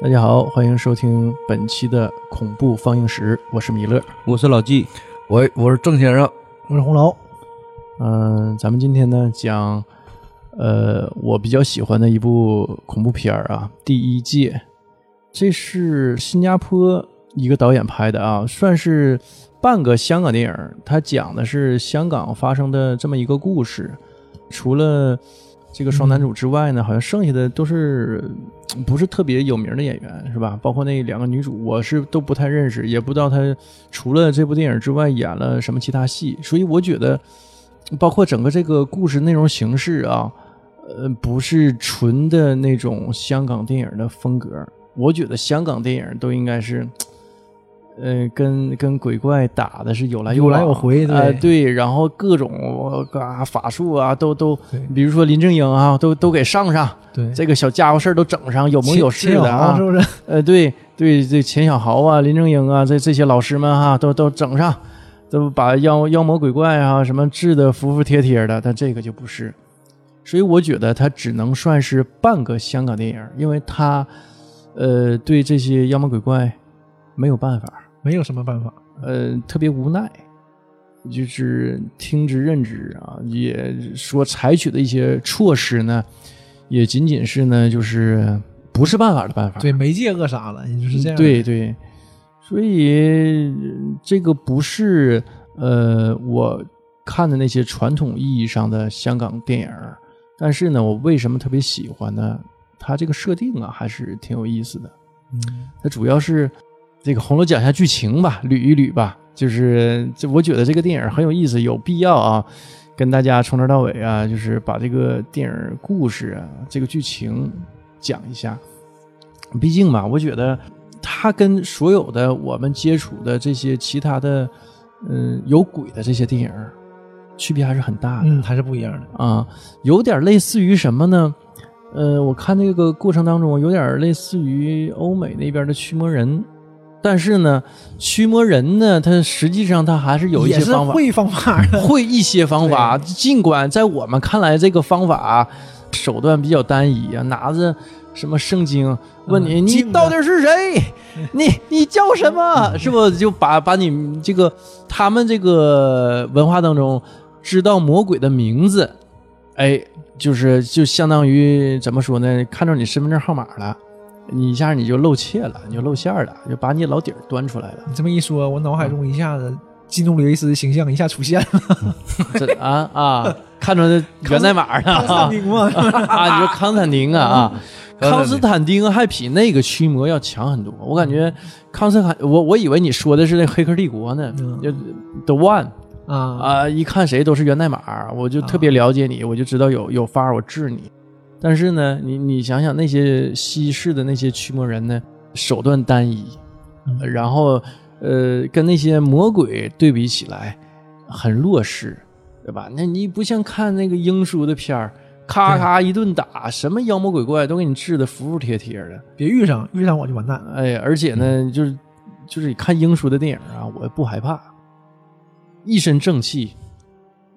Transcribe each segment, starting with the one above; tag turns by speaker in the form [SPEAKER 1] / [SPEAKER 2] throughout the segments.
[SPEAKER 1] 大家好，欢迎收听本期的恐怖放映室，我是米勒。
[SPEAKER 2] 我是老纪，
[SPEAKER 3] 我我是郑先生，
[SPEAKER 4] 我是红楼，
[SPEAKER 1] 嗯、咱们今天呢讲，呃，我比较喜欢的一部恐怖片儿啊，《第一届》，这是新加坡一个导演拍的啊，算是半个香港电影儿。它讲的是香港发生的这么一个故事，除了这个双男主之外呢，好像剩下的都是嗯不是特别有名的演员，是吧？包括那两个女主，我是都不太认识，也不知道她除了这部电影之外演了什么其他戏，所以我觉得。包括整个这个故事内容形式啊，呃，不是纯的那种香港电影的风格。我觉得香港电影都应该是，呃，跟跟鬼怪打的是有来
[SPEAKER 4] 有来
[SPEAKER 1] 往
[SPEAKER 4] 有回对
[SPEAKER 1] 呃对，然后各种啊法术啊，都都
[SPEAKER 4] 对，
[SPEAKER 1] 比如说林正英啊，都都给上上，
[SPEAKER 4] 对，
[SPEAKER 1] 这个小家伙事儿都整上，有模有
[SPEAKER 4] 秦
[SPEAKER 1] 式的啊
[SPEAKER 4] 秦小豪是，不是？
[SPEAKER 1] 呃，对对，这钱小豪啊、林正英啊，这这些老师们哈、都都整上，都把妖妖魔鬼怪啊什么治的服服帖帖的，但这个就不是。所以我觉得它只能算是半个香港电影，因为它，呃，对这些妖魔鬼怪没有办法，
[SPEAKER 4] 没有什么办法，
[SPEAKER 1] 呃，特别无奈，就是听之任之啊。也说采取的一些措施呢，也仅仅是呢，就是不是办法的办法。
[SPEAKER 4] 对，媒介扼杀了，也就是这样。
[SPEAKER 1] 对对，所以呃这个不是呃我看的那些传统意义上的香港电影儿，但是呢，我为什么特别喜欢呢？它这个设定啊，还是挺有意思的。
[SPEAKER 4] 嗯，
[SPEAKER 1] 它主要是这个红楼讲一下剧情吧，捋一捋吧。就是这，我觉得这个电影很有意思，有必要啊，跟大家从头到尾啊，就是把这个电影故事啊，这个剧情讲一下。毕竟嘛，我觉得它跟所有的我们接触的这些其他的，嗯、有鬼的这些电影儿区别还是很大的。
[SPEAKER 4] 嗯，还是不一样的。
[SPEAKER 1] 啊，有点类似于什么呢？呃，我看这个过程当中，有点类似于欧美那边的驱魔人，但是呢，驱魔人呢，他实际上他还是有一
[SPEAKER 4] 也
[SPEAKER 1] 些
[SPEAKER 4] 是
[SPEAKER 1] 方法，
[SPEAKER 4] 会方法的，
[SPEAKER 1] 会一些方法。尽管在我们看来，这个方法手段比较单一啊，拿着什么圣经问你、
[SPEAKER 4] 嗯
[SPEAKER 1] 你
[SPEAKER 4] 镜子
[SPEAKER 1] 到底是 谁，你你叫什么，是不就把把你这个他们这个文化当中知道魔鬼的名字，哎，就是就相当于怎么说呢，看着你身份证号码了。你一下你就露怯了，你就露馅儿了，就把你老底儿端出来了。
[SPEAKER 4] 你这么一说，我脑海中一下子基努·雷斯的形象一下出现 了，
[SPEAKER 1] 这啊啊， 看着这源代码呢
[SPEAKER 4] 康斯
[SPEAKER 1] 啊
[SPEAKER 4] 坦，丁嘛，
[SPEAKER 1] 啊，你说康斯坦丁啊啊，康
[SPEAKER 3] 康
[SPEAKER 1] 斯
[SPEAKER 3] 斯
[SPEAKER 1] 坦丁还比那个驱魔要强很多。我感觉康斯坦，我我以为你说的是那《黑客帝国》呢，
[SPEAKER 4] 嗯
[SPEAKER 1] 就 The One
[SPEAKER 4] 啊，
[SPEAKER 1] 啊，一看谁都是源代码，我就特别了解你，我就知道有有法儿我治你。但是呢，你你想想那些西式的那些驱魔人呢，手段单一，
[SPEAKER 4] 嗯
[SPEAKER 1] 然后呃，跟那些魔鬼对比起来，很弱势，对吧？那你不像看那个英叔的片儿，咔咔一顿打，什么妖魔鬼怪都给你治的服服帖帖的。
[SPEAKER 4] 别遇上，遇上我就完蛋了。
[SPEAKER 1] 哎，而且呢，就是就是看英叔的电影啊，我不害怕，一身正气，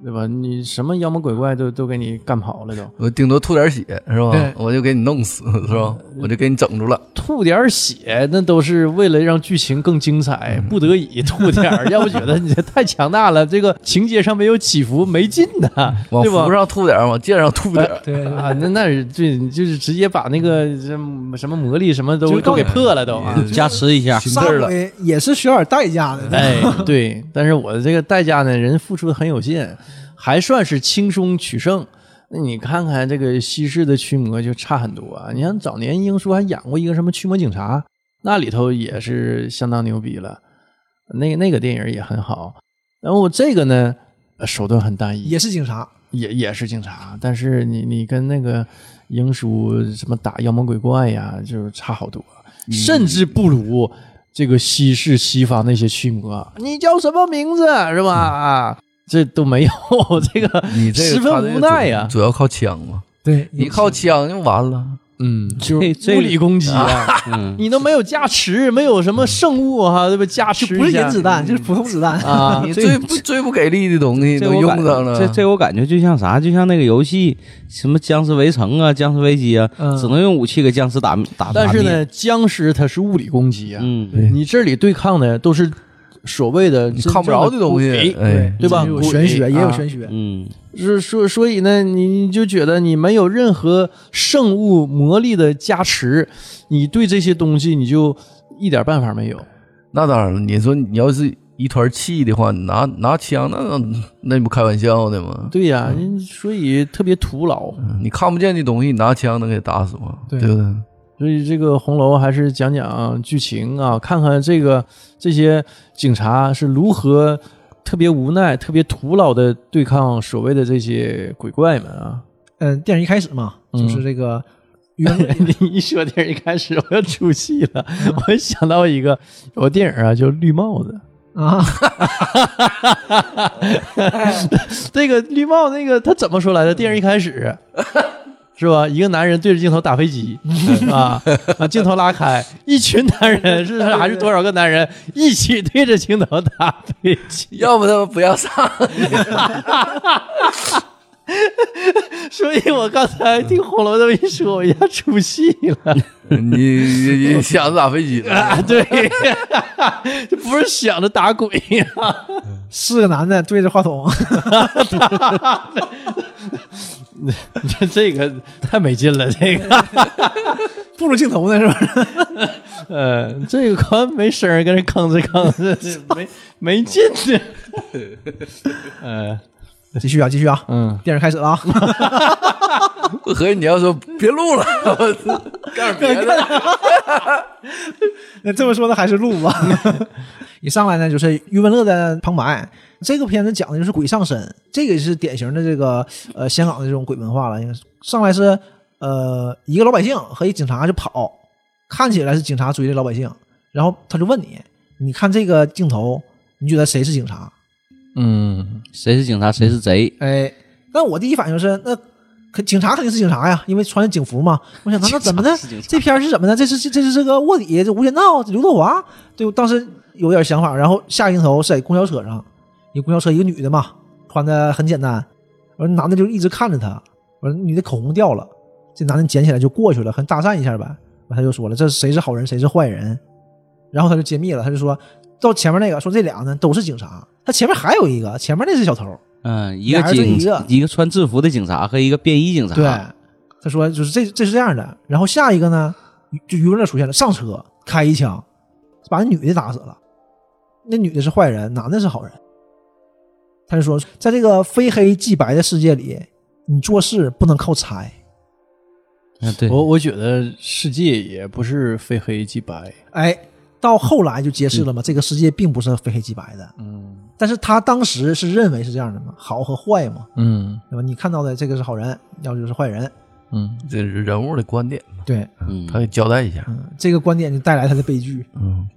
[SPEAKER 1] 对吧？你什么妖魔鬼怪都都给你干跑了都。
[SPEAKER 3] 我顶多吐点血是吧
[SPEAKER 4] 对？
[SPEAKER 3] 我就给你弄死是吧？
[SPEAKER 1] 嗯
[SPEAKER 3] 我就给你整住了。
[SPEAKER 1] 吐点儿血，那都是为了让剧情更精彩，不得已吐点儿，要不觉得你这太强大了，这个情节上没有起伏，没劲呐、
[SPEAKER 3] 往
[SPEAKER 1] 对吧
[SPEAKER 3] 服？上吐点儿，往剑上吐点儿。
[SPEAKER 4] 对，对
[SPEAKER 1] 啊，那那对，就是直接把那个这什么魔力什么都
[SPEAKER 4] 就
[SPEAKER 1] 都
[SPEAKER 4] 告
[SPEAKER 1] 给破了都啊。
[SPEAKER 2] 加持一下，
[SPEAKER 4] 杀鬼也是需要点代价的，
[SPEAKER 1] 哎，对，但是我的这个代价呢，人付出的很有限，还算是轻松取胜。那你看看这个西式的驱魔就差很多啊！你像早年英叔还演过一个什么驱魔警察，那里头也是相当牛逼了，那那个电影也很好。然后这个呢，呃手段很单一，
[SPEAKER 4] 也是警察，
[SPEAKER 1] 也也是警察，啊但是你你跟那个英叔什么打妖魔鬼怪呀，就是差好多，
[SPEAKER 3] 嗯
[SPEAKER 1] 甚至不如这个西式西方那些驱魔。啊你叫什么名字是吧？啊，这都没有，这个
[SPEAKER 3] 嗯你这个
[SPEAKER 1] 十
[SPEAKER 3] 他
[SPEAKER 1] 分
[SPEAKER 3] 这个
[SPEAKER 1] 无奈呀、
[SPEAKER 3] 主主要靠枪嘛，
[SPEAKER 4] 对，
[SPEAKER 3] 你靠枪就完了。
[SPEAKER 1] 嗯，就是
[SPEAKER 2] 这
[SPEAKER 1] 物理攻击 啊，
[SPEAKER 2] 嗯，
[SPEAKER 1] 你都没有加持，没有什
[SPEAKER 3] 嗯
[SPEAKER 1] 么圣物哈、对吧？加持
[SPEAKER 4] 就
[SPEAKER 1] 一
[SPEAKER 4] 不是
[SPEAKER 1] 下嗯
[SPEAKER 4] 原子弹，就是普通子弹。
[SPEAKER 1] 啊，
[SPEAKER 3] 你
[SPEAKER 1] 这
[SPEAKER 3] 最不最不给力的东西
[SPEAKER 2] 这
[SPEAKER 3] 都
[SPEAKER 2] 我
[SPEAKER 3] 用
[SPEAKER 2] 感
[SPEAKER 3] 上了，
[SPEAKER 2] 这这我感觉就像啥，就像那个游戏什么僵尸围城啊、僵尸危机啊，
[SPEAKER 4] 嗯
[SPEAKER 2] 只能用武器给僵尸打打。
[SPEAKER 1] 但是
[SPEAKER 2] 打灭，
[SPEAKER 1] 呢，僵尸它是物理攻击啊，
[SPEAKER 2] 嗯，
[SPEAKER 3] 对
[SPEAKER 1] 你这里对抗的都是所谓的
[SPEAKER 3] 你看不着的东西，
[SPEAKER 1] 真正的
[SPEAKER 3] 哎，
[SPEAKER 1] 对吧
[SPEAKER 4] 有
[SPEAKER 1] 鬼
[SPEAKER 4] 玄学， 也
[SPEAKER 1] 啊
[SPEAKER 4] 有玄学。
[SPEAKER 2] 嗯，
[SPEAKER 1] 不是所所以呢，你你就觉得你没有任何圣物魔力的加持，你对这些东西你就一点办法没有。
[SPEAKER 3] 那当然了，你说你要是一团气的话，你拿拿枪，那那不开玩笑的吗？
[SPEAKER 1] 对呀、你所以特别徒劳。
[SPEAKER 3] 你看不见的东西，你拿枪能给打死吗？
[SPEAKER 4] 对
[SPEAKER 3] 不对？
[SPEAKER 1] 所以这个红楼还是讲讲剧情啊，看看这个这些警察是如何特别无奈、特别徒劳的对抗所谓的这些鬼怪们啊。
[SPEAKER 4] 嗯，电影一开始嘛，就是这个原
[SPEAKER 1] 哎你一说电影一开始，我要出戏了，我想到一个有个电影啊，叫《绿帽子》。
[SPEAKER 4] 啊，
[SPEAKER 1] 这个绿帽那个他怎么说来着？电影一开 始。是吧？一个男人对着镜头打飞 机啊啊！镜头拉开，一群男人 是还是多少个男人一起对着镜头打飞机？
[SPEAKER 3] 要不他们不要上，
[SPEAKER 1] 所以我刚才听红楼这么一说，我一下出戏了。
[SPEAKER 3] 你你你想着打飞机了？
[SPEAKER 1] 啊，对，这不是想着打鬼啊。
[SPEAKER 4] 是个男的对着话筒，
[SPEAKER 1] 这这个太没劲了，这个。
[SPEAKER 4] 步入镜头呢，是 吧？
[SPEAKER 1] 呃，这个关没声儿，跟这吭哧吭哧，这没没劲呢。 呃，
[SPEAKER 4] 继续啊，继续啊，
[SPEAKER 1] 嗯，
[SPEAKER 4] 电影开始了啊。
[SPEAKER 3] 我合计你要说别录 了，我操干点别的。
[SPEAKER 4] 那这么说的还是录吧。 一上来呢，就是余文乐的旁白。这个片子讲的就是鬼上身，这个是典型的这个呃香港的这种鬼文化了。应该是上来是呃一个老百姓和一警察就跑，看起来是警察追的老百姓，然后他就问你，你看这个镜头，你觉得谁是警察？
[SPEAKER 1] 嗯，
[SPEAKER 2] 谁是警察，谁是贼？
[SPEAKER 4] 哎，那我第一反应是，那可警察肯定是警察呀，因为穿着警服嘛。我想他那怎么的
[SPEAKER 2] 警察是警？察
[SPEAKER 4] 这片儿是怎么的？这是这是这个卧底，这无间道，刘德华。对我当时有点想法，然后下一个镜头是在公交车上，一个公交车一个女的嘛，穿的很简单，完男的就一直看着她，完女的口红掉了，这男的捡起来就过去了，很搭讪一下呗。完他就说了，这谁是好人，谁是坏人？然后他就揭秘了，他就说到前面那个说这俩呢都是警察，他前面还有一个，前面那是小偷。
[SPEAKER 2] 嗯，一个
[SPEAKER 4] 俩人对
[SPEAKER 2] 警
[SPEAKER 4] 一个
[SPEAKER 2] 一个穿制服的警察和一个便衣警察。
[SPEAKER 4] 对，他说就是这这是这样的。然后下一个呢，就余文乐出现了，上车开一枪，把那女的打死了。那女的是坏人，男的是好人。他就说，在这个非黑即白的世界里，你做事不能靠猜。
[SPEAKER 2] 嗯，对，
[SPEAKER 4] 哦
[SPEAKER 1] 我我觉得世界也不是非黑即白。
[SPEAKER 4] 哎，到后来就揭示了嘛，这个世界并不是非黑即白的。
[SPEAKER 1] 嗯
[SPEAKER 4] 但是他当时是认为是这样的嘛，好和坏嘛，
[SPEAKER 1] 嗯
[SPEAKER 4] 对吧？你看到的这个是好人，要不就是坏人。
[SPEAKER 1] 嗯，
[SPEAKER 3] 这是人物的观点，
[SPEAKER 4] 对，
[SPEAKER 2] 嗯
[SPEAKER 3] 他给交代一下。
[SPEAKER 4] 嗯，这个观点就带来他的悲剧。
[SPEAKER 3] 嗯，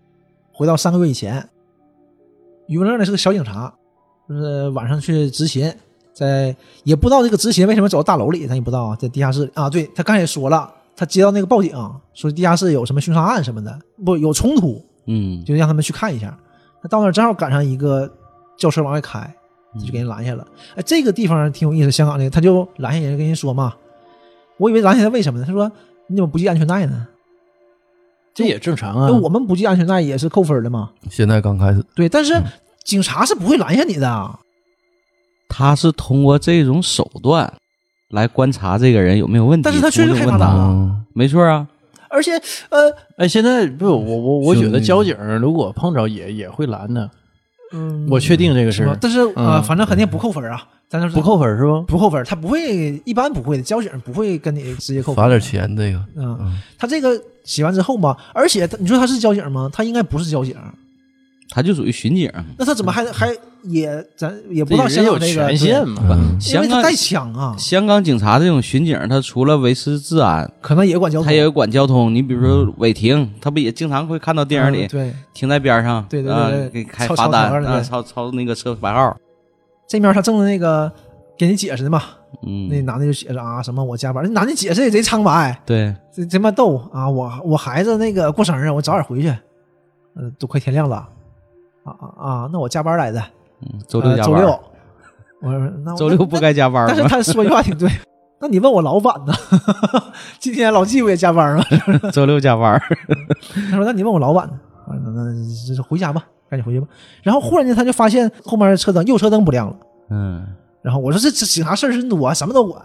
[SPEAKER 4] 回到三个月以前，余文乐呢是个小警察，就是晚上去执勤，在也不知道这个执勤为什么走到大楼里，咱也不知道啊，在地下室里啊。对他刚才也说了，他接到那个报警，说地下室有什么凶杀案什么的，不有冲突，
[SPEAKER 2] 嗯
[SPEAKER 4] 就让他们去看一下。他到那儿正好赶上一个轿车往外开，就给人拦下了。哎，这个地方挺有意思，香港那个他就拦下人跟人说嘛，我以为拦下他为什么呢？他说你怎么不系安全带呢？
[SPEAKER 1] 这也正常啊
[SPEAKER 4] 那。我们不系安全带也是扣分的嘛。
[SPEAKER 3] 现在刚开始，
[SPEAKER 4] 对，但是警察是不会拦下你的。
[SPEAKER 2] 他是通过这种手段来观察这个人有没有问题，
[SPEAKER 4] 但是他确实
[SPEAKER 2] 从中
[SPEAKER 4] 开
[SPEAKER 2] 问
[SPEAKER 4] 罚单
[SPEAKER 2] 答，
[SPEAKER 4] 了
[SPEAKER 3] 嗯，
[SPEAKER 2] 没错啊，
[SPEAKER 4] 而且，呃，
[SPEAKER 1] 哎，现在不，我我我觉
[SPEAKER 3] 兄
[SPEAKER 1] 得
[SPEAKER 3] 弟
[SPEAKER 1] 交警如果碰着也也会拦的，
[SPEAKER 4] 嗯，
[SPEAKER 1] 我确定这个
[SPEAKER 4] 是
[SPEAKER 1] 事
[SPEAKER 4] 吧
[SPEAKER 1] 儿？
[SPEAKER 4] 但是呃，
[SPEAKER 1] 嗯
[SPEAKER 4] 反正肯定不扣分啊，咱就是
[SPEAKER 1] 不扣分是不？
[SPEAKER 4] 不扣分，他不会，一般不会的，交警不会跟你直接扣分。
[SPEAKER 3] 罚点。钱这个。
[SPEAKER 4] 嗯，他这个写完之后嘛，而且他你说他是交警吗？他应该不是交警，
[SPEAKER 2] 他就属于巡警。
[SPEAKER 4] 那他怎么还还也咱也不知道
[SPEAKER 1] 这
[SPEAKER 4] 香
[SPEAKER 1] 人有
[SPEAKER 4] 港那个
[SPEAKER 1] 权限，嘛？
[SPEAKER 4] 对
[SPEAKER 3] 嗯
[SPEAKER 2] 不，
[SPEAKER 4] 因
[SPEAKER 2] 香
[SPEAKER 4] 为他
[SPEAKER 2] 港
[SPEAKER 4] 带枪啊，
[SPEAKER 2] 香港警察这种巡警，他除了维持治安，
[SPEAKER 4] 可能也管交通，
[SPEAKER 2] 他也管交通。你比如说违停，他不也经常会看到电影
[SPEAKER 4] 嗯
[SPEAKER 2] 里
[SPEAKER 4] 对。
[SPEAKER 2] 停在边上，
[SPEAKER 4] 对对对
[SPEAKER 2] 啊
[SPEAKER 4] 对
[SPEAKER 2] 给开
[SPEAKER 4] 超
[SPEAKER 2] 罚
[SPEAKER 4] 超
[SPEAKER 2] 单
[SPEAKER 4] 条的
[SPEAKER 2] 啊，
[SPEAKER 4] 对
[SPEAKER 2] 超超那个车牌号。
[SPEAKER 4] 这面他正那个给你解释呢嘛，
[SPEAKER 2] 嗯，
[SPEAKER 4] 那男的就写着啊什么我加班，那男的解释也贼苍白，
[SPEAKER 2] 对，
[SPEAKER 4] 这他妈逗啊！我我孩子那个过生日，我早点回去，嗯、都快天亮了，啊啊啊！那我加班来的，
[SPEAKER 2] 嗯周六
[SPEAKER 4] 呃
[SPEAKER 2] 加
[SPEAKER 4] 周
[SPEAKER 2] 班，
[SPEAKER 4] 六，我说那我
[SPEAKER 2] 周六
[SPEAKER 4] 那
[SPEAKER 2] 不该加班
[SPEAKER 4] 但是
[SPEAKER 2] 吗？
[SPEAKER 4] 他说句话挺对。那你问我老板呢？ 今天老纪不也加班吗？
[SPEAKER 2] 周六加班，
[SPEAKER 4] 他说：“那你问我老板呢？”我说：“那那那那回家吧，赶紧回去吧。”然后忽然间他就发现后面的车灯右车灯不亮了。
[SPEAKER 2] 嗯，
[SPEAKER 4] 然后我说：“这这警察事儿真多啊，什么都管。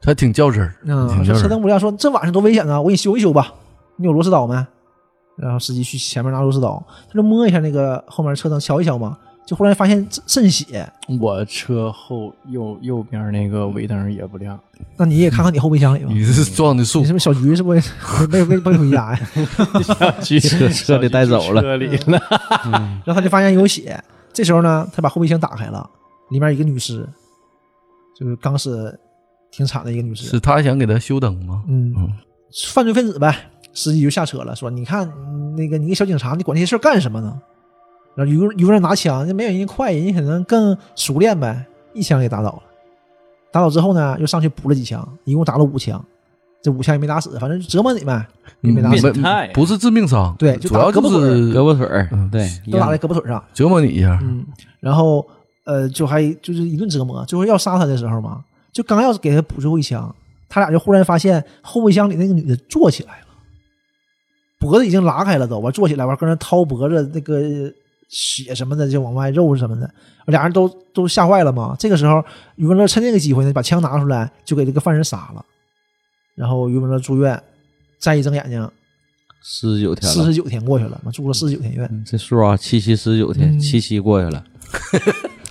[SPEAKER 3] 他挺较真儿”，
[SPEAKER 4] 嗯，
[SPEAKER 3] 挺
[SPEAKER 4] 我说
[SPEAKER 3] 劲儿
[SPEAKER 4] 车灯不亮，说这晚上多危险啊，我给你修一修吧。你有螺丝刀没？然后司机去前面拿螺丝刀，他就摸一下那个后面的车灯，敲一敲嘛，就忽然发现渗渗血。
[SPEAKER 1] 我车后右右边那个尾灯也不 亮，
[SPEAKER 4] 那你也看看你后备箱里吧，
[SPEAKER 3] 你是撞的树
[SPEAKER 4] 你是，不是小菊是不是 没没没回家呀？
[SPEAKER 1] 去
[SPEAKER 2] 车车里带走了
[SPEAKER 1] 车里 了。
[SPEAKER 4] 然后他就发现有血。这时候呢，他把后备箱打开了，里面一个女尸，就是刚死，挺惨的一个女尸
[SPEAKER 3] 是。他想给他修灯吗？
[SPEAKER 4] 嗯，犯罪分子呗。司机就下车了，说：“你看那个，你一个小警察，你管这些事儿干什么呢？”然后有有人拿枪，那没有人家快，人家可能更熟练呗，一枪给打倒了。打倒之后呢，又上去补了几枪，一共打了五枪，这五枪也没打死，反正就折磨你呗，也没打
[SPEAKER 1] 嗯
[SPEAKER 4] 死，
[SPEAKER 1] 变态
[SPEAKER 3] 不是致命伤，
[SPEAKER 4] 对就
[SPEAKER 3] 主
[SPEAKER 4] 打
[SPEAKER 3] 要就
[SPEAKER 4] 胳膊腿儿
[SPEAKER 3] 是
[SPEAKER 2] 胳膊腿儿，对，
[SPEAKER 4] 嗯
[SPEAKER 2] 一
[SPEAKER 4] 都打
[SPEAKER 2] 样
[SPEAKER 4] 在胳膊腿上。
[SPEAKER 3] 折磨你一下，
[SPEAKER 4] 嗯，然后呃，就还就是一顿折磨，最后要杀他的时候嘛，就刚要给他补最后一枪，他俩就忽然发现后备箱里那个女的坐起来了，脖子已经拉开了都，完坐起来完搁那掏脖子那个血什么的就往外肉什么的，俩人都都吓坏了嘛。这个时候余文乐趁这个机会呢，把枪拿出来就给这个犯人杀了，然后余文乐住院，再一睁眼睛
[SPEAKER 2] 四十九天
[SPEAKER 4] 四
[SPEAKER 2] 了
[SPEAKER 4] 十。九天过去了，完住了四十九天院。
[SPEAKER 2] 这数啊，七七四十九天，
[SPEAKER 4] 嗯
[SPEAKER 2] 七七过去了，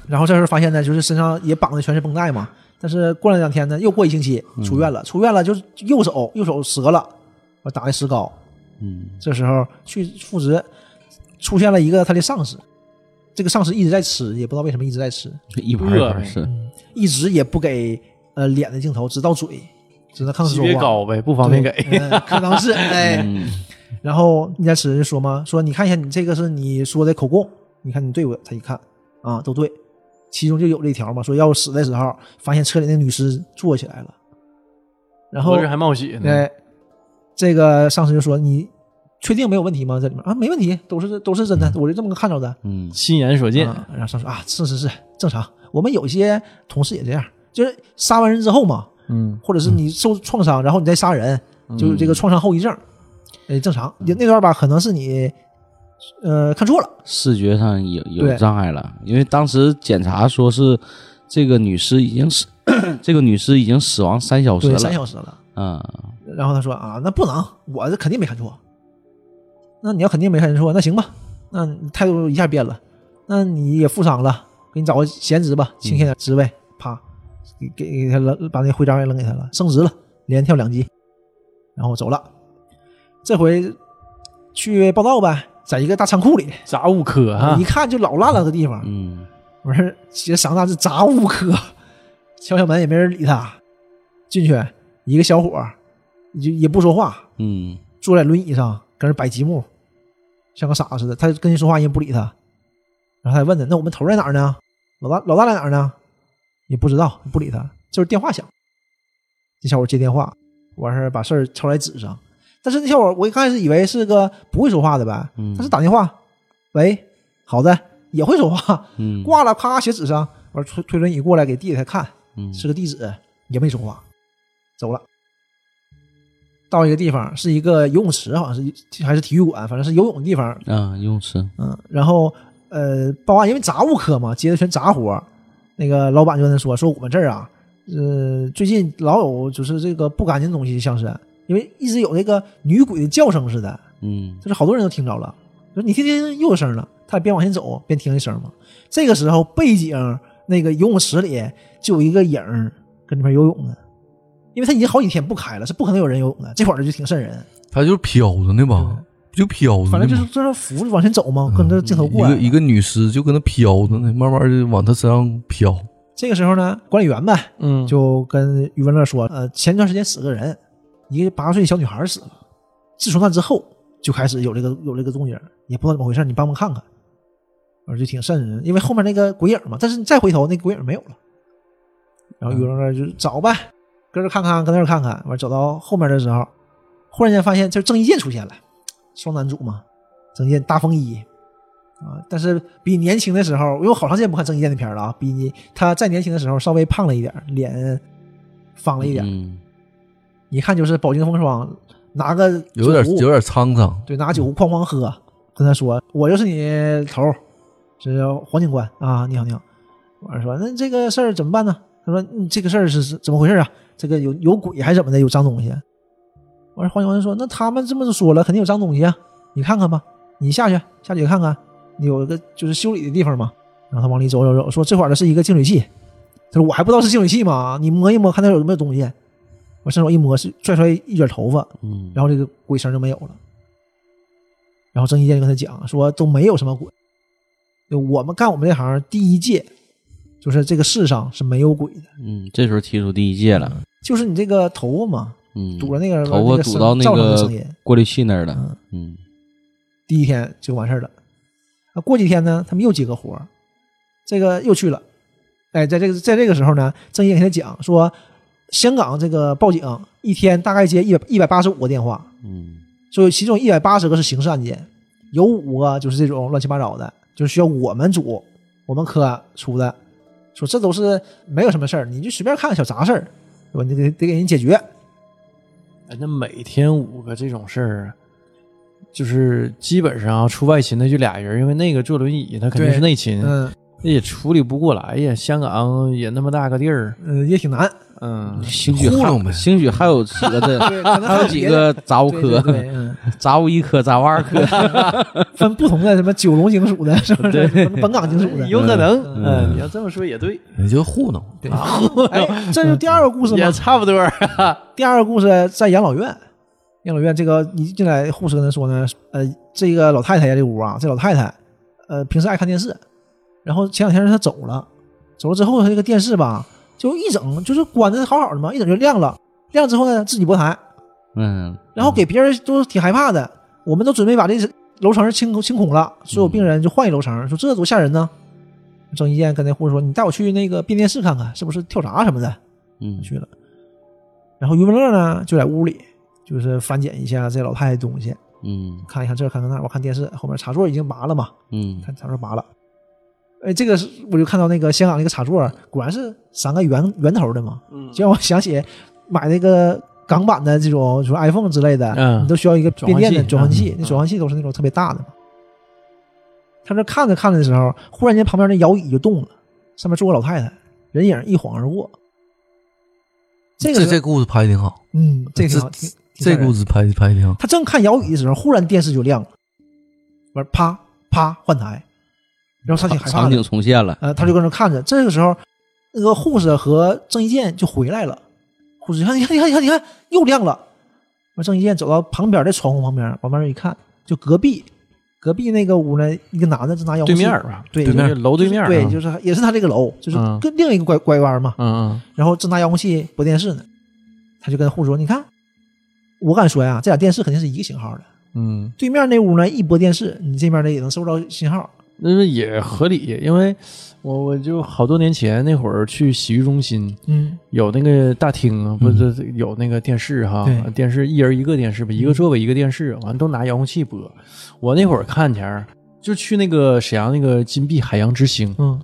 [SPEAKER 4] 然后这时候发现呢，就是身上也绑的全是绷带嘛。但是过了两天呢，又过一星期，
[SPEAKER 1] 嗯
[SPEAKER 4] 出院了。出院了就是右手右手折了，我打的石膏。
[SPEAKER 2] 嗯，
[SPEAKER 4] 这时候去复职，出现了一个他的上司，这个上司一直在吃，也不知道为什么一直在吃，
[SPEAKER 2] 一盘一盘是，
[SPEAKER 4] 一直也不给呃脸的镜头，只到嘴，只能看
[SPEAKER 1] 级
[SPEAKER 4] 说
[SPEAKER 1] 别
[SPEAKER 4] 话。
[SPEAKER 1] 高呗，不方便给。
[SPEAKER 4] 嗯可能 是哎，
[SPEAKER 2] 嗯，
[SPEAKER 4] 然后你在吃就说嘛，说你看一下你这个是你说的口供，你看你对不对？他一看啊，都对，其中就有这一条嘛，说要死的时候发现车里那女尸坐起来了，然后
[SPEAKER 1] 我这还冒血呢，
[SPEAKER 4] 哎，这个上司就说你确定没有问题吗？这里面啊没问题，都是都是真的，我就这么看着的。
[SPEAKER 2] 嗯，
[SPEAKER 1] 亲眼所见，
[SPEAKER 4] 啊然后上司啊是是是正常，我们有些同事也这样，就是杀完人之后嘛，
[SPEAKER 1] 嗯，
[SPEAKER 4] 或者是你受创伤，然后你再杀人，就有这
[SPEAKER 2] 嗯
[SPEAKER 4] 个创伤后遗症，呃，正常。那那段吧，可能是你呃看错了，
[SPEAKER 2] 视觉上有有
[SPEAKER 4] 对
[SPEAKER 2] 障碍了，因为当时检查说是这个女尸已经死， 这个女尸已经死亡三小时
[SPEAKER 4] 对，三
[SPEAKER 2] 了，
[SPEAKER 4] 小时了。
[SPEAKER 2] 嗯，
[SPEAKER 4] 然后他说啊，那不能，我这肯定没看错。那你要肯定没看错，那行吧，那你态度一下变了，那你也负伤了，给你找个闲职吧，清
[SPEAKER 2] 嗯
[SPEAKER 4] 闲点职位，啪，给给给他扔，把那徽章也扔给他了，升职了，连跳两级，然后走了。这回去报道呗，在一个大仓库里，
[SPEAKER 1] 杂物科哈
[SPEAKER 4] 哎一，看就老烂了个地方，
[SPEAKER 2] 啊嗯，
[SPEAKER 4] 我说这桑大是杂物科，敲敲门也没人理他。进去一个小伙儿，就也不说话，
[SPEAKER 2] 嗯，
[SPEAKER 4] 坐在轮椅上搁那摆积木，像个傻子似的。他跟人说话，人也不理他。然后他还问他：“那我们头在哪儿呢？老大老大在哪儿呢？”也不知道，不理他。就是电话响，这小伙接电话，完事儿把事儿抄在纸上。但是那小伙我一开始以为是个不会说话的呗，
[SPEAKER 2] 嗯
[SPEAKER 4] 他是打电话，喂，好的，也会说话，
[SPEAKER 2] 嗯，
[SPEAKER 4] 挂了，咔写纸上，完推推轮椅过来给递给他看，
[SPEAKER 2] 嗯
[SPEAKER 4] 是个地址，也没说话，走了。到一个地方，是一个游泳池，好像是还是体育馆，反正是游泳的地方。
[SPEAKER 2] 啊，泳池，
[SPEAKER 4] 嗯，然后呃，报案，因为杂物科嘛，接的全杂活儿。那个老板就跟他说：“说我们这儿啊，呃，最近老有就是这个不干净的东西上身，因为一直有那个女鬼的叫声似的。”
[SPEAKER 2] 嗯
[SPEAKER 4] 就是好多人都听着了，就是你听听又有声了，他边往前走边听一声嘛。这个时候背景那个游泳池里就有一个影儿跟那边游泳呢，因为他已经好几天不开了，是不可能有人游泳的。这会儿就挺瘆人，
[SPEAKER 3] 他就是飘着呢吧，不就飘着呢吗，
[SPEAKER 4] 反正就是就是扶着往前走嘛，跟着镜头啊
[SPEAKER 3] 一
[SPEAKER 4] 过来。
[SPEAKER 3] 嗯个一个女尸就跟那飘着呢，慢慢就往他身上飘。
[SPEAKER 4] 这个时候呢，管理员呗
[SPEAKER 1] 嗯，
[SPEAKER 4] 就跟余文乐说，呃，前段时间死个人，一个八岁小女孩死了，自从那之后就开始有这个有这个动静儿，也不知道怎么回事，你帮忙看看。我说就挺瘆人，因为后面那个鬼影嘛，但是你再回头，那鬼影没有了。然后于正那儿就找呗，搁这儿看看，搁那儿看看，完走到后面的时候，忽然间发现这郑伊健出现了，双男主嘛，郑伊健大风衣啊，但是比年轻的时候，因为我好长时间不看郑伊健的片儿了啊，比你他再年轻的时候稍微胖了一点儿，脸方了一点儿，
[SPEAKER 2] 嗯，
[SPEAKER 4] 一看就是饱经风霜，拿个
[SPEAKER 3] 有点
[SPEAKER 4] 酒壶
[SPEAKER 3] 有点沧桑。
[SPEAKER 4] 对，拿酒哐哐喝，跟他说：“我就是你头儿，是黄警官啊，你好，你好。”完说：“那这个事儿怎么办呢？”他说：“嗯，这个事儿是是怎么回事啊？这个有有鬼还是怎么的？有脏东西。”完，黄警官说：“那他们这么说了，肯定有脏东西啊，你看看吧，你下去下去看看，有个就是修理的地方嘛。”然后他往里走走走，说：“这块儿的是一个净水器。”他说：“我还不知道是净水器嘛，你摸一摸，看它有没有东西。”我伸手一摸，是拽出来一卷头发，
[SPEAKER 2] 嗯
[SPEAKER 4] 然后这个鬼声就没有了。然后郑伊健就跟他讲说都没有什么鬼，就我们干我们这行第一届，就是这个世上是没有鬼的，
[SPEAKER 2] 嗯，这时候提出第一届了，
[SPEAKER 4] 就是你这个头发嘛，
[SPEAKER 2] 嗯，
[SPEAKER 4] 堵着那个
[SPEAKER 2] 头发
[SPEAKER 4] 个
[SPEAKER 2] 堵
[SPEAKER 4] 声
[SPEAKER 2] 到那
[SPEAKER 4] 造成的
[SPEAKER 2] 个
[SPEAKER 4] 声音，
[SPEAKER 2] 过滤器那儿了，嗯，
[SPEAKER 4] 第一天就完事儿了。啊，过几天呢，他们又接个活儿，这个又去了。哎，在这个在这个时候呢，郑伊健跟他讲说，香港这个报警一天大概接一百一百八十五个电话，
[SPEAKER 2] 嗯，
[SPEAKER 4] 所以其中一百八十个是刑事案件，有五个就是这种乱七八糟的，就是需要我们组我们科出的，说这都是没有什么事儿，你就随便看个小杂事儿，对吧？你得得给人解决。
[SPEAKER 1] 哎，那每天五个这种事儿，啊就是基本上啊出外勤的就俩人，因为那个坐轮椅，他肯定
[SPEAKER 4] 对
[SPEAKER 1] 是内勤，
[SPEAKER 4] 嗯
[SPEAKER 1] 那也处理不过来呀。香港也那么大个地儿，
[SPEAKER 4] 嗯，也挺难。
[SPEAKER 1] 嗯，
[SPEAKER 2] 兴许
[SPEAKER 3] 糊弄
[SPEAKER 2] 还
[SPEAKER 3] 呗
[SPEAKER 2] 兴许还有几个
[SPEAKER 4] 对
[SPEAKER 2] 的，
[SPEAKER 4] 可能
[SPEAKER 2] 还有几个杂物
[SPEAKER 4] 对对
[SPEAKER 2] 科，
[SPEAKER 4] 对，嗯，
[SPEAKER 2] 杂物一科，杂物二 科，
[SPEAKER 4] 分不同的什么九龙警署的，是不是？什么本港警署 的，
[SPEAKER 1] 有可能，
[SPEAKER 4] 嗯
[SPEAKER 1] 嗯，你要这么说也对，
[SPEAKER 3] 你就糊弄，
[SPEAKER 4] 对。哎，这就第二个故事嘛
[SPEAKER 1] 也，差不多啊。
[SPEAKER 4] 第二个故事在养老院，养老院这个一进来，护士跟他说呢，呃，这个老太太呀，这屋啊，这老太太，呃，平时爱看电视，然后前两天她走了，走了之后，她这个电视吧，就一整就是关的好好的嘛，一整就亮了，亮之后呢，自己播台，
[SPEAKER 2] 嗯，
[SPEAKER 4] 然后给别人都挺害怕的，我们都准备把这楼层清清空了，所有病人就换一楼层，说这多吓人呢。 郑伊健跟那护士说：“你带我去那个变电室看看，是不是跳闸什么的。”
[SPEAKER 2] 嗯
[SPEAKER 4] 去了。然后余文乐呢就在屋里，就是翻检一下这老太太东西，
[SPEAKER 2] 嗯
[SPEAKER 4] 看一看这儿看看那儿，我看电视后面插座已经拔了嘛，
[SPEAKER 2] 嗯
[SPEAKER 4] 看插座拔了。哎，这个是我就看到那个香港那个插座果然是三个圆圆头的嘛，就让我想起买那个港版的这种什么 iPhone 之类的，
[SPEAKER 1] 嗯
[SPEAKER 4] 你都需要一个变电的转
[SPEAKER 1] 转
[SPEAKER 4] 换
[SPEAKER 1] 换器
[SPEAKER 4] 器，
[SPEAKER 1] 嗯
[SPEAKER 4] 那转换器都是那种特别大的嘛。他这看着看着的时候，忽然间旁边那摇椅就动了，上面坐个老太太，人影一晃而过。这个
[SPEAKER 3] 这
[SPEAKER 4] 时候
[SPEAKER 3] 这故事拍的挺好，
[SPEAKER 4] 嗯，这个挺好，
[SPEAKER 3] 这
[SPEAKER 4] 挺挺
[SPEAKER 3] 这
[SPEAKER 4] 吓人
[SPEAKER 3] 故事拍拍的挺好。
[SPEAKER 4] 他正看摇椅的时候，忽然电视就亮了，完啪啪换台，然后他挺害怕
[SPEAKER 2] 场
[SPEAKER 4] 的
[SPEAKER 2] 景，重现了，
[SPEAKER 4] 呃，他就搁那看着。这个时候，那个护士和郑伊健就回来了。护士一看，你看，你看，你看，你看，又亮了。完，郑伊健走到旁边的窗户旁边，往外面一看，就隔壁，隔壁那个屋呢，一个男的正拿遥控器
[SPEAKER 1] 对面儿吧，
[SPEAKER 4] 对
[SPEAKER 1] 就
[SPEAKER 4] 面
[SPEAKER 1] 是楼对面儿啊，
[SPEAKER 4] 对，就是也是他这个楼，就是
[SPEAKER 1] 嗯
[SPEAKER 4] 跟另一个拐拐弯嘛。
[SPEAKER 1] 嗯
[SPEAKER 4] 然后正拿遥控器播电视呢，他就跟护士说：“你看，我敢说呀，这俩电视肯定是一个型号的。
[SPEAKER 1] 嗯嗯，
[SPEAKER 4] 对面那屋呢，一播电视，你这边呢也能收不到信号。
[SPEAKER 1] 那是也合理，因为我我就好多年前那会儿去洗浴中心，
[SPEAKER 4] 嗯
[SPEAKER 1] 有那个大厅啊，不是有那个电视哈
[SPEAKER 4] 对，嗯
[SPEAKER 1] 电视一人一个电视吧，一个座位一个电视，完都拿遥控器播。我那会儿看前儿就去那个沈阳那个金碧海洋之星，
[SPEAKER 4] 嗯，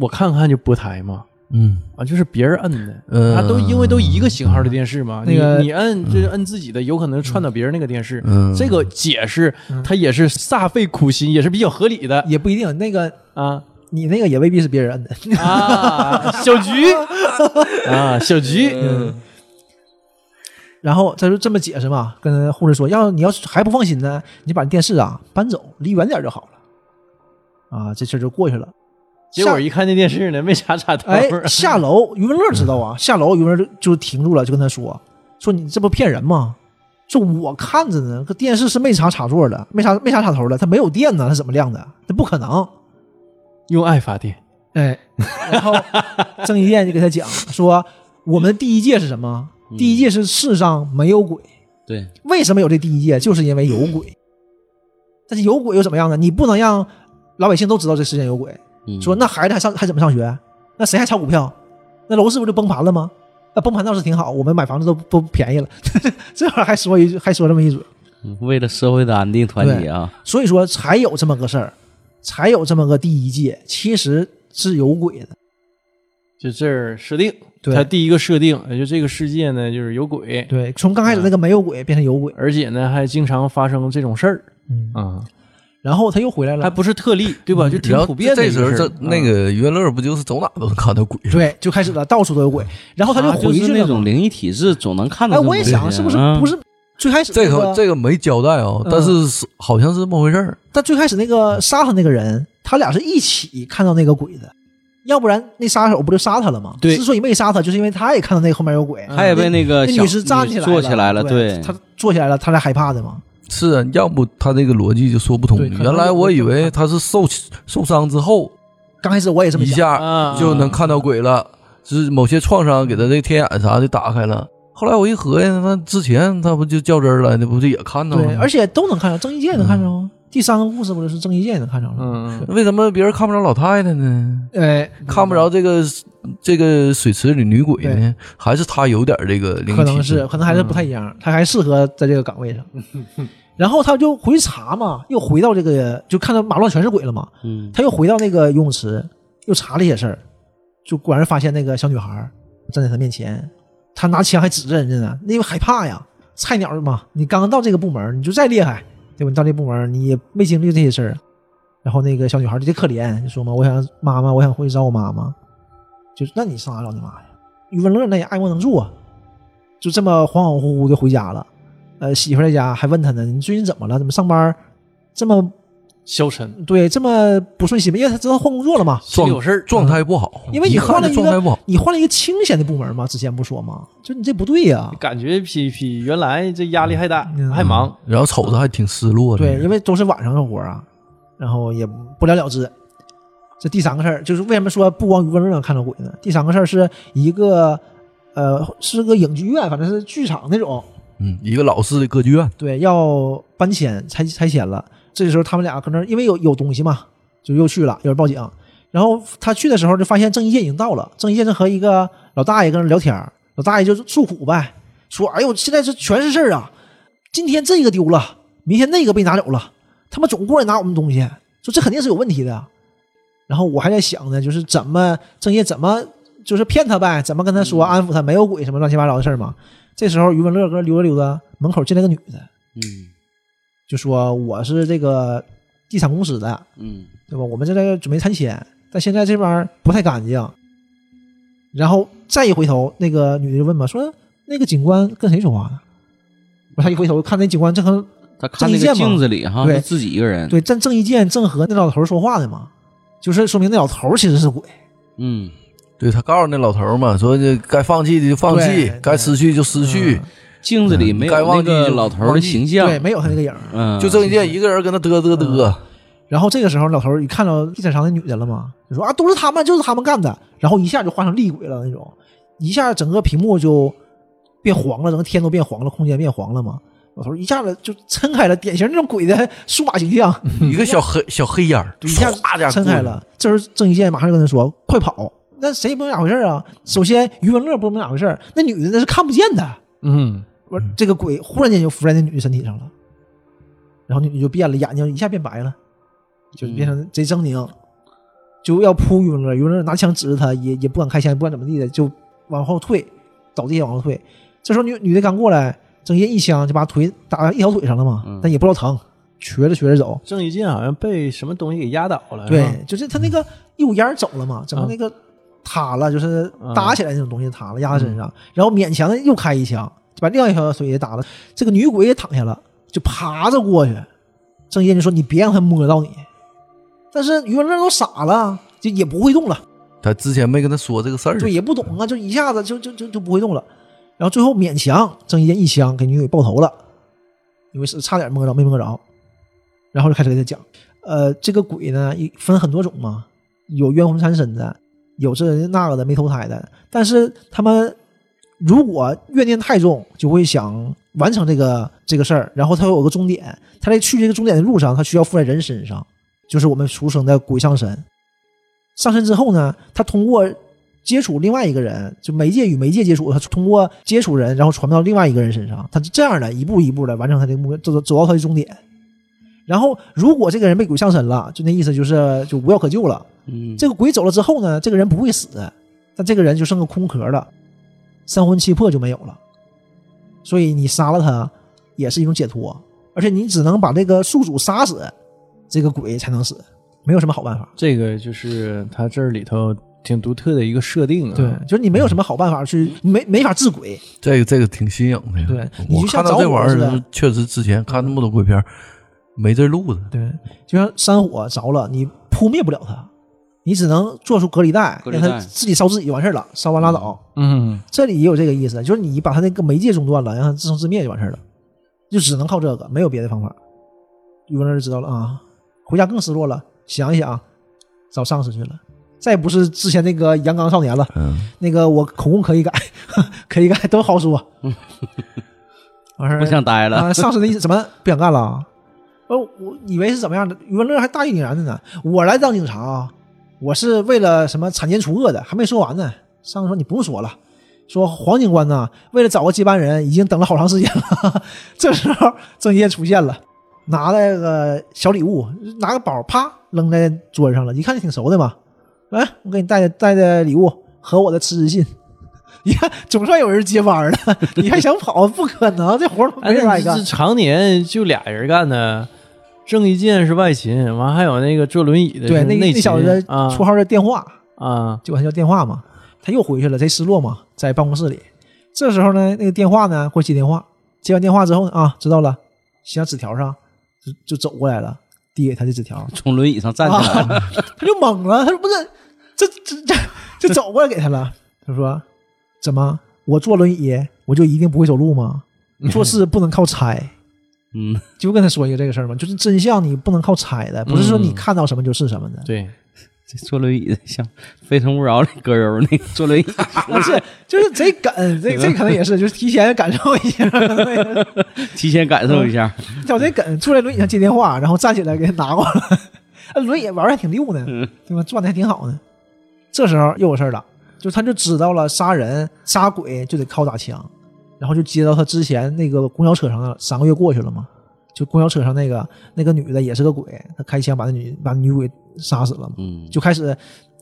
[SPEAKER 1] 我看看就播台嘛，
[SPEAKER 3] 嗯，
[SPEAKER 1] 啊，就是别人摁的。
[SPEAKER 3] 呃，
[SPEAKER 1] 啊，都因为都一个型号的电视嘛，
[SPEAKER 4] 嗯那个嗯
[SPEAKER 1] 你你摁就是摁自己的，有可能串到别人那个电视。
[SPEAKER 3] 嗯
[SPEAKER 1] 这个解释
[SPEAKER 4] 嗯
[SPEAKER 1] 他也是煞费苦心，也是比较合理的
[SPEAKER 4] 也不一定，那个
[SPEAKER 1] 啊
[SPEAKER 4] 你那个也未必是别人摁 的。
[SPEAKER 1] 啊，小菊 啊，小菊，
[SPEAKER 4] 嗯然后他就这么解释嘛，跟护士说，要你要是还不放心呢，你把电视啊搬走，离远点就好了。啊，这事儿就过去了。
[SPEAKER 1] 结果一看那电视呢，没啥插头儿，
[SPEAKER 4] 哎，下楼，余文乐知道啊，下楼余文乐就就停住了，就跟他说：“说你这不骗人吗？说我看着呢，可电视是没插插座的，没插没插插头的，它没有电呢，它怎么亮的？这不可能。
[SPEAKER 1] 用爱发电，”
[SPEAKER 4] 哎，然后郑伊健就给他讲说：“我们第一届是什么？第一届是世上没有鬼。
[SPEAKER 2] 对，
[SPEAKER 4] 为什么有这第一届？就是因为有鬼。但是有鬼又怎么样呢？你不能让老百姓都知道这世界有鬼。
[SPEAKER 2] 嗯
[SPEAKER 4] 说那孩子还上还怎么上学？那谁还炒股票？那那楼是不是就崩盘了吗？那崩盘倒是挺好，我们买房子都不不便宜了， 这会儿还说一句，还说这么一嘴，
[SPEAKER 2] 嗯为了社会的安定团结啊，
[SPEAKER 4] 所以说才有这么个事儿，才有这么个第一届，其实是有鬼的。
[SPEAKER 1] 就这儿设定，
[SPEAKER 4] 对
[SPEAKER 1] 它第一个设定就这个世界呢就是有鬼，
[SPEAKER 4] 对，从刚开始那个没有鬼变成有鬼，
[SPEAKER 1] 而且呢还经常发生这种事儿
[SPEAKER 4] 嗯，
[SPEAKER 1] 啊，
[SPEAKER 4] 然后他又回来
[SPEAKER 1] 还
[SPEAKER 4] 了，
[SPEAKER 1] 不是特例，对
[SPEAKER 4] 嗯
[SPEAKER 1] 吧？就挺
[SPEAKER 3] 然后
[SPEAKER 1] 普遍的一
[SPEAKER 3] 这
[SPEAKER 1] 个事
[SPEAKER 3] 时
[SPEAKER 1] 儿。
[SPEAKER 3] 候这那
[SPEAKER 4] 啊
[SPEAKER 3] 个余文乐不就是走哪都能看到鬼了？
[SPEAKER 4] 对，就开始了，到处都有鬼，然后他
[SPEAKER 2] 啊
[SPEAKER 4] 回
[SPEAKER 2] 是
[SPEAKER 4] 去
[SPEAKER 2] 那
[SPEAKER 4] 了嘛。
[SPEAKER 2] 种灵异体质，总能看到
[SPEAKER 4] 哎，
[SPEAKER 2] 这种
[SPEAKER 4] 我
[SPEAKER 2] 东
[SPEAKER 4] 也
[SPEAKER 2] 西啊。
[SPEAKER 4] 想，是不是不是最开始
[SPEAKER 3] 这
[SPEAKER 4] 那
[SPEAKER 3] 个这个没交代啊
[SPEAKER 4] 嗯，
[SPEAKER 3] 但是是好像是这么回事儿。
[SPEAKER 4] 但最开始那个杀他那个人，他俩是一起看到那个鬼的，要不然那杀手不就杀他了吗？
[SPEAKER 1] 对
[SPEAKER 4] 之所以没杀他，就是因为他也看到那个后面有鬼，
[SPEAKER 2] 嗯？他也被那个
[SPEAKER 4] 那
[SPEAKER 2] 小
[SPEAKER 4] 女士站起来
[SPEAKER 2] 坐起来了，
[SPEAKER 4] 对，他坐起来了，他才害怕的嘛。
[SPEAKER 3] 是啊，要不他这个逻辑就说不通
[SPEAKER 4] 对可。能
[SPEAKER 3] 原来我以为他是受受伤之后
[SPEAKER 4] 刚开始我也这么
[SPEAKER 3] 一
[SPEAKER 4] 想，
[SPEAKER 3] 下
[SPEAKER 1] 啊
[SPEAKER 3] 就能看到鬼了，是某些创伤给他这天眼啥的打开了。后来我一合计，那之前他不就较真儿了，那不就也看到了
[SPEAKER 4] 对，
[SPEAKER 3] 吗？
[SPEAKER 4] 而且都能看着，郑伊健能看着吗？第三个故事不就是郑伊健也能看着了？
[SPEAKER 1] 嗯，
[SPEAKER 3] 为什么别人看不着老太太呢？
[SPEAKER 4] 哎，
[SPEAKER 3] 看不着这个这个水池里女鬼呢？还是他有点这个灵
[SPEAKER 4] 可
[SPEAKER 3] 异体
[SPEAKER 4] 能
[SPEAKER 3] 质
[SPEAKER 4] 是，可能还是不太一样，他还适合在这个岗位上。然后他就回查嘛，又回到这个，就看到马路上全是鬼了嘛。
[SPEAKER 2] 嗯，
[SPEAKER 4] 他又回到那个游泳池，又查了一些事儿，就果然发现那个小女孩儿站在他面前，他拿枪还指着人家呢，那因为害怕呀，菜鸟嘛，你刚刚到这个部门儿，你就再厉害，对吧？你到这部门儿，你也没经历这些事儿啊。然后那个小女孩儿就特可怜，就说嘛，我想妈妈，我想回去找我妈妈。就是那你上哪找你妈呀？余文乐那也爱莫能助啊，就这么恍恍惚惚的回家了。呃，媳妇儿在家还问他呢，你最近怎么了？怎么上班儿这么
[SPEAKER 1] 消沉，
[SPEAKER 4] 对，这么不顺心吧？因为他知道换工作了嘛，
[SPEAKER 1] 心里有
[SPEAKER 3] 状
[SPEAKER 1] 事儿，
[SPEAKER 3] 状态不好，
[SPEAKER 4] 因为你
[SPEAKER 3] 一看
[SPEAKER 4] 换了
[SPEAKER 3] 这
[SPEAKER 4] 一
[SPEAKER 3] 状态
[SPEAKER 4] 个，
[SPEAKER 3] 不好。
[SPEAKER 4] 你换了一个清闲的部门嘛，之前不说吗？就你这不对呀、
[SPEAKER 1] 感觉比比原来这压力还大
[SPEAKER 4] 嗯，
[SPEAKER 1] 还忙。
[SPEAKER 3] 然后瞅着还挺失落的。
[SPEAKER 4] 对，因为都是晚上的活儿啊，然后也不了了之。这第三个事儿就是为什么说不光余文乐能看到鬼呢？第三个事儿是一个，呃，是个影剧院，反正是剧场那种，
[SPEAKER 3] 嗯，一个老式的歌剧院，
[SPEAKER 4] 对，要搬迁拆拆迁了。这时候他们俩搁那儿，因为有有东西嘛，就又去了，有人报警。然后他去的时候就发现郑伊健已经到了，郑伊健正和一个老大爷跟那儿聊天儿，老大爷就诉苦呗，说：“哎呦，现在这全是事儿啊，今天这个丢了，明天那个被拿走了，他们总过来拿我们东西，说这肯定是有问题的。”然后我还在想呢，就是怎么郑业怎么就是骗他呗，怎么跟他说安抚他没有鬼什么乱七八糟的事儿嘛。这时候余文乐搁那溜达溜达，门口进来个女的，
[SPEAKER 2] 嗯
[SPEAKER 4] 就说我是这个地产公司的，
[SPEAKER 2] 嗯
[SPEAKER 4] 对吧？我们正在准备拆迁，但现在这边儿不太干净。然后再一回头，那个女的就问嘛，说那个警官跟谁说话呢？我他一回头看那警官正和
[SPEAKER 2] 他
[SPEAKER 4] 郑
[SPEAKER 2] 看那
[SPEAKER 4] 伊
[SPEAKER 2] 个
[SPEAKER 4] 健嘛
[SPEAKER 2] 镜子里哈，
[SPEAKER 4] 对
[SPEAKER 2] 是自己一个人，
[SPEAKER 4] 对正郑伊健正和那老头儿说话呢嘛，就是说明那老头儿其实是鬼。
[SPEAKER 2] 嗯，
[SPEAKER 3] 对他告诉那老头儿嘛，说这该放弃的就放
[SPEAKER 4] 对
[SPEAKER 3] 弃
[SPEAKER 4] 对，嗯
[SPEAKER 3] 该失去就失去，
[SPEAKER 2] 镜子里没有
[SPEAKER 3] 该忘
[SPEAKER 2] 那
[SPEAKER 3] 记
[SPEAKER 2] 个
[SPEAKER 3] 就
[SPEAKER 2] 老头儿的
[SPEAKER 3] 忘记
[SPEAKER 2] 形象，
[SPEAKER 4] 对，没有他那个影儿。
[SPEAKER 2] 嗯，
[SPEAKER 3] 就郑伊健一个人跟他嘚嘚嘚。
[SPEAKER 4] 然后这个时候，老头儿一看到地产商那女的了嘛，就说啊，都是他们，就是他们干的。然后一下就化成厉鬼了那种，一下整个屏幕就变黄了，整个天都变黄了，空间变黄了嘛。老头儿一下子就撑开了，典型那种鬼的数码形象，
[SPEAKER 3] 一个小黑小黑烟儿，
[SPEAKER 4] 就一下
[SPEAKER 3] 唰家伙
[SPEAKER 4] 撑开了。嗯这时候郑伊健马上就跟他说：“快跑！”那谁也不明白咋回事儿啊？首先，余文乐不明白咋回事儿，那女的那是看不见的。
[SPEAKER 1] 嗯，
[SPEAKER 4] 我这个鬼忽然间就附在那女的身体上了，然后女的就变了，眼睛一下变白了，就变成贼狰狞，就要扑晕了。晕了拿枪指着他，也也不敢开枪，也不敢怎么地的，就往后退，倒地下往后退。这时候女女的刚过来，郑业一枪就把腿打一条腿上了嘛
[SPEAKER 2] 嗯，
[SPEAKER 4] 但也不知道疼，瘸着瘸着走。
[SPEAKER 1] 郑伊健好像被什么东西给压倒了，是吧嗯啊
[SPEAKER 4] 对，就是他那个一股烟儿走了嘛，整个那个塌了，就是搭起来那种东西塌了，压在身
[SPEAKER 1] 嗯
[SPEAKER 4] 上，然后勉强的又开一枪，就把另外一条腿也打了。这个女鬼也躺下了，就爬着过去。郑业就说：“你别让他摸到你。”但是余文乐都傻了，就也不会动了，
[SPEAKER 3] 他之前没跟他说这个事儿，
[SPEAKER 4] 就也不懂啊，就一下子就就就就不会动了。然后最后勉强郑伊健一枪给女鬼爆头了，因为是差点摸着没摸着，然后就开始给他讲，呃，这个鬼呢一分很多种嘛，有冤魂缠身的，有这人那个的没投胎的，但是他们如果怨念太重，就会想完成这个这个事儿，然后他有个终点，他在去这个终点的路上，他需要附在人身上，就是我们俗称的鬼上身。上身之后呢，他通过接触另外一个人，就媒介与媒介接触，他通过接触人，然后传到另外一个人身上，他是这样的一步一步的完成他的目标，走走到他的终点。然后，如果这个人被鬼上身了，就那意思就是就无药可救了。
[SPEAKER 2] 嗯，
[SPEAKER 4] 这个鬼走了之后呢，这个人不会死，但这个人就剩个空壳了，三魂七魄就没有了。所以你杀了他也是一种解脱，而且你只能把这个宿主杀死，这个鬼才能死，没有什么好办法。
[SPEAKER 1] 这个就是它这里头挺独特的一个设定啊。
[SPEAKER 4] 对，就是你没有什么好办法去，没没法治鬼。
[SPEAKER 3] 这个这个挺新颖的。
[SPEAKER 4] 对你
[SPEAKER 3] 我
[SPEAKER 4] 就像
[SPEAKER 3] 看到这
[SPEAKER 4] 着火
[SPEAKER 3] 玩意
[SPEAKER 4] 似
[SPEAKER 3] 儿
[SPEAKER 4] 的，
[SPEAKER 3] 确实之前看那么多鬼片儿，没这路子。
[SPEAKER 4] 对，就像山火着了，你扑灭不了它，你只能做出隔离带，
[SPEAKER 2] 隔离
[SPEAKER 4] 让
[SPEAKER 2] 带
[SPEAKER 4] 它自己烧自己就完事儿了，烧完拉倒。
[SPEAKER 1] 嗯，
[SPEAKER 4] 这里也有这个意思，就是你把它那个媒介中断了，让它自生自灭就完事儿了，就只能靠这个，没有别的方法。宇文乐就知道了啊，回家更失落了，想一想，找上司去了。再不是之前那个阳刚少年了，
[SPEAKER 3] 嗯，
[SPEAKER 4] 那个我口供可以改， 可以改都好 说。完事儿
[SPEAKER 2] 不想待了，
[SPEAKER 4] 啊，上司的意思怎么不想干了啊？呃，我以为是怎么样的，余文乐还大义凛然的呢。我来当警察啊，我是为了什么铲奸除恶的，还没说完呢。上司说你不用说了，说黄警官呢，为了找个接班人，已经等了好长时间了。这时候郑业出现了，拿了个小礼物，拿个包，啪扔在桌子上了。一看就挺熟的嘛，来，我给你带的带的礼物和我的辞职信。 你看，总算有人接班了，你还想跑？不可能，这活儿
[SPEAKER 1] 哎，
[SPEAKER 4] 没人
[SPEAKER 1] 那
[SPEAKER 4] 来
[SPEAKER 1] 你
[SPEAKER 4] 干
[SPEAKER 1] 这。常年就俩人干的，郑伊健是外勤，完还有那个坐轮椅的
[SPEAKER 4] 对，
[SPEAKER 1] 是
[SPEAKER 4] 那
[SPEAKER 1] 内
[SPEAKER 4] 那
[SPEAKER 1] 勤
[SPEAKER 4] 小子
[SPEAKER 1] 啊
[SPEAKER 4] 绰号叫电话，
[SPEAKER 1] 啊，
[SPEAKER 4] 就管他叫电话嘛。他又回去了，贼失落嘛，在办公室里。这时候呢，那个电话呢会接电话，接完电话之后呢，啊，知道了，写到纸条上，就就走过来了，递给他的纸条，
[SPEAKER 2] 从轮椅上站起来了，
[SPEAKER 4] 啊，他就懵了，他说不是，这这这就走过来给他了。他说怎么我坐轮椅我就一定不会走路吗？做事不能靠猜。
[SPEAKER 2] 嗯，
[SPEAKER 4] 就跟他说一个这个事儿嘛，就是真相你不能靠猜的，不是说你
[SPEAKER 1] 嗯
[SPEAKER 4] 看到什么就是什么的。
[SPEAKER 1] 对，
[SPEAKER 2] 这坐轮椅的像《非诚勿扰》里葛优那个坐轮椅，
[SPEAKER 4] 啊不是，就是贼梗， 这这可能也是，就是提前感受一下，
[SPEAKER 2] 提前感受一下，
[SPEAKER 4] 找贼梗坐在轮椅上接电话，然后站起来给他拿过来， 啊轮椅玩的还挺溜呢，
[SPEAKER 2] 嗯
[SPEAKER 4] 对吧？转的还挺好呢。这时候又有事儿了，就他就知道了杀人杀鬼就得靠打枪，然后就接到他之前那个公交车上的三个月过去了嘛，就公交车上那个那个女的也是个鬼，他开枪把那女把女鬼杀死了嘛，
[SPEAKER 2] 嗯，
[SPEAKER 4] 就开始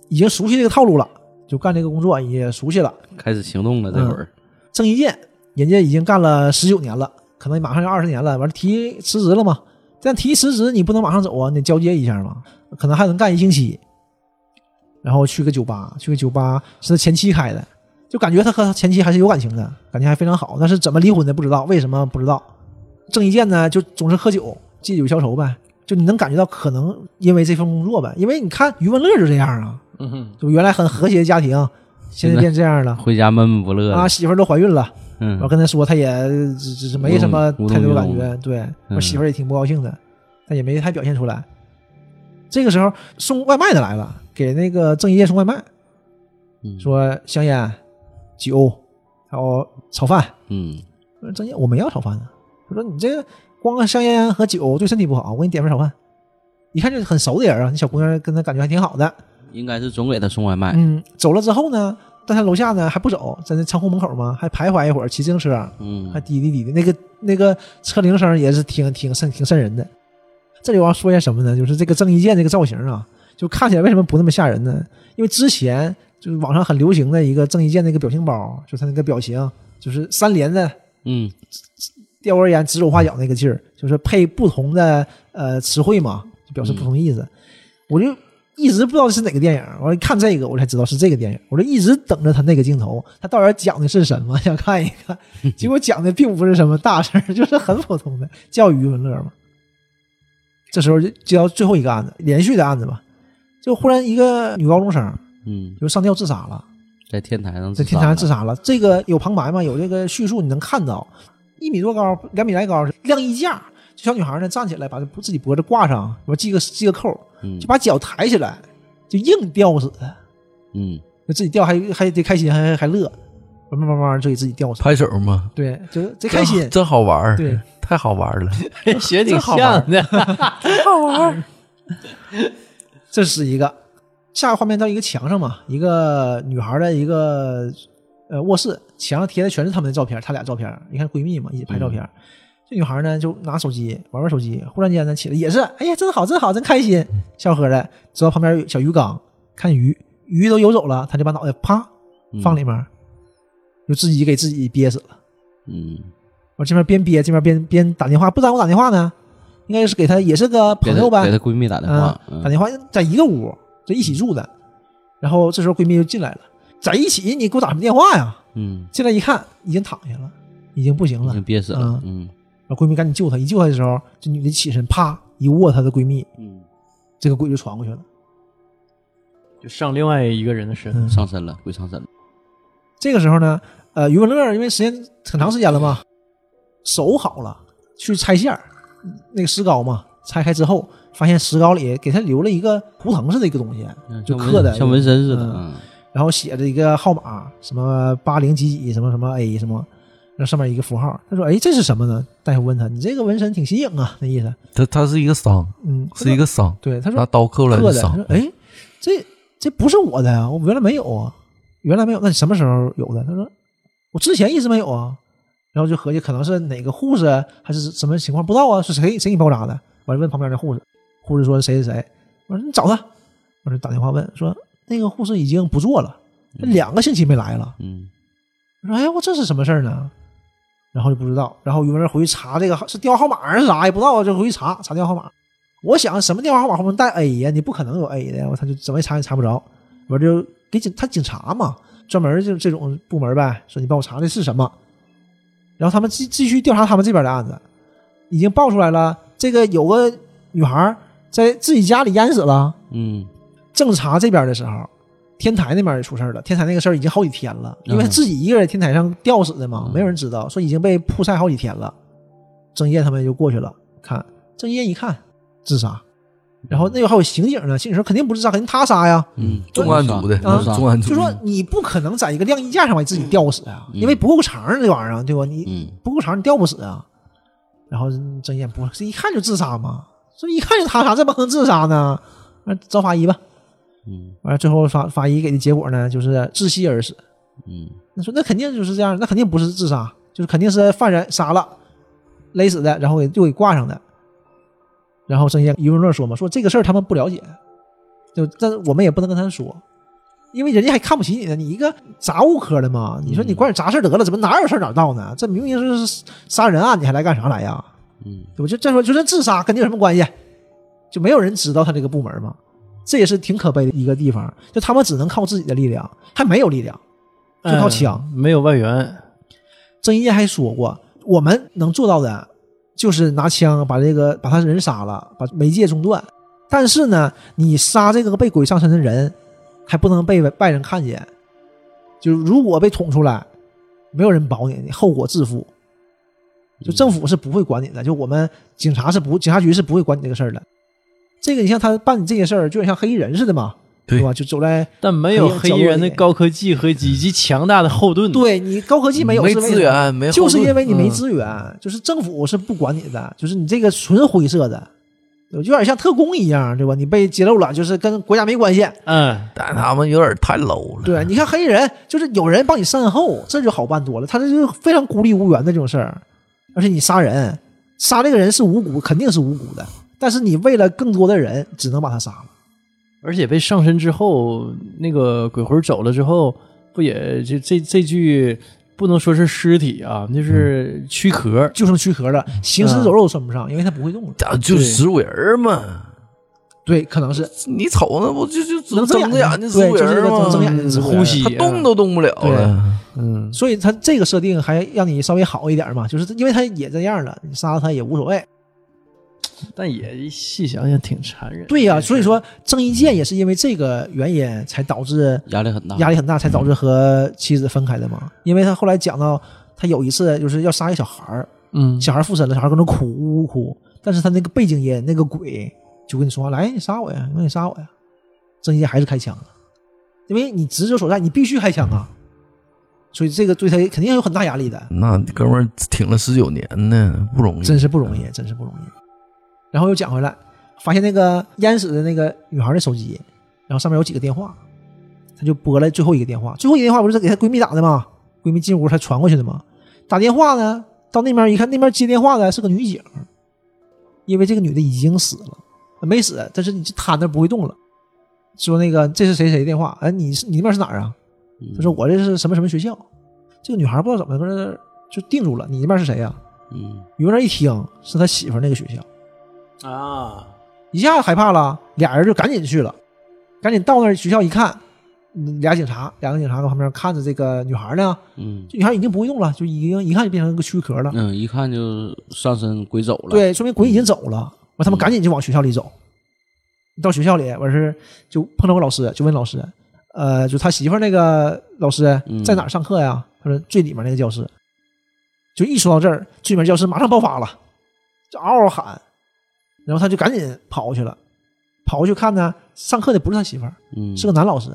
[SPEAKER 4] 已经熟悉这个套路了，就干这个工作也熟悉了。
[SPEAKER 2] 嗯开始行动了。这会儿，
[SPEAKER 4] 郑伊健，人家已经干了十九年了，可能马上就二十年了，完了提辞职了嘛。但提辞职你不能马上走啊，你得交接一下嘛，可能还能干一星期。然后去个酒吧，去个酒吧是他前妻开的，就感觉他和他前妻还是有感情的，感情还非常好。但是怎么离婚的不知道，为什么不知道。郑伊健呢，就总是喝酒，借酒消愁呗。就你能感觉到，可能因为这份工作呗，因为你看余文乐就这样啊，
[SPEAKER 1] 嗯哼，
[SPEAKER 4] 就原来很和谐的家庭，现在变这样了
[SPEAKER 2] 回家闷闷不乐
[SPEAKER 4] 啊，
[SPEAKER 2] 的，
[SPEAKER 4] 媳妇儿都怀孕了，
[SPEAKER 2] 嗯
[SPEAKER 4] 我，跟他说，他也只只是没什么
[SPEAKER 2] 无动
[SPEAKER 4] 太多
[SPEAKER 2] 于
[SPEAKER 4] 感
[SPEAKER 2] 衷
[SPEAKER 4] 觉，对我
[SPEAKER 2] 嗯
[SPEAKER 4] 媳妇儿也挺不高兴的，但也没太表现出来。这个时候送外卖的来了，给那个郑伊健送外卖，
[SPEAKER 2] 嗯
[SPEAKER 4] 说香烟、酒，还有炒饭。
[SPEAKER 2] 嗯，
[SPEAKER 4] 我说郑伊，我没要炒饭啊。我说你这个光香烟和酒对身体不好，我给你点份炒饭。一看就是很熟的人啊，那小姑娘跟他感觉还挺好的。
[SPEAKER 2] 应该是总给他送外卖，
[SPEAKER 4] 嗯，走了之后呢，但他楼下呢还不走，在那仓库门口嘛，还徘徊一会儿，骑自行车。啊
[SPEAKER 2] 嗯
[SPEAKER 4] 还，滴滴滴的，那个那个车铃声也是挺挺瘆挺瘆人的。这里我要说一下什么呢？就是这个郑伊健这个造型啊，就看起来为什么不那么吓人呢？因为之前就是网上很流行的一个郑伊健那个表情包，就他那个表情就是三连的
[SPEAKER 2] 嗯，
[SPEAKER 4] 吊根烟指手画脚那个劲儿，就是配不同的呃词汇嘛，就表示不同意思。我就一直不知道是哪个电影，我一看这个我才知道是这个电影，我就一直等着他那个镜头，他到底讲的是什么， 想看一看。结果讲的并不是什么大事儿， 就是很普通的教育余文乐嘛。这时候就接到最后一个案子，连续的案子吧，就忽然一个女高中生
[SPEAKER 2] 嗯，
[SPEAKER 4] 就上吊自杀了。
[SPEAKER 2] 在天台上，
[SPEAKER 4] 在天台上自，杀了。这个有旁白吗？有这个叙述，你能看到，一米多高，两米来高，晾衣架。这小女孩呢，站起来把这自己脖子挂上，我系个系个扣，
[SPEAKER 2] 嗯
[SPEAKER 4] 就把脚抬起来，就硬吊死的。
[SPEAKER 2] 嗯，
[SPEAKER 4] 就自己吊还还得开心，还还乐，慢慢慢慢就给自己吊死。
[SPEAKER 3] 拍手嘛，
[SPEAKER 4] 对，就贼开心
[SPEAKER 3] 真，真好玩儿，
[SPEAKER 4] 对，
[SPEAKER 3] 太好玩儿了。
[SPEAKER 1] 学挺
[SPEAKER 4] 真好玩
[SPEAKER 1] 像的，
[SPEAKER 4] 这是一个。下个画面到一个墙上嘛，一个女孩的一个呃卧室，墙上贴的全是他们的照片，她俩照片，你看闺蜜嘛，一起拍照
[SPEAKER 2] 嗯
[SPEAKER 4] 片。这女孩呢就拿手机玩玩手机，忽然间呢起来也是，哎呀真好真好真开心，
[SPEAKER 2] 嗯
[SPEAKER 4] 笑呵的，走到旁边有小鱼缸看鱼，鱼都游走了，她就把脑袋啪放里面，就自己给自己憋死了。
[SPEAKER 2] 嗯，
[SPEAKER 4] 我这边边憋这边边边打电话，不然我打电话呢，应该是给她也是个
[SPEAKER 2] 给
[SPEAKER 4] 朋
[SPEAKER 2] 她
[SPEAKER 4] 友呗，
[SPEAKER 2] 给她闺蜜打电
[SPEAKER 4] 啊
[SPEAKER 2] 话，，
[SPEAKER 4] 打
[SPEAKER 2] 嗯
[SPEAKER 4] 电话在一个屋，这一起住的。然后这时候闺蜜就进来了，在一起，你给我打什么电话呀？
[SPEAKER 2] 嗯，
[SPEAKER 4] 进来一看，已经躺下了，已经不行
[SPEAKER 2] 已
[SPEAKER 4] 了
[SPEAKER 2] 经。憋死了
[SPEAKER 4] 啊，
[SPEAKER 2] 嗯
[SPEAKER 4] 然后闺蜜赶紧救她，一救她的时候，这女的起身，啪一握她的闺蜜，
[SPEAKER 2] 嗯，
[SPEAKER 4] 这个鬼就传过去了。
[SPEAKER 1] 就上另外一个人的身。
[SPEAKER 4] 嗯，
[SPEAKER 2] 上身了，鬼上身了，
[SPEAKER 4] 这个时候呢，呃，余文乐因为时间很长时间了嘛，手好了，去拆线儿那个石膏嘛，拆开之后发现石膏里给她留了一个图腾似的一个东西，
[SPEAKER 2] 嗯
[SPEAKER 4] 就
[SPEAKER 2] 像纹
[SPEAKER 4] 刻的
[SPEAKER 2] 像纹身似的，
[SPEAKER 4] 嗯
[SPEAKER 2] 嗯
[SPEAKER 4] 然后写着一个号码，什么八零几几什么什么 A 什么，那上面一个符号。他说：“哎，这是什么呢？”大夫问他：“你这个纹身挺新颖啊，那意思。
[SPEAKER 3] 它它是一个伤，”
[SPEAKER 4] 嗯，
[SPEAKER 3] 是一个伤，
[SPEAKER 4] 对。他
[SPEAKER 3] 拿
[SPEAKER 4] 说
[SPEAKER 3] 刀刻出来
[SPEAKER 4] 刻的。他
[SPEAKER 3] 伤
[SPEAKER 4] 说：“，哎，这这不是我的呀，我原来没有啊，原来没有。那你什么时候有的？”他说：“我之前一直没有啊。”然后就合计可能是哪个护士啊还是什么情况，不知道啊，是谁谁给你包扎的？完了问旁边的护士，护士说谁谁谁，我说你找他，我就打电话问说那个护士已经不做了，两个星期没来了。
[SPEAKER 2] 嗯
[SPEAKER 4] 我说：“哎，我这是什么事儿呢？”然后就不知道，然后余文乐回去查这个是电话号码还是啥也不知道啊，就回去查查电话号码。我想什么电话号码后面带 A 呀？你不可能有 A 的呀！我他就怎么也查也查不着，我就给警他警察嘛，专门就这种部门呗，说你帮我查这是什么。然后他们继继续调查他们这边的案子，已经爆出来了，这个有个女孩在自己家里淹死了。
[SPEAKER 2] 嗯
[SPEAKER 4] 正查这边的时候，天台那边也出事儿了。天台那个事儿已经好几天了，因为
[SPEAKER 2] 嗯
[SPEAKER 4] 自己一个人在天台上吊死的嘛，
[SPEAKER 2] 嗯
[SPEAKER 4] 没有人知道，说已经被曝晒好几天了。郑业他们就过去了，看郑业一看自杀，然后那个还有刑警呢，刑警说肯定不自杀，肯定他杀呀。
[SPEAKER 2] 嗯，
[SPEAKER 3] 重案组的，
[SPEAKER 2] 都
[SPEAKER 3] 那
[SPEAKER 2] 是
[SPEAKER 3] 是
[SPEAKER 2] 杀
[SPEAKER 3] 重案组
[SPEAKER 4] 啊就说你不可能在一个晾衣架上把自己吊死啊，
[SPEAKER 2] 嗯
[SPEAKER 4] 因为不够长啊这玩意儿，对吧？你
[SPEAKER 2] 嗯
[SPEAKER 4] 不够长你吊不死啊。然后郑业不是一看就自杀嘛，说一看就他杀，这不可能自杀呢？那找法医吧。
[SPEAKER 2] 嗯
[SPEAKER 4] 完了最后法法医给的结果呢，就是窒息而死。
[SPEAKER 2] 嗯
[SPEAKER 4] 那说那肯定就是这样，那肯定不是自杀，就是肯定是犯人杀了，勒死的，然后给又给挂上的。然后郑业余文乐说嘛，说这个事儿他们不了解，就但我们也不能跟他说，因为人家还看不起你呢，你一个杂物科的嘛，你说你管点杂事儿得了，怎么哪有事儿哪到呢？这明明是杀人案，你还来干啥来呀？
[SPEAKER 2] 嗯
[SPEAKER 4] 对吧？就再说，就算自杀跟你有什么关系？就没有人知道他这个部门嘛，这也是挺可悲的一个地方。就他们只能靠自己的力量，还没有力量，就靠枪。
[SPEAKER 1] 嗯没有外援，
[SPEAKER 4] 郑伊健还说过，我们能做到的就是拿枪把这个把他人杀了，把媒介中断。但是呢，你杀这个被鬼上身的人，还不能被外人看见。就是如果被捅出来，没有人保你，你后果自负。就政府是不会管你的，就我们警察是不，警察局是不会管你这个事儿的。这个你像他办你这些事儿，就像黑衣人似的嘛，
[SPEAKER 3] 对嗯
[SPEAKER 4] 对吧？就走在
[SPEAKER 1] 但没有黑衣人
[SPEAKER 4] 黑
[SPEAKER 1] 的
[SPEAKER 4] 暗角落里
[SPEAKER 1] 高科技和以及强大的后盾。，
[SPEAKER 4] 对你高科技没有
[SPEAKER 3] 没
[SPEAKER 4] 是为
[SPEAKER 3] 资
[SPEAKER 4] 什么
[SPEAKER 3] 源，没后
[SPEAKER 4] 就是
[SPEAKER 3] 盾
[SPEAKER 4] 因为你没
[SPEAKER 3] 嗯
[SPEAKER 4] 资源，就是政府是不管你的，就是你这个纯灰色的，有点像特工一样，对吧？你被揭露了，就是跟国家没关系。
[SPEAKER 1] 嗯，
[SPEAKER 3] 但他们有点太 low 了。
[SPEAKER 4] 对，你看黑衣人，就是有人帮你善后，这就好办多了。他这就是非常孤立无援的这种事儿，而且你杀人，杀这个人是无辜，肯定是无辜的，但是你为了更多的人，只能把他杀了。
[SPEAKER 1] 而且被上身之后，那个鬼魂走了之后，不也这这这具不能说是尸体啊，
[SPEAKER 4] 嗯
[SPEAKER 1] 就是躯壳。
[SPEAKER 4] 就剩躯壳了，行尸走肉算不上，因为他不会动了。
[SPEAKER 3] 咋就
[SPEAKER 1] 对
[SPEAKER 3] 植物人儿嘛？
[SPEAKER 4] 对，可能是
[SPEAKER 3] 你瞅那不就就
[SPEAKER 4] 能
[SPEAKER 3] 睁
[SPEAKER 4] 眼
[SPEAKER 3] 着
[SPEAKER 4] 睛，
[SPEAKER 3] 眼睛植物
[SPEAKER 4] 对，就是这
[SPEAKER 3] 人儿
[SPEAKER 4] 个
[SPEAKER 3] 吗？
[SPEAKER 4] 睁眼
[SPEAKER 2] 嗯
[SPEAKER 4] 睛植物人
[SPEAKER 1] 呼吸
[SPEAKER 3] 他动都动不了了。
[SPEAKER 1] 嗯，
[SPEAKER 4] 所以他这个设定还让你稍微好一点嘛，就是因为他也这样了，你杀了他也无所谓。
[SPEAKER 1] 但也细想想挺残忍。
[SPEAKER 4] 对呀、所以说郑伊健也是因为这个原因才导致
[SPEAKER 2] 压力很大，
[SPEAKER 4] 压力很大，才导致和妻子分开的嘛。因为他后来讲到，他有一次就是要杀一个小孩儿，
[SPEAKER 1] 嗯，
[SPEAKER 4] 小孩附身了，小孩搁那哭呜呜哭，但是他那个背景音那个鬼就跟你说话来，你杀我呀，你杀我呀。郑伊健还是开枪了，因为你职责所在，你必须开枪啊。所以这个对他肯定有很大压力的。
[SPEAKER 3] 那哥们儿挺了十九年呢，不容易。
[SPEAKER 4] 真是不容易，真是不容易。然后又讲回来，发现那个淹死的那个女孩的手机，然后上面有几个电话，她就拨了最后一个电话，最后一个电话不是她给她闺蜜打的吗？闺蜜进屋才传过去的吗？打电话呢，到那边一看，那边接电话的是个女警，因为这个女的已经死了，没死，但是你就瘫那儿不会动了。说那个这是谁谁电话？哎，你是你那边是哪儿啊？
[SPEAKER 2] 嗯
[SPEAKER 4] 她说我这是什么什么学校。这个女孩不知道怎么搁那儿就定住了，你那边是谁呀、啊
[SPEAKER 2] 嗯
[SPEAKER 4] 于文儿一听是他媳妇儿那个学校，
[SPEAKER 1] 啊，
[SPEAKER 4] 一下子害怕了，俩人就赶紧去了，赶紧到那儿学校一看，嗯俩警察，两个警察在旁边看着这个女孩呢，
[SPEAKER 2] 嗯
[SPEAKER 4] 这女孩已经不会动了，就已经一看就变成一个躯壳了，
[SPEAKER 2] 嗯，一看就上身鬼走了。，嗯
[SPEAKER 4] 对，说明鬼已经走了。完，他们赶紧就往学校里走，到学校里完事儿就碰到个老师，就问老师，呃，就他媳妇儿那个老师
[SPEAKER 2] 嗯
[SPEAKER 4] 在哪儿上课呀？他说最里面那个教室。就一说到这儿，最里面教室马上爆发了，就嗷嗷喊，然后他就赶紧跑过去了，跑过去看呢，上课的不是他媳妇儿，
[SPEAKER 2] 嗯，
[SPEAKER 4] 是个男老师。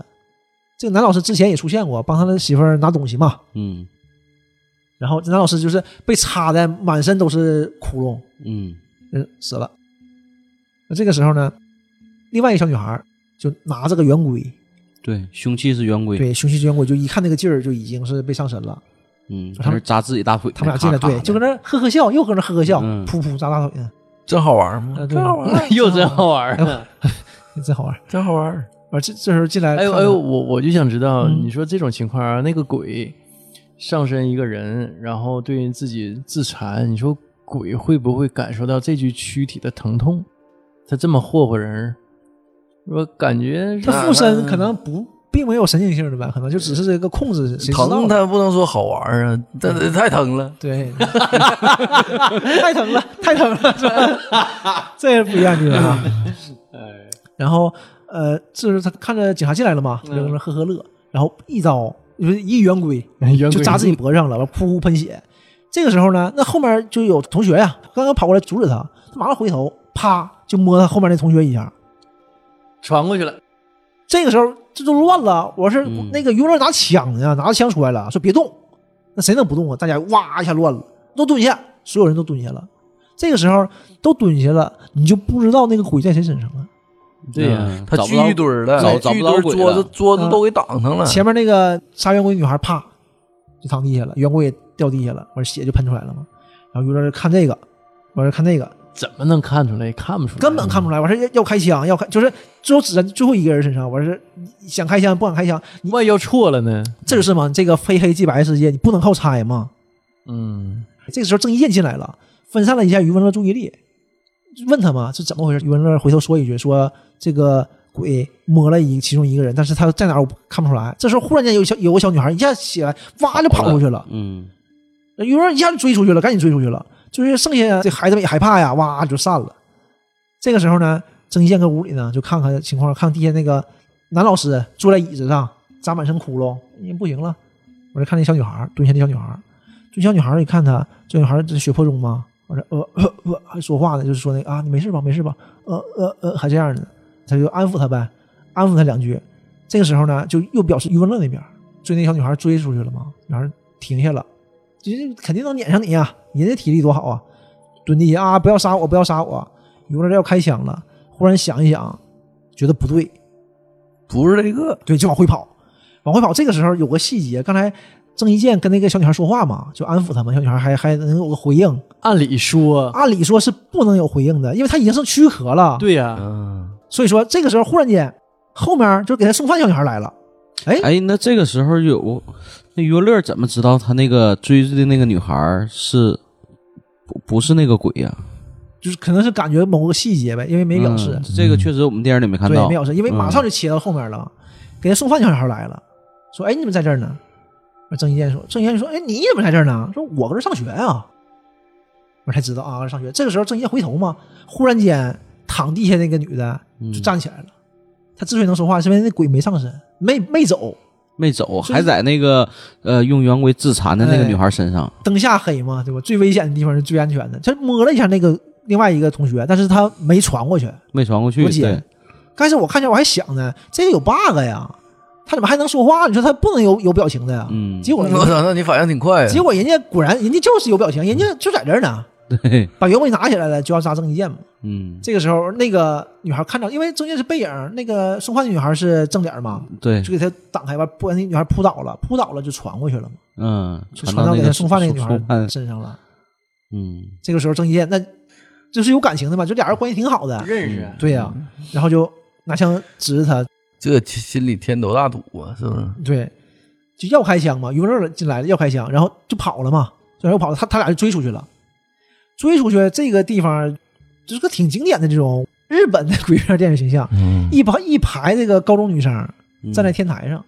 [SPEAKER 4] 这个男老师之前也出现过，帮他的媳妇儿拿东西嘛。
[SPEAKER 2] 嗯
[SPEAKER 4] 然后这男老师就是被插的满身都是窟窿，
[SPEAKER 2] 嗯
[SPEAKER 4] 人死了。那这个时候呢，另外一个小女孩就拿着个圆规，
[SPEAKER 2] 对，凶器是圆规，
[SPEAKER 4] 对，雄性之圆规，就一看那个劲儿就已经是被上身了。
[SPEAKER 2] 嗯，
[SPEAKER 4] 他
[SPEAKER 2] 他
[SPEAKER 4] 们
[SPEAKER 2] 是扎自己大腿，
[SPEAKER 4] 他们俩进来，
[SPEAKER 2] 咔咔
[SPEAKER 4] 对，
[SPEAKER 2] 的
[SPEAKER 4] 就搁那呵呵笑，又搁那呵呵笑，
[SPEAKER 2] 嗯
[SPEAKER 4] 噗噗扎大腿呢，
[SPEAKER 3] 真好玩吗？
[SPEAKER 4] 真好玩儿，
[SPEAKER 1] 又真好玩儿。
[SPEAKER 4] 真好玩儿。
[SPEAKER 3] 真好玩儿。
[SPEAKER 4] 完这这时候进来，
[SPEAKER 1] 哎呦
[SPEAKER 4] 看
[SPEAKER 1] 哎
[SPEAKER 4] 看
[SPEAKER 1] 呦，，我我就想知道，
[SPEAKER 4] 嗯
[SPEAKER 1] 你说这种情况啊，那个鬼上身一个人，然后对自己自残，你说鬼会不会感受到这具躯体的疼痛？他这么霍霍人儿，我感觉是
[SPEAKER 4] 他附身可能不并没有神经性的吧，可能就只是这个控制，谁知道啊
[SPEAKER 3] 疼，
[SPEAKER 4] 呢
[SPEAKER 3] 他不能说好玩儿啊，但是太疼了。
[SPEAKER 4] 对， 太疼了，太疼了，是吧？ 这也是不一样的地方啊。然后呃，这是他看着警察进来了嘛，他就在那呵呵乐，然后一刀就是一圆规
[SPEAKER 1] 圆
[SPEAKER 4] 就
[SPEAKER 1] 规
[SPEAKER 4] 扎自己脖子上了，完噗噗喷血。这个时候呢，那后面就有同学呀、刚刚跑过来阻止他，他马上回头，啪就摸他后面那同学一下。
[SPEAKER 1] 传过去了，
[SPEAKER 4] 这个时候这都乱了，我是
[SPEAKER 2] 嗯
[SPEAKER 4] 那个于乐拿枪呢，拿着枪出来了，说别动，那谁能不动啊？大家哇一下乱了，都蹲下，所有人都蹲下了。这个时候都蹲下了，你就不知道那个鬼在谁身上啊了。
[SPEAKER 1] 对呀、
[SPEAKER 2] 嗯
[SPEAKER 3] 他
[SPEAKER 2] 找不
[SPEAKER 3] 聚
[SPEAKER 2] 到
[SPEAKER 3] 一堆儿了，
[SPEAKER 2] 找找
[SPEAKER 3] 聚一
[SPEAKER 2] 不
[SPEAKER 3] 堆
[SPEAKER 2] 到
[SPEAKER 3] 儿
[SPEAKER 2] 鬼
[SPEAKER 3] 桌
[SPEAKER 2] 了
[SPEAKER 3] 子桌子都给挡上了。
[SPEAKER 4] 嗯前面那个杀圆规女孩啪就躺地下了，圆规也掉地下了，完血就喷出来了嘛。然后于乐就看这个，完事看那个，
[SPEAKER 1] 怎么能看出来？看不出来，
[SPEAKER 4] 根本看不出来。完事要要开枪，要开就是最后指在最后一个人身上。完事想开枪不敢开枪，你
[SPEAKER 1] 万一要错了呢？
[SPEAKER 4] 这就是嘛，这个非黑即白世界，你不能靠猜嘛。
[SPEAKER 1] 嗯，
[SPEAKER 4] 这个时候郑伊健进来了，分散了一下余文乐注意力，问他嘛是怎么回事。余文乐回头说一句说这个鬼摸了一其中一个人，但是他在哪儿我看不出来。这时候忽然间有个小有个小女孩一下起来，哇就跑出去了，
[SPEAKER 2] 嗯
[SPEAKER 4] 余文乐一下就追出去了，赶紧追出去了。就是剩下这孩子们也害怕呀，哇就散了。这个时候呢，郑伊健搁屋里呢就看看情况，看地下那个男老师坐在椅子上扎满身窟窿，人不行了。我就看那小女孩儿蹲下，那小女孩儿，蹲下小女孩儿，一看她，这女孩儿这血泊中吗？我说呃呃呃，还说话呢，就是说那个啊，你没事吧？没事吧？呃呃呃，还这样呢，他就安抚她呗，安抚她两句。这个时候呢，就又表示余文乐那边儿追那小女孩儿追出去了嘛，女孩儿停下了，就是肯定能撵上你呀、啊你这体力多好啊，蹲地下啊，不要杀我，不要杀我。啊余文乐要开枪了，忽然想一想，觉得不对，
[SPEAKER 3] 不是这个，
[SPEAKER 4] 对，就往回跑，往回跑。这个时候有个细节，刚才郑伊健跟那个小女孩说话嘛，就安抚他们，小女孩还还能有个回应。
[SPEAKER 1] 按理说，
[SPEAKER 4] 按理说是不能有回应的，因为她已经是躯壳了。，
[SPEAKER 1] 对呀、
[SPEAKER 3] 嗯，
[SPEAKER 4] 所以说这个时候忽然间，后面就给他送饭小女孩来了。哎，
[SPEAKER 2] 哎，那这个时候有那余文乐怎么知道他那个追的那个女孩儿是不不是那个鬼呀、
[SPEAKER 4] 就是可能是感觉某个细节呗，因为没表示
[SPEAKER 2] 嗯，这个确实我们电影里没看
[SPEAKER 4] 对，
[SPEAKER 2] 到
[SPEAKER 4] 没。
[SPEAKER 2] 嗯
[SPEAKER 4] 表示，因为马上就切到后面了，给他送饭小女孩来了，说：“哎，你怎么在这儿呢？”那郑伊健说：“郑伊健说，哎，你怎么在这儿呢？说我搁这儿上学啊。”我才知道啊，搁这儿上学。这个时候郑伊健回头嘛，忽然间躺地下那个女的
[SPEAKER 2] 嗯
[SPEAKER 4] 就站起来了。她之所以能说话，是因为那鬼没上身，没没走，
[SPEAKER 2] 没走，
[SPEAKER 4] 是
[SPEAKER 2] 还在那个呃用圆规自残的那个
[SPEAKER 4] 哎
[SPEAKER 2] 女孩身上。
[SPEAKER 4] 灯下黑嘛，对吧？最危险的地方是最安全的。他摸了一下那个另外一个同学，但是他没传过去。
[SPEAKER 2] 没传过去，
[SPEAKER 4] 我姐
[SPEAKER 2] 对，
[SPEAKER 4] 开始我看见我还想呢，这有 bug 呀，他怎么还能说话？你说他不能有有表情的呀？
[SPEAKER 2] 嗯，
[SPEAKER 4] 结果
[SPEAKER 3] 我操，那你反应挺快啊。
[SPEAKER 4] 结果人家果然，人家就是有表情，人家就在这儿呢。
[SPEAKER 2] 对，
[SPEAKER 4] 把原本拿起来了，就要扎郑伊健嘛。
[SPEAKER 2] 嗯，
[SPEAKER 4] 这个时候，那个女孩看着，因为郑伊健是背影，那个送饭的女孩是正脸嘛，
[SPEAKER 2] 对，
[SPEAKER 4] 就给她挡开吧，不然那女孩扑倒了，扑倒了就传过去了嘛，
[SPEAKER 2] 嗯，
[SPEAKER 4] 就
[SPEAKER 2] 传
[SPEAKER 4] 传到
[SPEAKER 2] 那
[SPEAKER 4] 给
[SPEAKER 2] 个
[SPEAKER 4] 她送饭那个女
[SPEAKER 2] 送
[SPEAKER 4] 孩
[SPEAKER 2] 饭
[SPEAKER 4] 身上了。
[SPEAKER 2] 嗯，
[SPEAKER 4] 这个时候，郑伊健那就是有感情的嘛，就俩人关系挺好的，
[SPEAKER 1] 认
[SPEAKER 2] 识啊
[SPEAKER 4] 对呀、然后就拿枪指着她，
[SPEAKER 3] 这心心里添多大堵啊，是不是？
[SPEAKER 4] 对，就要开枪嘛，余文乐进来了要开枪，然后就跑了嘛，然后跑了，他他俩就追出去了，追出去这个地方就是个挺经典的这种日本的鬼片电影形象，
[SPEAKER 3] 嗯，
[SPEAKER 4] 一排一排这个高中女生
[SPEAKER 2] 嗯
[SPEAKER 4] 站在天台上，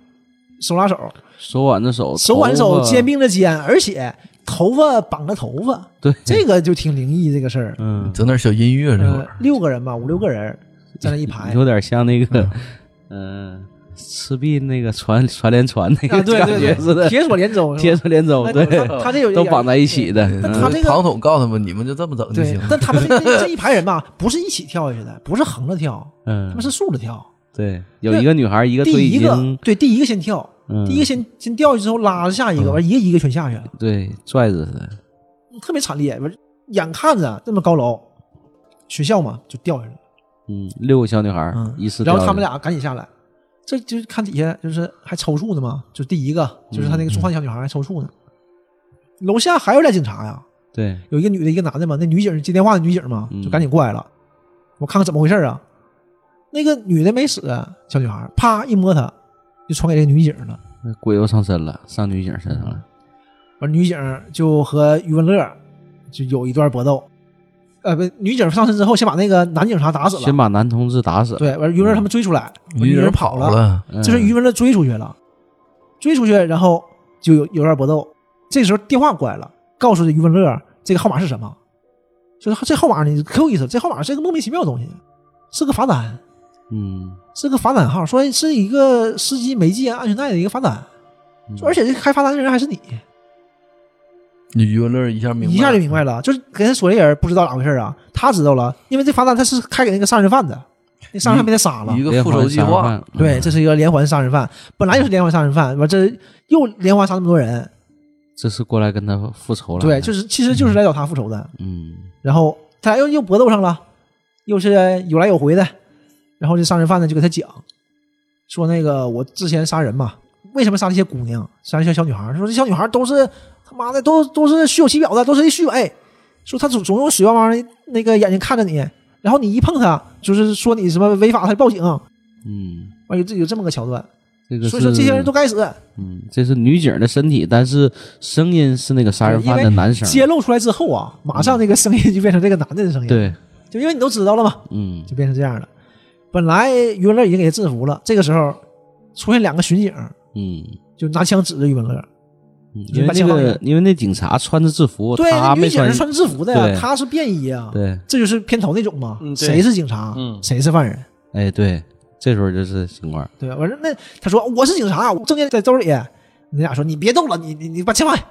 [SPEAKER 4] 手拉手，
[SPEAKER 2] 手挽着手，
[SPEAKER 4] 手挽
[SPEAKER 2] 头
[SPEAKER 4] 手，
[SPEAKER 2] 发嗯
[SPEAKER 4] 肩，并着肩，而且头发绑着头发，
[SPEAKER 2] 对，
[SPEAKER 4] 这个就挺灵异这个事儿。
[SPEAKER 2] 嗯，
[SPEAKER 3] 整点小音乐那会
[SPEAKER 4] 呃
[SPEAKER 3] 儿，，
[SPEAKER 4] 六个人吧，五六个人站在一排，
[SPEAKER 2] 有点像那个， 嗯，赤壁那个传传连传那
[SPEAKER 4] 啊，
[SPEAKER 2] 个
[SPEAKER 4] 对
[SPEAKER 2] 感
[SPEAKER 4] 对
[SPEAKER 2] 觉似
[SPEAKER 4] 对，
[SPEAKER 2] 的，
[SPEAKER 4] 铁锁连舟，
[SPEAKER 2] 贴
[SPEAKER 4] 是吧
[SPEAKER 2] 着连舟，
[SPEAKER 4] 那
[SPEAKER 2] 对，
[SPEAKER 4] 他他这有
[SPEAKER 2] 都绑在一起的，
[SPEAKER 4] 那
[SPEAKER 2] 嗯
[SPEAKER 4] 他这个
[SPEAKER 3] 庞统告诉他们，你们就这么整就
[SPEAKER 4] 呃对
[SPEAKER 3] 行，。
[SPEAKER 4] 但他 们这这一排人吧，不是一起跳下去的，不是横着跳，他
[SPEAKER 2] 嗯
[SPEAKER 4] 们，是竖着跳。
[SPEAKER 2] 对，有一个女孩，一个腿
[SPEAKER 4] 第
[SPEAKER 2] 已
[SPEAKER 4] 一
[SPEAKER 2] 经
[SPEAKER 4] 个，对，第一个先跳，
[SPEAKER 2] 嗯
[SPEAKER 4] 第一个先先掉下去之后拉着下一个，完一个一个全下去了，
[SPEAKER 2] 对拽着她，
[SPEAKER 4] 特别惨烈。完眼看着这么高楼，学校嘛就掉下去了，
[SPEAKER 2] 嗯，六个小女孩
[SPEAKER 4] 嗯
[SPEAKER 2] 一次，
[SPEAKER 4] 然后
[SPEAKER 2] 掉下
[SPEAKER 4] 他们
[SPEAKER 2] 来，
[SPEAKER 4] 俩赶紧下来，这就是看底下就是还抽搐呢嘛，就第一个就是他
[SPEAKER 2] 嗯
[SPEAKER 4] 那个送饭小女孩还抽搐呢，楼下还有俩警察呀，
[SPEAKER 2] 对，
[SPEAKER 4] 有一个女的，一个男的嘛。那女警接电话的女警嘛
[SPEAKER 2] 嗯，
[SPEAKER 4] 就赶紧过来了，我看看怎么回事啊。那个女的没死，啊小女孩啪一摸她，就传给这个女警了。
[SPEAKER 2] 那鬼又上身了，上女警身上了，
[SPEAKER 4] 完，女警就和余文乐就有一段搏斗。呃，不，女警上身之后，先把那个男警察打死
[SPEAKER 2] 先
[SPEAKER 4] 了。
[SPEAKER 2] 把男同志打死了，
[SPEAKER 4] 对，完余文乐他们追出来，完
[SPEAKER 3] 女
[SPEAKER 4] 女
[SPEAKER 3] 人
[SPEAKER 4] 警
[SPEAKER 3] 跑
[SPEAKER 4] 跑了，
[SPEAKER 3] 了，
[SPEAKER 2] 嗯，
[SPEAKER 4] 这是余文乐追出去了，追出去，然后就有有段搏斗。这时候电话过来了，告诉这余文乐这个号码是什么，就是这号码你可有意思了，这号码是个莫名其妙的东西，是个罚单，
[SPEAKER 2] 嗯，
[SPEAKER 4] 是个罚单号，说是一个司机没系安全带的一个罚单，
[SPEAKER 2] 嗯，
[SPEAKER 4] 而且这开罚单的人还是你，
[SPEAKER 3] 你余文乐一下明白，
[SPEAKER 4] 一下就明白了，就是给他说这人不知道咋回事啊，他知道了，因为这罚单他是开给那个杀人犯的，那杀人犯被他杀了
[SPEAKER 3] 一，个
[SPEAKER 2] 连
[SPEAKER 3] 复
[SPEAKER 2] 环
[SPEAKER 3] 仇计
[SPEAKER 2] 杀人
[SPEAKER 3] 划
[SPEAKER 2] 犯，，
[SPEAKER 4] 对，
[SPEAKER 2] 嗯
[SPEAKER 4] 这是一个连环杀人犯，本来就是连环杀人犯，完这又连环杀那么多人。
[SPEAKER 2] 这是过来跟他复仇了，
[SPEAKER 4] 对，就是其实就是来找他复仇的。
[SPEAKER 2] 嗯，
[SPEAKER 4] 然后他俩又又搏斗上了，又是有来有回的。然后这杀人犯呢就给他讲，说那个我之前杀人嘛，为什么杀那些姑娘，杀那些小女孩儿？说这小女孩儿都是他妈的都都是虚有其表的，都是一虚伪。说他总总用水汪汪的那个眼睛看着你，然后你一碰他，就是说你什么违法，他就报警。
[SPEAKER 2] 嗯，
[SPEAKER 4] 完有这有这么个桥段，
[SPEAKER 2] 这个
[SPEAKER 4] 所以说
[SPEAKER 2] 是
[SPEAKER 4] 这些人都，该死。
[SPEAKER 2] 嗯，这是女警的身体，但是声音是那个杀人
[SPEAKER 4] 对因
[SPEAKER 2] 犯
[SPEAKER 4] 为
[SPEAKER 2] 的男声，
[SPEAKER 4] 揭露出来之后啊，马上这个声音就变成这个男的的声音，
[SPEAKER 2] 嗯对，
[SPEAKER 4] 就因为你都知道了嘛，
[SPEAKER 2] 嗯，
[SPEAKER 4] 就变成这样了。本来余文乐已经给他制服了，这个时候出现两个巡警，
[SPEAKER 2] 嗯。
[SPEAKER 4] 就拿枪指着余文乐。
[SPEAKER 2] 嗯
[SPEAKER 4] 就
[SPEAKER 2] 因为
[SPEAKER 4] 把
[SPEAKER 2] 那
[SPEAKER 4] 枪放
[SPEAKER 2] 个
[SPEAKER 4] 下，
[SPEAKER 2] 因为那警察穿着制服，
[SPEAKER 4] 对，
[SPEAKER 2] 哦他
[SPEAKER 4] 那女
[SPEAKER 2] 没
[SPEAKER 4] 警
[SPEAKER 2] 穿
[SPEAKER 4] 是，穿制服的
[SPEAKER 2] 对
[SPEAKER 4] 呀，她是便衣啊，
[SPEAKER 2] 对，
[SPEAKER 4] 这就是片头那种嘛
[SPEAKER 1] 嗯，对
[SPEAKER 4] 谁是警察
[SPEAKER 1] 嗯，
[SPEAKER 4] 谁是犯人，
[SPEAKER 2] 哎，对，这时候就是情况，
[SPEAKER 4] 对吧？完了，那他说我是警察，我证件在兜里。你俩说你别动了，你你你把枪放下。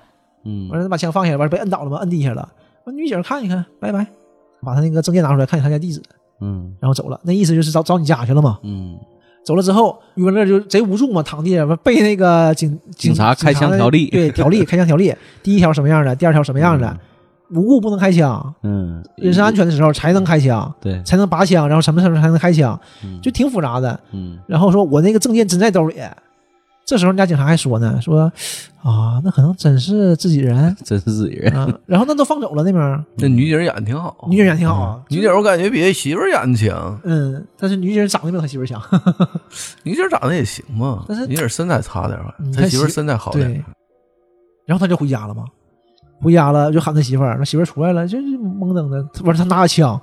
[SPEAKER 2] 嗯
[SPEAKER 4] 完，了，他把枪放下了，完了被摁倒了嘛，摁地下了。完女警看一看，拜拜，把他那个证件拿出来，看一看他家地址，
[SPEAKER 2] 嗯
[SPEAKER 4] 然后走了。那意思就是找找你家去了嘛。
[SPEAKER 2] 嗯，
[SPEAKER 4] 走了之后，余文乐就贼无助嘛，躺地上被那个警
[SPEAKER 2] 警察开枪条例
[SPEAKER 4] 对条 例开枪条例，第一条什么样的，第二条什么样的，无故不能开枪，
[SPEAKER 2] 嗯，
[SPEAKER 4] 人身安全的时候才能开枪，
[SPEAKER 2] 对，
[SPEAKER 4] 才能拔枪，然后什么时候才能开枪，
[SPEAKER 2] 嗯
[SPEAKER 4] 就挺复杂的。
[SPEAKER 2] 嗯
[SPEAKER 4] 然后说我那个证件真在兜里，这时候人家警察还说呢，说啊，那可能真是自己人
[SPEAKER 2] 真是自己人，
[SPEAKER 4] 啊，然后那都放走了那边儿，
[SPEAKER 3] 那女警演得挺
[SPEAKER 2] 哦
[SPEAKER 3] 好，
[SPEAKER 4] 女警演挺
[SPEAKER 2] 嗯
[SPEAKER 4] 好啊，
[SPEAKER 3] 女警我感觉比媳妇儿演的强，
[SPEAKER 4] 嗯，但是女警长得没有他媳妇儿强，
[SPEAKER 3] 女警长得也行嘛，
[SPEAKER 4] 但是
[SPEAKER 3] 女警身材差点儿
[SPEAKER 4] 嗯，
[SPEAKER 3] 他
[SPEAKER 4] 她
[SPEAKER 3] 媳妇儿
[SPEAKER 4] 媳
[SPEAKER 3] 身材好点儿
[SPEAKER 4] 对，，然后他就回家了嘛，回家了就喊他媳妇儿，那媳妇儿出来了，就是懵登的，完事他拿着枪，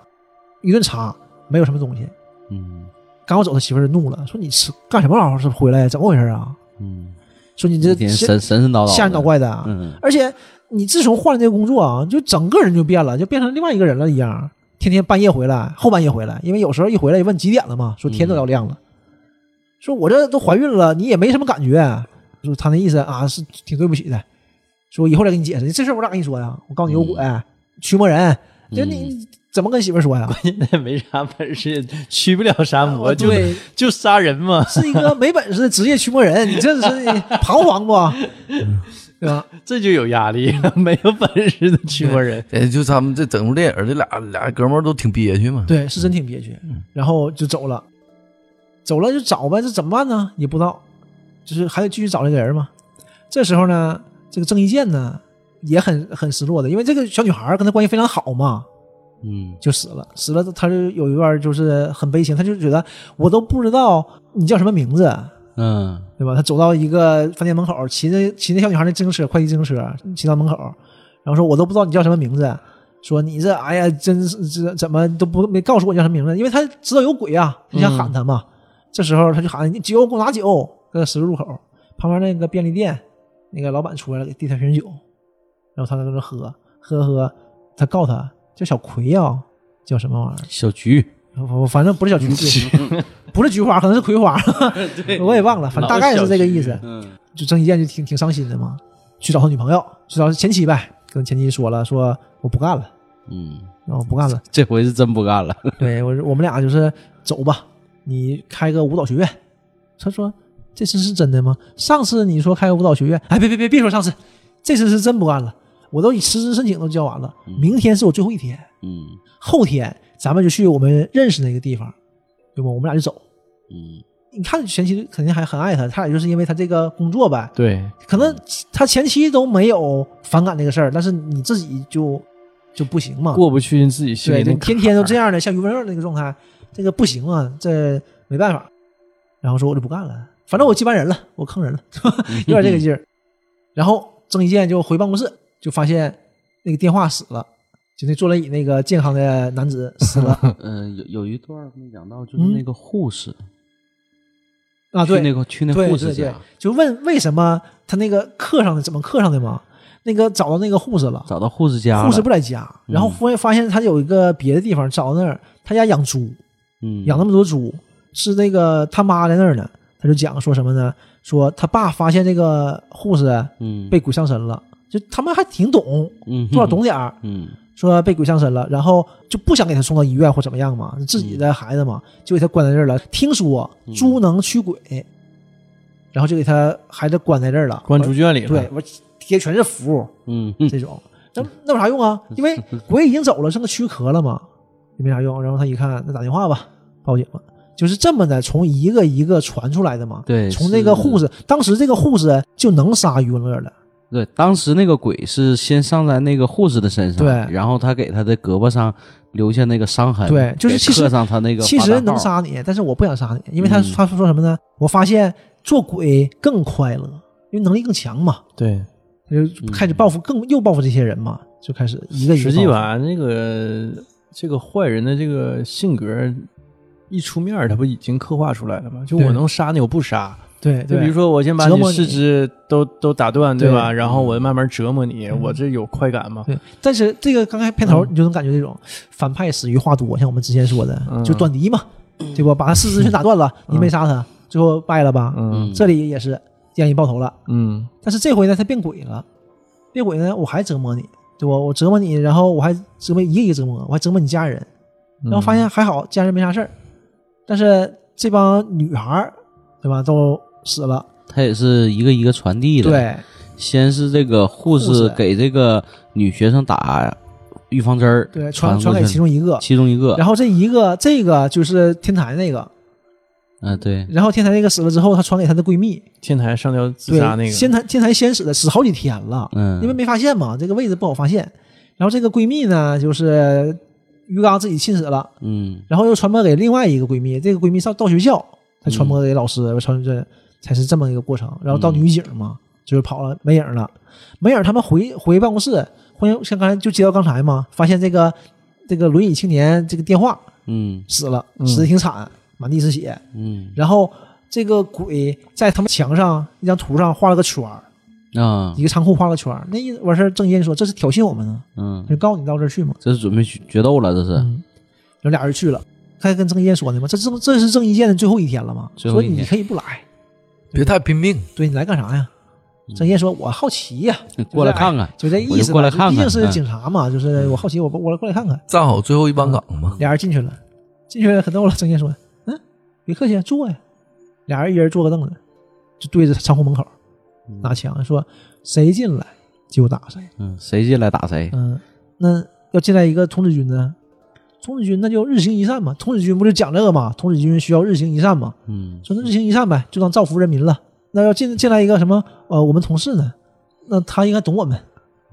[SPEAKER 4] 一顿查，没有什么东西。
[SPEAKER 2] 嗯
[SPEAKER 4] 刚要走，他媳妇儿就怒了，说你是干什么玩意儿？是回来怎么回事啊？
[SPEAKER 2] 嗯，
[SPEAKER 4] 说你
[SPEAKER 2] 这
[SPEAKER 4] 这
[SPEAKER 2] 天
[SPEAKER 4] 吓
[SPEAKER 2] 神神神叨叨的，
[SPEAKER 4] 吓人脑怪的啊，
[SPEAKER 2] 嗯，
[SPEAKER 4] 而且你自从换了这个工作啊，就整个人就变了，就变成另外一个人了一样。天天半夜回来，后半夜回来，因为有时候一回来就问几点了嘛，说天都要亮了，说我这都怀孕了，你也没什么感觉，说他那意思啊是挺对不起的，说以后再给你解释，这事儿我咋跟你说呀？我告诉你有鬼，驱魔人，这你怎么跟媳妇儿说呀？
[SPEAKER 1] 现在没啥本事，驱不了啥魔，就
[SPEAKER 4] 哦对，
[SPEAKER 1] 就杀人嘛。
[SPEAKER 4] 是一个没本事的职业驱魔人，你这是彷徨不？对吧？
[SPEAKER 1] 这就有压力了，没有本事的驱魔人，
[SPEAKER 3] 哎，就他们这整部电影，这俩俩哥们儿都挺憋屈嘛。
[SPEAKER 4] 对，是真挺憋屈。然后就走了，走了就找呗，这怎么办呢？也不知道，就是还得继续找那个人嘛。这时候呢，这个郑伊健呢也很很失落的，因为这个小女孩儿跟他关系非常好嘛，
[SPEAKER 2] 嗯，
[SPEAKER 4] 就死了。死了，他就有一段就是很悲情，他就觉得我都不知道你叫什么名字，
[SPEAKER 2] 嗯，
[SPEAKER 4] 对吧？他走到一个饭店门口，骑着骑着小女孩的自行车，快递自行车，骑到门口，然后说：“我都不知道你叫什么名字。”说你这哎呀，真是这怎么都不没告诉我你叫什么名字？因为他知道有鬼啊，他想喊他嘛。这时候他就喊：“你酒给我拿酒！”在十字路口旁边那个便利店，那个老板出来了，给递他瓶酒，然后他在那喝喝喝，他告他叫小葵呀、叫什么玩意儿？
[SPEAKER 2] 小菊，
[SPEAKER 4] 我反正不是小菊， 不是菊花，可能是葵花，我也忘了，反正大概是这个意思。
[SPEAKER 2] 嗯
[SPEAKER 4] 就郑伊健就挺挺伤心的嘛，去找他女朋友，去找前妻呗，跟前妻说了，说我不干了，
[SPEAKER 2] 嗯，
[SPEAKER 4] 然后不干了，
[SPEAKER 2] 这回是真不干了，
[SPEAKER 4] 对我我们俩就是走吧，你开个舞蹈学院。他说这次是真的吗？上次你说开个舞蹈学院，哎，别别别别说上次，这次是真不干了，我都辞职申请都交完了，明天是我最后一天，
[SPEAKER 2] 嗯
[SPEAKER 4] 后天咱们就去我们认识那个地方，对吧？我们俩就走。
[SPEAKER 2] 嗯
[SPEAKER 4] 你看前妻肯定还很爱他，他俩就是因为他这个工作呗，
[SPEAKER 1] 对，
[SPEAKER 4] 可能他前期都没有反感这个事儿，但是你自己就就不行嘛。
[SPEAKER 1] 过不去自己心
[SPEAKER 4] 对，
[SPEAKER 1] 里
[SPEAKER 4] 你
[SPEAKER 1] 那坎
[SPEAKER 4] 天
[SPEAKER 1] 儿
[SPEAKER 4] 天都这样的，像余文乐那个状态，这个不行啊，这没办法。啊然后说我就不干了，反正我接班人了，我坑人了， 有
[SPEAKER 1] 嗯
[SPEAKER 4] 点这个劲儿。然后郑伊健就回办公室，就发现那个电话死了，就那坐轮椅那个健康的男子死了
[SPEAKER 2] 嗯，有有一段没讲到，就是那个护士，
[SPEAKER 4] 嗯啊，
[SPEAKER 2] 去
[SPEAKER 4] 对，
[SPEAKER 2] 那个去那
[SPEAKER 4] 对
[SPEAKER 2] 护士啊
[SPEAKER 4] 对对
[SPEAKER 2] 家，
[SPEAKER 4] 就问为什么他那个刻上的怎么刻上的嘛？那个找到那个护士了，
[SPEAKER 2] 找到护士家嗯了，
[SPEAKER 4] 护士不在家，然后忽然发现他有一个别的地方，找到那儿，他家养猪，
[SPEAKER 2] 嗯
[SPEAKER 4] 养那么多猪，是那个他妈在那儿呢。他就讲说什么呢？说他爸发现这个护士
[SPEAKER 2] 嗯
[SPEAKER 4] 被鬼上身了，就他们还挺懂，
[SPEAKER 2] 嗯
[SPEAKER 4] 多少懂点儿，
[SPEAKER 2] 嗯
[SPEAKER 4] 说被鬼上身了，然后就不想给他送到医院或怎么样嘛，自己的孩子嘛，
[SPEAKER 2] 嗯
[SPEAKER 4] 就给他关在这儿了。听说猪能驱鬼，然后就给他孩子关在这儿了，
[SPEAKER 1] 关猪圈里
[SPEAKER 4] 对
[SPEAKER 1] 了，，
[SPEAKER 4] 我贴全是符，
[SPEAKER 2] 嗯嗯
[SPEAKER 4] 这种，那那有啥用 啊？因为鬼已经走了，剩个躯壳了嘛，也没啥用。然后他一看，那打电话吧，报警了。就是这么的，从一个一个传出来的嘛。
[SPEAKER 2] 对
[SPEAKER 4] 从那个
[SPEAKER 2] 是
[SPEAKER 4] 护士，当时这个护士就能杀余文乐了。
[SPEAKER 2] 对，当时那个鬼是先上在那个护士的身上，
[SPEAKER 4] 对
[SPEAKER 2] 然后他给他的胳膊上留下那个伤痕，
[SPEAKER 4] 对就是
[SPEAKER 2] 哎给
[SPEAKER 4] 其实
[SPEAKER 2] 刻上他那个
[SPEAKER 4] 其
[SPEAKER 2] 发
[SPEAKER 4] 实
[SPEAKER 2] 弹号
[SPEAKER 4] 能，杀你，但是我不想杀你，因为他、
[SPEAKER 2] 嗯
[SPEAKER 4] 他说什么呢？我发现做鬼更快乐，因为能力更强嘛。
[SPEAKER 1] 对，
[SPEAKER 4] 他就开始报复更，又报复这些人嘛，就开始一个一个。
[SPEAKER 1] 嗯实际，吧，那个这个坏人的这个性格一出面儿，他不已经刻画出来了吗？就
[SPEAKER 4] 对
[SPEAKER 1] 我能杀你，我不杀。
[SPEAKER 4] 对
[SPEAKER 1] 就
[SPEAKER 4] 对，
[SPEAKER 1] 比如说，我先把
[SPEAKER 4] 折
[SPEAKER 1] 你
[SPEAKER 4] 磨你
[SPEAKER 1] 四肢都都打断，对
[SPEAKER 4] 对嗯
[SPEAKER 1] 吧？然后我慢慢折磨你，我这有快感吗？
[SPEAKER 4] 对，但是这个刚开片
[SPEAKER 1] 嗯
[SPEAKER 4] 头你就能感觉这种反派死于话多，像我们之前说的，
[SPEAKER 1] 嗯
[SPEAKER 4] 就短笛嘛，对不？把他四肢全打断了，你没杀他，最后败了吧？
[SPEAKER 1] 嗯
[SPEAKER 4] 这里也是让你爆头了，
[SPEAKER 1] 嗯，
[SPEAKER 4] 但是这回呢，他变鬼了，变鬼呢，我还折磨你，对不？我折磨你，然后我还折磨一个一个折磨，我还折磨你家人，然后
[SPEAKER 1] 嗯
[SPEAKER 4] 发
[SPEAKER 2] 嗯
[SPEAKER 4] 现还好家人没啥事儿，但是这帮女孩儿，对吧，都死了，
[SPEAKER 2] 他也是一个一个传递的。，
[SPEAKER 4] 对
[SPEAKER 2] 先是这个护
[SPEAKER 4] 护士
[SPEAKER 2] 士给这个女学生打预防针儿，
[SPEAKER 4] 对，传
[SPEAKER 2] 传
[SPEAKER 4] 传
[SPEAKER 2] 过
[SPEAKER 4] 给
[SPEAKER 2] 去
[SPEAKER 4] 其中一个，
[SPEAKER 2] 其中一个，
[SPEAKER 4] 然后这一个这个就是天台那个。
[SPEAKER 2] 嗯、对，
[SPEAKER 4] 然后天台那个死了之后，她传给她的闺蜜，
[SPEAKER 1] 天台上吊自
[SPEAKER 4] 对
[SPEAKER 1] 杀那，个，
[SPEAKER 4] 天台天台先死的，死好几天了，
[SPEAKER 2] 嗯，
[SPEAKER 4] 因为没发现嘛，这个位置不好发现。然后这个闺蜜呢，就是鱼缸自己浸死了，
[SPEAKER 2] 嗯
[SPEAKER 4] 然后又传播给另外一个闺蜜，这个闺蜜上到学校，她传播给老师，传这才是这么一个过程。然后到女警嘛，就是跑了没影了，没影他们回回办公室，回像刚才就接到刚才嘛，发现这个这个轮椅青年这个电话
[SPEAKER 2] 嗯
[SPEAKER 4] 死了，死的挺惨，满地是血。
[SPEAKER 2] 嗯
[SPEAKER 4] 然后这个鬼在他们墙上一张图上画了个圈儿，
[SPEAKER 2] 啊
[SPEAKER 4] 一个仓库画了个圈儿。那意思完事儿，郑伊健说这是挑衅我们呢，
[SPEAKER 2] 嗯
[SPEAKER 4] 他，就告诉你到这儿去嘛。
[SPEAKER 2] 这是准备去决斗了，这是、
[SPEAKER 4] 嗯，然后俩人去了，他还跟郑伊健说呢嘛，这郑这是郑伊健的最后一天了嘛，
[SPEAKER 2] 最后
[SPEAKER 4] 说
[SPEAKER 2] 一天
[SPEAKER 4] 你可以不来，
[SPEAKER 3] 别太拼命，
[SPEAKER 4] 对你来干啥呀？郑伊健说：“我好奇呀、
[SPEAKER 2] 嗯过来看看，
[SPEAKER 4] 就这意
[SPEAKER 2] 嗯我
[SPEAKER 4] 思吧。
[SPEAKER 2] 就过来看看
[SPEAKER 4] 毕竟是
[SPEAKER 2] 嗯嗯
[SPEAKER 4] 警察嘛，就是我好奇，我我我过来看看。
[SPEAKER 3] 站好最后一班岗嘛。
[SPEAKER 4] 俩人进去了，进去了可逗了。郑健说：“啊嗯，别客气，坐呀。”俩人一人坐个凳子，就对着仓库门口。拿枪说谁进来就打谁。
[SPEAKER 2] 嗯，谁进来打谁。
[SPEAKER 4] 嗯，那要进来一个童子军呢？童子军那就日行一善嘛，童子军不就讲这个嘛？童子军需要日行一善嘛，
[SPEAKER 2] 嗯，
[SPEAKER 4] 说那日行一善呗，就当造福人民了。那要进进来一个什么呃，我们同事呢？那他应该懂我们。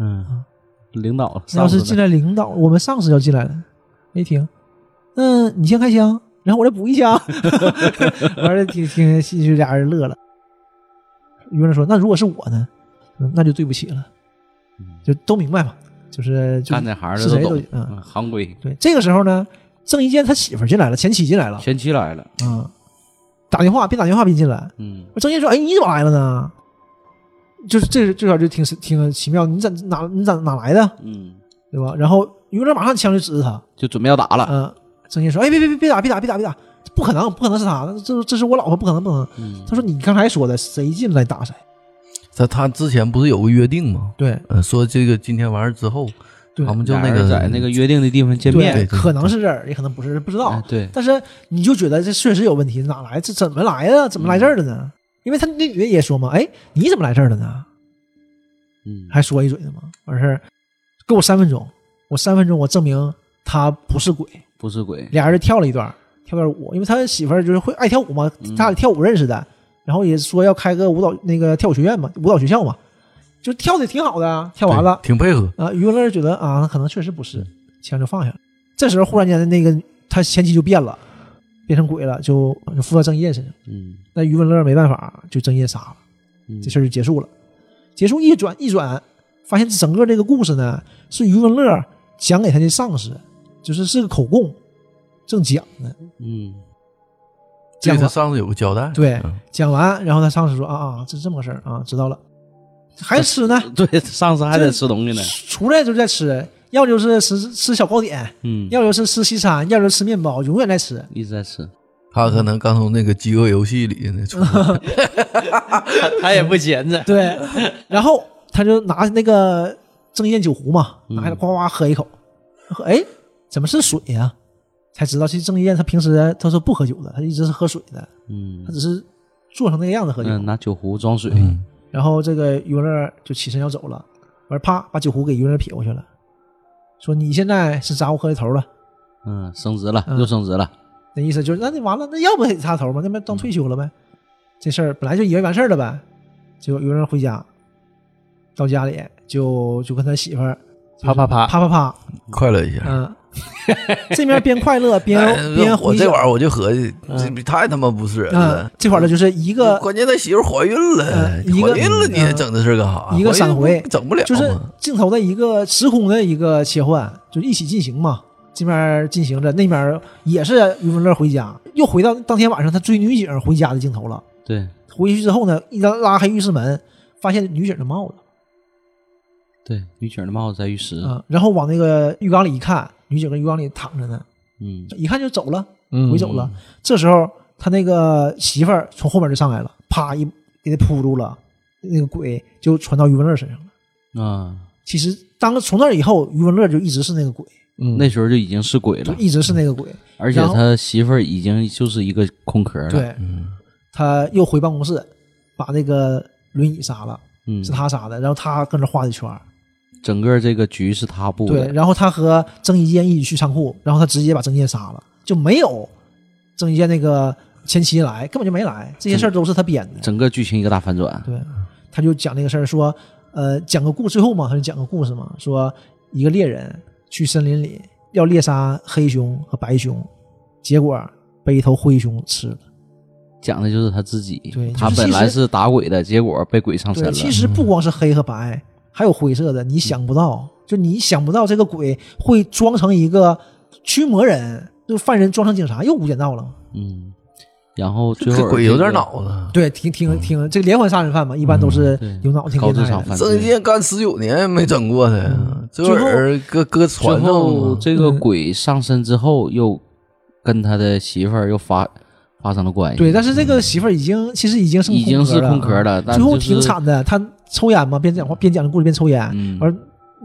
[SPEAKER 2] 嗯，领导了，
[SPEAKER 4] 那要是进
[SPEAKER 2] 来，
[SPEAKER 4] 来领导，我们上司要进来了，没停，那你先开枪，然后我再补一枪， 完了挺挺戏剧，俩人乐了。于文说：“那如果是我呢？嗯那就对不起了，就都明白嘛，就是就
[SPEAKER 2] 干这行的
[SPEAKER 4] 是谁
[SPEAKER 2] 懂
[SPEAKER 4] 都，嗯
[SPEAKER 2] 嗯行规。
[SPEAKER 4] 对。这个时候呢，郑伊健他媳妇儿进来了，前妻进来了，
[SPEAKER 2] 前妻来了，
[SPEAKER 4] 嗯，打电话，别打电话，别进来。
[SPEAKER 2] 嗯，
[SPEAKER 4] 郑伊健说：‘哎，你怎么来了呢？’就是这这小就挺挺奇妙，你咋哪你咋哪来的，
[SPEAKER 2] 嗯，
[SPEAKER 4] 对吧？然后于文马上枪就指着他，
[SPEAKER 2] 就准备要打了，
[SPEAKER 4] 嗯，郑信说：“哎，别别别别打，别打，别打，别打，不可能，不可能是他，这这是我老婆，不可能，不可能。
[SPEAKER 2] 嗯”
[SPEAKER 4] 他说：“你刚才说的，谁进来打谁。
[SPEAKER 3] 他他之前不是有个约定吗？
[SPEAKER 4] 对
[SPEAKER 3] 呃，说这个今天完事之后，
[SPEAKER 4] 对
[SPEAKER 3] 他们就
[SPEAKER 2] 俩
[SPEAKER 3] 那
[SPEAKER 2] 人
[SPEAKER 3] 个
[SPEAKER 2] 在那个约定的地方”见
[SPEAKER 4] 对，
[SPEAKER 2] 面，
[SPEAKER 3] 对
[SPEAKER 4] 可能是这儿，也可能不是，不知道
[SPEAKER 2] 哎。对，
[SPEAKER 4] 但是你就觉得这确实有问题，哪来这怎么来的？怎么来这儿的呢？因为他那女的也说嘛：“哎，你怎么来这儿的呢
[SPEAKER 2] 嗯？”，
[SPEAKER 4] 还说一嘴呢嘛。完事儿，给我三分钟，我三分钟，我证明他不是鬼。
[SPEAKER 2] 不是鬼，
[SPEAKER 4] 俩人跳了一段，跳段舞，因为他媳妇儿就是会爱跳舞嘛
[SPEAKER 2] 嗯，
[SPEAKER 4] 他俩跳舞认识的，然后也说要开个舞蹈那个跳舞学院嘛，舞蹈学校嘛，就跳的挺好的啊，跳完了
[SPEAKER 3] 对挺配合。
[SPEAKER 4] 啊，于文乐觉得啊，可能确实不是，枪就放下了。这时候忽然间的那个他前妻就变了，变成鬼了，就就附到郑业身上。
[SPEAKER 2] 嗯，
[SPEAKER 4] 那于文乐没办法，就郑业杀了，
[SPEAKER 2] 嗯
[SPEAKER 4] 这事儿就结束了。结束一转一转，发现整个这个故事呢是于文乐讲给他的上司，就是是个口供，正讲呢。
[SPEAKER 2] 嗯，
[SPEAKER 3] 这
[SPEAKER 4] 讲
[SPEAKER 3] 个他
[SPEAKER 4] 完
[SPEAKER 3] 上次有个交代，
[SPEAKER 4] 对
[SPEAKER 3] 嗯
[SPEAKER 4] 讲完，然后他上司说啊啊，这是这么个事儿啊，知道了，还吃呢，
[SPEAKER 2] 对，上次还得吃东西呢，
[SPEAKER 4] 出来就在吃，要就是吃吃小糕点，
[SPEAKER 2] 嗯，
[SPEAKER 4] 要就是吃西餐，要就是吃面包，永远在吃。
[SPEAKER 2] 一直在吃，
[SPEAKER 3] 他可能刚从那个饥饿游戏里那出来，
[SPEAKER 2] 他也不闲着，
[SPEAKER 4] 对，然后他就拿那个郑伊健酒壶嘛，
[SPEAKER 2] 嗯
[SPEAKER 4] 拿着呱呱喝一口，喝哎，怎么是水呀、才知道其实郑伊健他平时他是不喝酒的，他一直是喝水的，
[SPEAKER 2] 嗯
[SPEAKER 4] 他只是做成那个样子喝酒。
[SPEAKER 2] 嗯，拿酒壶装水，
[SPEAKER 3] 嗯，
[SPEAKER 4] 然后这个于文乐就起身要走了，完啪把酒壶给于文乐撇过去了，说你现在是杂物喝的头了，
[SPEAKER 2] 嗯，升职了，
[SPEAKER 4] 嗯
[SPEAKER 2] 又升职了，
[SPEAKER 4] 那意思就是那你完了，那要不得插头吗？那不当退休了呗？这事儿本来就以为完事儿了呗，结果于文乐回家，到家里就就跟他媳妇儿
[SPEAKER 1] 啪啪啪，
[SPEAKER 4] 啪啪啪，
[SPEAKER 3] 快乐一下。
[SPEAKER 4] 嗯， 这边边快乐边
[SPEAKER 3] 哎
[SPEAKER 4] 边
[SPEAKER 3] 我
[SPEAKER 4] 回
[SPEAKER 3] 这
[SPEAKER 4] 想，
[SPEAKER 3] 玩意儿我就合计，
[SPEAKER 2] 嗯
[SPEAKER 3] 这太他妈不是人
[SPEAKER 4] 嗯
[SPEAKER 3] 了，。
[SPEAKER 4] 这会儿呢就是一个
[SPEAKER 3] 关键他媳妇怀孕了，
[SPEAKER 4] 嗯一个
[SPEAKER 3] 怀孕了你还整这事儿干啥？
[SPEAKER 4] 一个闪回
[SPEAKER 3] 怀孕不整不了
[SPEAKER 4] 就是
[SPEAKER 3] 嘛。
[SPEAKER 4] 镜头的一个时空的一个切换，就是一起进行嘛。这面进行着，那面也是余文乐回家，又回到当天晚上他追女警回家的镜头了。
[SPEAKER 2] 对
[SPEAKER 4] 回去之后呢，一拉拉开浴室门，发现女警的帽子
[SPEAKER 2] 对，女警的帽子在浴室，
[SPEAKER 3] 嗯
[SPEAKER 4] 啊、然后往那个浴缸里一看，女警跟浴缸里躺着呢，
[SPEAKER 2] 嗯
[SPEAKER 4] 一看就走了，
[SPEAKER 1] 嗯
[SPEAKER 4] 回走了。这时候他那个媳妇儿从后面就上来了，啪一给他扑住了，那个鬼就传到余文乐身上了。
[SPEAKER 2] 啊，
[SPEAKER 4] 其实当从那以后，余文乐就一直是那个鬼，
[SPEAKER 1] 嗯
[SPEAKER 2] 那时候就已经是鬼
[SPEAKER 4] 就
[SPEAKER 2] 了，
[SPEAKER 4] 一直是那个鬼。
[SPEAKER 2] 而且
[SPEAKER 4] 然后
[SPEAKER 2] 他媳妇儿已经就是一个空壳了，
[SPEAKER 4] 对，
[SPEAKER 3] 嗯，
[SPEAKER 4] 他又回办公室，把那个轮椅杀了，
[SPEAKER 2] 嗯
[SPEAKER 4] 是，他杀的，然后他跟着画的圈儿。
[SPEAKER 2] 整个这个局是他布
[SPEAKER 4] 对，
[SPEAKER 2] 的，
[SPEAKER 4] 然后他和郑伊健一起去仓库，然后他直接把郑伊健杀了，就没有郑伊健那个前妻来，根本就没来，这些事儿都是他编的。
[SPEAKER 2] 整个剧情一个大反转，
[SPEAKER 4] 对，他就讲那个事儿，说，呃，讲个故最后嘛，他就讲个故事嘛，说一个猎人去森林里要猎杀黑熊和白熊，结果被一头灰熊吃了。
[SPEAKER 2] 讲的就是他自己
[SPEAKER 4] 对，
[SPEAKER 2] 他
[SPEAKER 4] 就是
[SPEAKER 2] 本
[SPEAKER 4] 其实
[SPEAKER 2] 来是打鬼的，结果被鬼上身
[SPEAKER 4] 对，
[SPEAKER 2] 了，
[SPEAKER 4] 其实不光是黑和白，还有灰色的，你想不到，就你想不到这个鬼会装成一个驱魔人，就犯人装成警察，又无间道了。
[SPEAKER 2] 嗯，然后最后
[SPEAKER 3] 这鬼有点
[SPEAKER 2] 个
[SPEAKER 3] 脑子，
[SPEAKER 4] 对，挺挺挺，这个连环杀人犯嘛，一般都是
[SPEAKER 2] 嗯对
[SPEAKER 4] 嗯有脑挺
[SPEAKER 2] 高
[SPEAKER 4] 变
[SPEAKER 2] 智
[SPEAKER 4] 态
[SPEAKER 2] 商
[SPEAKER 4] 的。
[SPEAKER 2] 犯
[SPEAKER 3] 郑伊
[SPEAKER 2] 罪。
[SPEAKER 3] 健干十九年没整过他，这
[SPEAKER 4] 嗯最后
[SPEAKER 3] 会儿搁搁船
[SPEAKER 2] 最
[SPEAKER 3] 上
[SPEAKER 2] 后
[SPEAKER 3] 了
[SPEAKER 2] 这个
[SPEAKER 4] 嗯
[SPEAKER 2] 鬼上身之后，又跟他的媳妇儿又发发生了关系。
[SPEAKER 4] 对，但是这个媳妇儿已经其实已经是
[SPEAKER 2] 已经是
[SPEAKER 4] 空啊
[SPEAKER 2] 空壳了但
[SPEAKER 4] 最后
[SPEAKER 2] 就是
[SPEAKER 4] 挺惨的。她抽烟嘛，边讲话边讲故事边抽烟，
[SPEAKER 2] 嗯
[SPEAKER 4] 而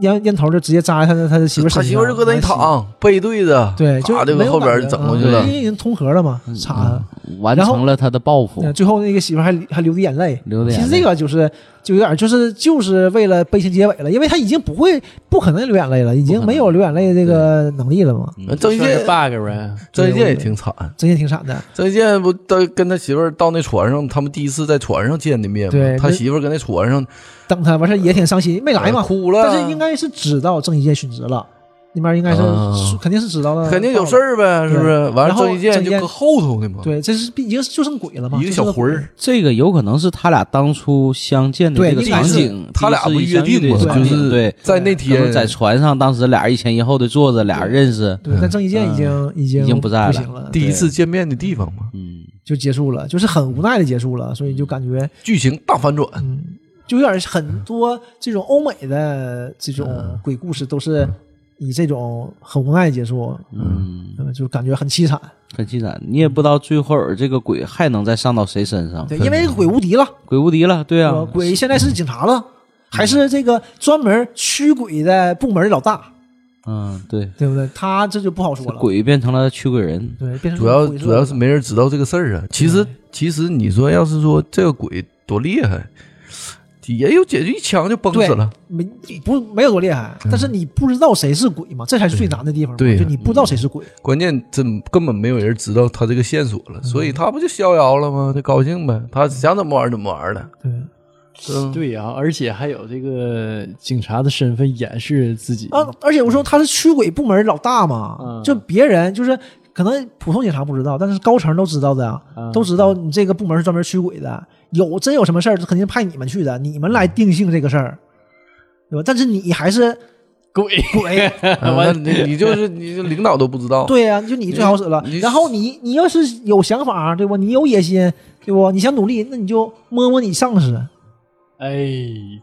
[SPEAKER 4] 烟烟头就直接扎在他的他的媳妇儿身
[SPEAKER 3] 他
[SPEAKER 4] 上，
[SPEAKER 3] 媳妇儿就搁那一
[SPEAKER 4] 然后
[SPEAKER 3] 躺，背对着，
[SPEAKER 4] 洗，对，就
[SPEAKER 3] 啪就
[SPEAKER 4] 没
[SPEAKER 3] 搁
[SPEAKER 4] 有
[SPEAKER 3] 后边
[SPEAKER 4] 感觉
[SPEAKER 3] 整过去了
[SPEAKER 4] 嗯因。为已经通河了嘛，插
[SPEAKER 2] 嗯
[SPEAKER 4] 他。
[SPEAKER 2] 完
[SPEAKER 4] 然后
[SPEAKER 2] 成了他的报复
[SPEAKER 4] 那，最后那个媳妇儿还还流的眼泪。
[SPEAKER 2] 流的
[SPEAKER 4] 其
[SPEAKER 2] 眼
[SPEAKER 4] 实
[SPEAKER 2] 泪。
[SPEAKER 4] 这个就是就有点就是就是为了悲情结尾了，因为他已经不会不可能流眼泪了，已经没有流眼泪这个能力了嘛。
[SPEAKER 3] 那郑伊
[SPEAKER 1] 算是
[SPEAKER 3] 健，
[SPEAKER 1] bug 呗，
[SPEAKER 3] 郑伊健也挺惨。
[SPEAKER 4] 真也挺惨的，
[SPEAKER 3] 郑伊健不到跟他媳妇儿到那船上，他们第一次在船上见的面
[SPEAKER 4] 对
[SPEAKER 3] 嘛。他
[SPEAKER 4] 那
[SPEAKER 3] 媳妇儿跟那船上
[SPEAKER 4] 等他完事儿也挺伤心，没来嘛。
[SPEAKER 3] 哭了，
[SPEAKER 4] 但是应该是知道郑伊健殉职了，那边应该是、
[SPEAKER 3] 啊
[SPEAKER 4] 肯定是知道了，
[SPEAKER 3] 肯定有事。儿呗，是不是？完了，
[SPEAKER 4] 然后
[SPEAKER 3] 郑伊健
[SPEAKER 4] 郑伊
[SPEAKER 3] 就
[SPEAKER 4] 健
[SPEAKER 3] 搁后头呢嘛，
[SPEAKER 4] 对，这是已经就剩鬼了嘛，
[SPEAKER 3] 一个
[SPEAKER 4] 就
[SPEAKER 3] 小
[SPEAKER 4] 剩
[SPEAKER 3] 魂儿，
[SPEAKER 2] 这个有可能是他俩当初相见的
[SPEAKER 4] 对
[SPEAKER 2] 这个
[SPEAKER 4] 应该
[SPEAKER 2] 场
[SPEAKER 4] 是
[SPEAKER 2] 景，
[SPEAKER 3] 他俩
[SPEAKER 2] 第
[SPEAKER 3] 不
[SPEAKER 2] 一次
[SPEAKER 3] 约
[SPEAKER 2] 相遇
[SPEAKER 3] 定嘛，
[SPEAKER 2] 的场
[SPEAKER 3] 就
[SPEAKER 2] 景
[SPEAKER 3] 是
[SPEAKER 2] 对，
[SPEAKER 3] 在那
[SPEAKER 2] 可能
[SPEAKER 3] 天
[SPEAKER 2] 在船上，当时俩人一前一后的坐着，俩人认识，
[SPEAKER 4] 对，但郑伊健已经、已经
[SPEAKER 2] 已经不在了
[SPEAKER 4] 行了，
[SPEAKER 3] 嗯第一
[SPEAKER 4] 对
[SPEAKER 3] 次见面的地方嘛，
[SPEAKER 2] 嗯，
[SPEAKER 4] 就结束了，就是很无奈的结束了，所以就感觉
[SPEAKER 3] 剧情大反转。
[SPEAKER 4] 嗯，就有点很多这种欧美的这
[SPEAKER 3] 嗯
[SPEAKER 4] 种鬼故事都是以这种很无奈结束，
[SPEAKER 2] 嗯，
[SPEAKER 4] 嗯，就感觉很凄惨。
[SPEAKER 2] 很凄惨。你也不知道最后这个鬼还能再上到谁身上，
[SPEAKER 4] 对，因为鬼无敌了，
[SPEAKER 2] 鬼无敌了，对
[SPEAKER 4] 是吧
[SPEAKER 2] 啊，
[SPEAKER 4] 鬼现在是警察了，还是这个专门驱鬼的部门老大，
[SPEAKER 2] 嗯，对，
[SPEAKER 4] 对不对？他这就不好说了。
[SPEAKER 2] 鬼变成了驱鬼人，
[SPEAKER 4] 对，变成
[SPEAKER 3] 主要
[SPEAKER 4] 鬼
[SPEAKER 3] 主要是没人知道这个事儿啊。其实其实你说要是说这个鬼多厉害，也有解决一枪就崩死了。嗯
[SPEAKER 4] 没不没有多厉害，但是你不知道谁是鬼嘛，这才是最难的地方嘛。
[SPEAKER 3] 对呀
[SPEAKER 4] 就你不知道谁是鬼，
[SPEAKER 3] 关键真根本没有人知道他这个线索了，所
[SPEAKER 4] 嗯
[SPEAKER 3] 以他不就逍遥了吗？他高兴呗，他想怎么玩儿怎么玩 儿啊了。
[SPEAKER 4] 对，
[SPEAKER 3] 嗯，
[SPEAKER 1] 对呀、而且还有这个警察的身份掩饰自己，
[SPEAKER 4] 啊，而且我说他是驱鬼部门老大嘛，
[SPEAKER 3] 啊
[SPEAKER 1] 嗯
[SPEAKER 4] 就别人就是可能普通警察不知道，但是高层都知道的呀，
[SPEAKER 3] 啊
[SPEAKER 1] 嗯
[SPEAKER 4] 都知道你这个部门是专门驱鬼的，有真有什么事儿，肯定派你们去的，你们来定性这个事儿，对吧？但是你还是
[SPEAKER 1] 鬼，
[SPEAKER 4] 鬼，
[SPEAKER 3] 嗯那你你就是你就领导都不知道，
[SPEAKER 4] 对呀、就你最好使了
[SPEAKER 3] 你。
[SPEAKER 4] 然后你你要是有想法，对吧？你有野心，对不？你想努力，那你就摸摸你上司，
[SPEAKER 1] 哎，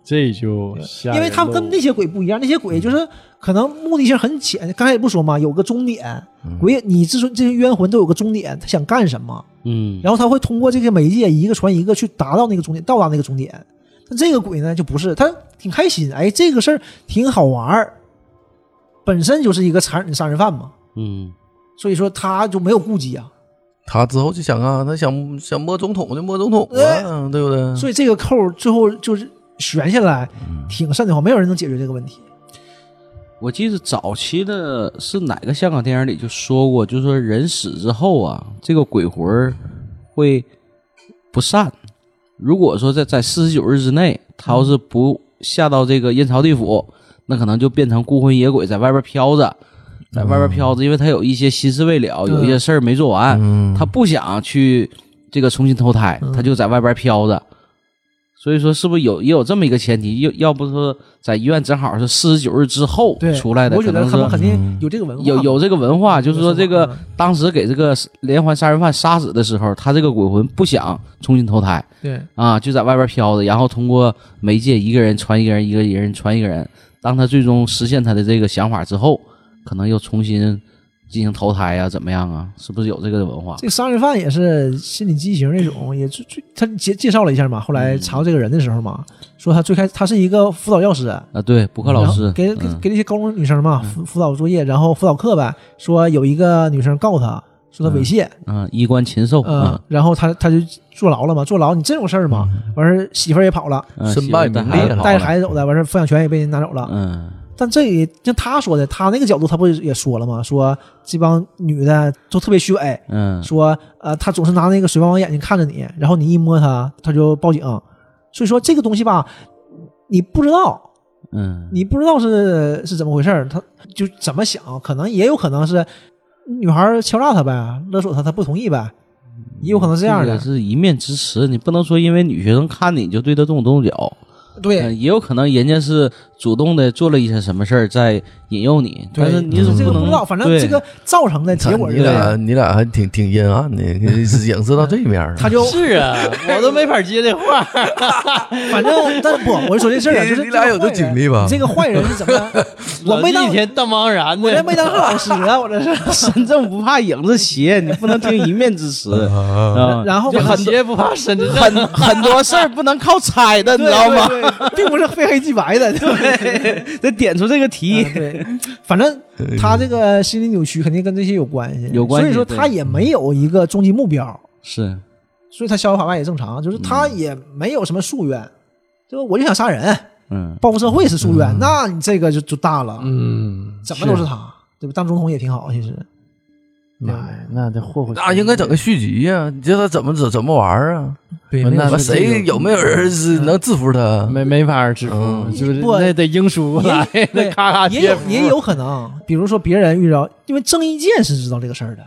[SPEAKER 1] 这就吓人
[SPEAKER 4] 因为他们跟那
[SPEAKER 1] 喽
[SPEAKER 4] 些鬼不一样，那些鬼
[SPEAKER 2] 嗯
[SPEAKER 4] 就是可能目的性很浅。刚才也不说嘛，有个终点，鬼你之所以这些冤魂都有个终点，他想干什么，
[SPEAKER 2] 嗯，
[SPEAKER 4] 然后他会通过这个媒介一个传一个去达到那个终点，到达那个终点。但这个鬼呢，就不是他挺开心，哎，这个事儿挺好玩儿，本身就是一个残忍杀人犯嘛，
[SPEAKER 2] 嗯，
[SPEAKER 4] 所以说他就没有顾忌啊。
[SPEAKER 3] 他之后就想啊，他想想摸总统就摸总统
[SPEAKER 4] 哎
[SPEAKER 3] 啊，对不
[SPEAKER 2] 嗯
[SPEAKER 3] 对？
[SPEAKER 4] 所以这个扣儿最后就是悬下来，挺瘆得慌，没有人能解决这个问题。
[SPEAKER 2] 我记得早期的是哪个香港电影里就说过，就是说人死之后啊，这个鬼魂儿会不散。如果说在在四十九日之内，他要是不下到这个阴曹地府，那可能就变成孤魂野鬼在外边飘着，在外边飘着，因为他有一些心事未了，有一些事儿没做完，
[SPEAKER 3] 嗯
[SPEAKER 4] 嗯
[SPEAKER 2] 他不想去这个重新投胎，他就在外边飘着。所以说，是不是有也有这么一个前提？要要不说在医院正好是四十九日之后
[SPEAKER 4] 对，
[SPEAKER 2] 出来的，
[SPEAKER 4] 我觉
[SPEAKER 2] 可
[SPEAKER 4] 得
[SPEAKER 2] 能
[SPEAKER 4] 他们
[SPEAKER 2] 是
[SPEAKER 4] 肯定有这个文化，
[SPEAKER 2] 有有这个文化，就是说这个
[SPEAKER 4] 嗯
[SPEAKER 2] 当时给这个连环杀人犯杀死的时候，他这个鬼魂不想重新投胎
[SPEAKER 4] 对。
[SPEAKER 2] 啊，就在外边飘着，然后通过媒介一个人传一个人，一个人传一个人，当他最终实现他的这个想法之后，可能又重新进行投胎呀、怎么样啊？是不是有这个文化？
[SPEAKER 4] 这杀人犯也是心理畸形那种，也最最他介介绍了一下嘛，后
[SPEAKER 2] 嗯
[SPEAKER 4] 来查到这个人的时候嘛，说他最开始他是一个辅导教师，
[SPEAKER 2] 啊，对，补课
[SPEAKER 4] 然
[SPEAKER 2] 老
[SPEAKER 4] 后
[SPEAKER 2] 师
[SPEAKER 4] 给给
[SPEAKER 2] 嗯
[SPEAKER 4] 给那些高中女生嘛辅辅导作业，然后辅导课呗，说有一个女生告他说他猥亵，
[SPEAKER 2] 嗯，衣冠禽兽
[SPEAKER 4] 嗯
[SPEAKER 2] 啊，，
[SPEAKER 4] 然后他他就坐牢了嘛，坐牢你这种事儿嘛，完事儿媳妇儿也跑了，
[SPEAKER 2] 嗯
[SPEAKER 3] 身败名裂了
[SPEAKER 4] 带着孩子走的，完事儿抚养权也被人拿走了，
[SPEAKER 2] 嗯，
[SPEAKER 4] 但这也像他说的，他那个角度，他不也说了吗？说这帮女的都特别虚伪，
[SPEAKER 2] 嗯，
[SPEAKER 4] 说呃，他总是拿那个水汪汪眼睛看着你，然后你一摸他，他就报警。所以说这个东西吧，你不知道，
[SPEAKER 2] 嗯，
[SPEAKER 4] 你不知道是是怎么回事儿，他就怎么想，可能也有可能是女孩儿敲诈他呗，勒索他，他不同意呗，也有可能是这样的
[SPEAKER 2] 嗯个。是一面之词，你不能说因为女学生看你就对她动手动脚，
[SPEAKER 4] 对
[SPEAKER 2] 嗯，也有可能人家是主动的做了一些什么事儿在引诱你，
[SPEAKER 4] 对
[SPEAKER 2] 但是你总
[SPEAKER 4] 这个
[SPEAKER 2] 能
[SPEAKER 4] 不知道，反正
[SPEAKER 2] 对
[SPEAKER 4] 这 个造成的结
[SPEAKER 3] 操
[SPEAKER 4] 果
[SPEAKER 3] 你
[SPEAKER 4] 是这样
[SPEAKER 3] 俩你俩还挺挺阴暗 的，影射到这面儿了。
[SPEAKER 4] 他就
[SPEAKER 1] 是 啊，我都没法接这话。
[SPEAKER 4] 反正，但是不，我就说这事儿啊，
[SPEAKER 3] 你
[SPEAKER 4] 就是
[SPEAKER 3] 你俩有
[SPEAKER 4] 个
[SPEAKER 3] 这
[SPEAKER 4] 坏人
[SPEAKER 3] 经历吧
[SPEAKER 4] 你这个坏人是怎 么？我没当
[SPEAKER 1] 一，天当茫然
[SPEAKER 4] 我这
[SPEAKER 1] 的，
[SPEAKER 4] 没当上老师啊， 我这是。
[SPEAKER 2] 身正不怕影子斜，你不能听一面之词啊。
[SPEAKER 3] 嗯
[SPEAKER 4] 然后
[SPEAKER 1] 就
[SPEAKER 4] 很
[SPEAKER 1] 很鞋不怕身子正。
[SPEAKER 2] 很很多事儿不能靠猜的，你知道吗？
[SPEAKER 4] 对对并不是非黑即白的，对吧
[SPEAKER 2] 得点出这个题
[SPEAKER 4] 啊，对，反正他这个心理扭曲肯定跟这些有关系，
[SPEAKER 2] 有关系
[SPEAKER 4] 所以说
[SPEAKER 2] 对
[SPEAKER 4] 他也没有一个终极目标，
[SPEAKER 2] 是
[SPEAKER 4] 所以他逍遥法外也正常，就是他也没有什么夙愿，对吧？我就想杀人，
[SPEAKER 2] 嗯
[SPEAKER 4] 报复社会是夙愿，那你这个就就大了，
[SPEAKER 1] 嗯，
[SPEAKER 4] 怎么都是他，对吧？当总统也挺好，其实
[SPEAKER 1] 妈呀，那得霍霍。
[SPEAKER 3] 那
[SPEAKER 4] 啊
[SPEAKER 3] 应该整个续集呀、你这他怎么怎怎么玩儿啊？
[SPEAKER 4] 对
[SPEAKER 1] 没有
[SPEAKER 3] 那
[SPEAKER 1] 是这
[SPEAKER 3] 谁
[SPEAKER 1] 个
[SPEAKER 3] 有没有人是
[SPEAKER 4] 嗯
[SPEAKER 3] 能制服他？
[SPEAKER 1] 没没法儿制服，
[SPEAKER 3] 嗯
[SPEAKER 1] 是不是？
[SPEAKER 4] 不
[SPEAKER 1] 那得英叔来，那
[SPEAKER 4] 对
[SPEAKER 1] 咔
[SPEAKER 2] 啊
[SPEAKER 1] 咔
[SPEAKER 4] 也
[SPEAKER 1] 贴
[SPEAKER 4] 有
[SPEAKER 1] 符
[SPEAKER 4] 也有可
[SPEAKER 2] 嗯
[SPEAKER 4] 能，比如说别人遇到，因为郑伊健是知道这个事儿的，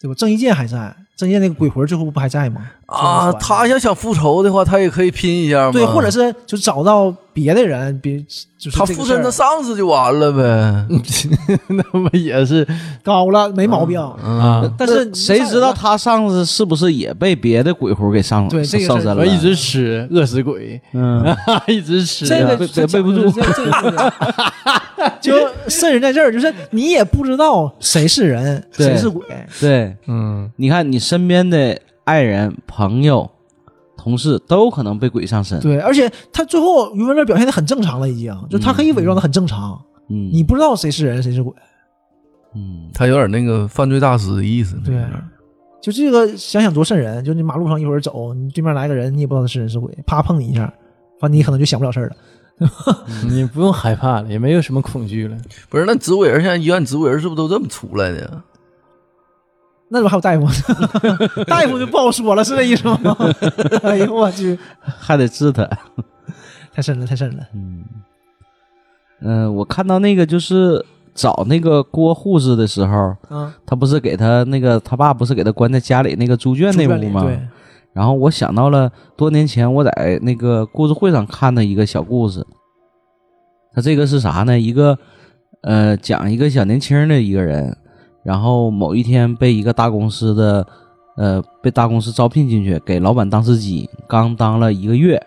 [SPEAKER 4] 对吧？郑伊健还在，郑伊健那个鬼魂最后不还在吗？
[SPEAKER 3] 啊，他要想复仇的话，他也可以拼一下嘛。
[SPEAKER 4] 对，或者是就找到别的人，别就是
[SPEAKER 3] 他
[SPEAKER 4] 这个
[SPEAKER 3] 附
[SPEAKER 4] 事儿
[SPEAKER 3] 身他上司就完了呗。
[SPEAKER 1] 那不也是
[SPEAKER 4] 高了没毛病，
[SPEAKER 3] 嗯
[SPEAKER 1] 啊？
[SPEAKER 4] 但是
[SPEAKER 2] 谁知道他上次是不是也被别的鬼狐给上
[SPEAKER 4] 对这个
[SPEAKER 2] 上
[SPEAKER 4] 事
[SPEAKER 2] 身
[SPEAKER 4] 儿
[SPEAKER 1] 我
[SPEAKER 2] 了？
[SPEAKER 1] 一直吃，饿死鬼，
[SPEAKER 2] 嗯，
[SPEAKER 1] 一直吃。
[SPEAKER 4] 这个
[SPEAKER 2] 对
[SPEAKER 4] 这
[SPEAKER 2] 背不住
[SPEAKER 4] 这个这个这个就瘆人在这儿，就是你也不知道谁是人，
[SPEAKER 2] 对
[SPEAKER 4] 谁是鬼，
[SPEAKER 2] 对，
[SPEAKER 1] 嗯，
[SPEAKER 2] 你看你身边的爱人、朋友、同事都可能被鬼上身。
[SPEAKER 4] 对，而且他最后余文乐表现的很正常了，已经，就他可以伪装的很正常，
[SPEAKER 2] 嗯，
[SPEAKER 4] 你不知道谁是人谁是鬼，
[SPEAKER 2] 嗯
[SPEAKER 3] 他有点那个犯罪大师的意思。
[SPEAKER 4] 对就这个想想多瘆人，就你马路上一会儿走，你对面来个人，你也不知道他是人是鬼，啪碰你一下，反正你可能就想不了事儿了，嗯
[SPEAKER 1] 你不用害怕了，也没有什么恐惧了。
[SPEAKER 3] 不是那植物人现在医院植物人是不是都这么出来的？
[SPEAKER 4] 那怎么还有大夫？ 大夫就不好说了，是这意思吗？ 哎呦我去，
[SPEAKER 2] 还得治他。
[SPEAKER 4] 太深了，太深了。
[SPEAKER 2] 嗯、我看到那个就是找那个郭护士的时候，
[SPEAKER 4] 嗯，
[SPEAKER 2] 他不是给他那个他爸不是给他关在家里那个猪圈那
[SPEAKER 4] 住院里
[SPEAKER 2] 屋吗？
[SPEAKER 4] 对，
[SPEAKER 2] 然后我想到了多年前我在那个故事会上看的一个小故事，他这个是啥呢？一个呃，讲一个小年轻的一个人，然后某一天被一个大公司的呃被大公司招聘进去，给老板当司机，刚当了一个月，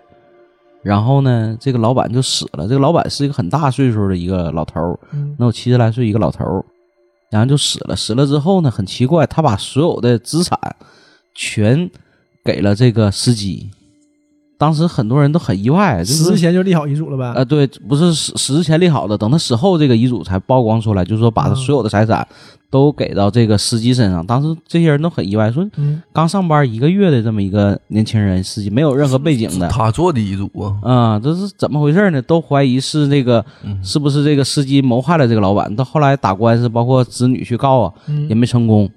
[SPEAKER 2] 然后呢，这个老板就死了。这个老板是一个很大岁数的一个老头儿，
[SPEAKER 4] 嗯
[SPEAKER 2] 能有七十来岁一个老头儿，然后就死了。死了之后呢，很奇怪，他把所有的资产全给了这个司机。当时很多人都很意外，就
[SPEAKER 4] 嗯死
[SPEAKER 2] 是
[SPEAKER 4] 之前就立好遗嘱了呗。
[SPEAKER 2] 呃，对，不是死死之前立好的，等他死后，这个遗嘱才曝光出来，就是说把他
[SPEAKER 4] 嗯
[SPEAKER 2] 所有的财产都给到这个司机身上。当时这些人都很意外，说
[SPEAKER 4] 嗯，
[SPEAKER 2] 刚上班一个月的这么一个年轻人，司机没有任何背景的，
[SPEAKER 3] 他做的遗嘱啊，
[SPEAKER 2] 啊、这是怎么回事呢？都怀疑是那个，
[SPEAKER 3] 嗯
[SPEAKER 2] 是不是这个司机谋害了这个老板？到后来打官司，包括子女去告啊，
[SPEAKER 4] 嗯
[SPEAKER 2] 也没成功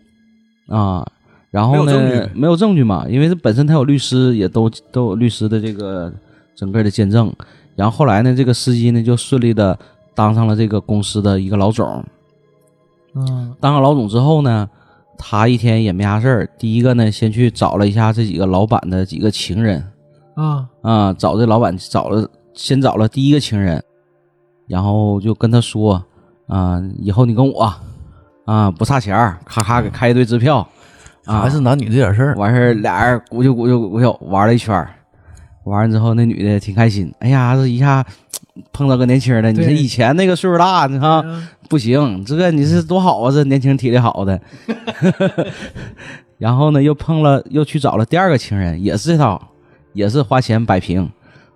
[SPEAKER 2] 啊。然后
[SPEAKER 3] 没有
[SPEAKER 2] 呢
[SPEAKER 3] 证，据
[SPEAKER 2] 没有证据嘛，因为这本身他有律师，也都都有律师的这个整个的见证。然后后来呢，这个司机呢就顺利的当上了这个公司的一个老总。
[SPEAKER 4] 嗯
[SPEAKER 2] 当上老总之后呢，他一天也没啥事儿。第一个呢，先去找了一下这几个老板的几个情人，
[SPEAKER 4] 啊，
[SPEAKER 2] 啊，找这老板找了，先找了第一个情人，然后就跟他说啊，以后你跟我啊不差钱儿，咔咔给开一堆支票，啊，
[SPEAKER 3] 还是男女这点事儿。
[SPEAKER 2] 完事儿俩人鼓就鼓就鼓就玩了一圈儿，玩完之后那女的挺开心，哎呀，这一下碰到个年轻人了，你
[SPEAKER 4] 对
[SPEAKER 2] 这以前那个岁数大，你看
[SPEAKER 4] 嗯
[SPEAKER 2] 不行，这个你是多好啊，这年轻体力好的。 然后呢，又碰了，又去找了第二个情人，也是这套，也是花钱摆平。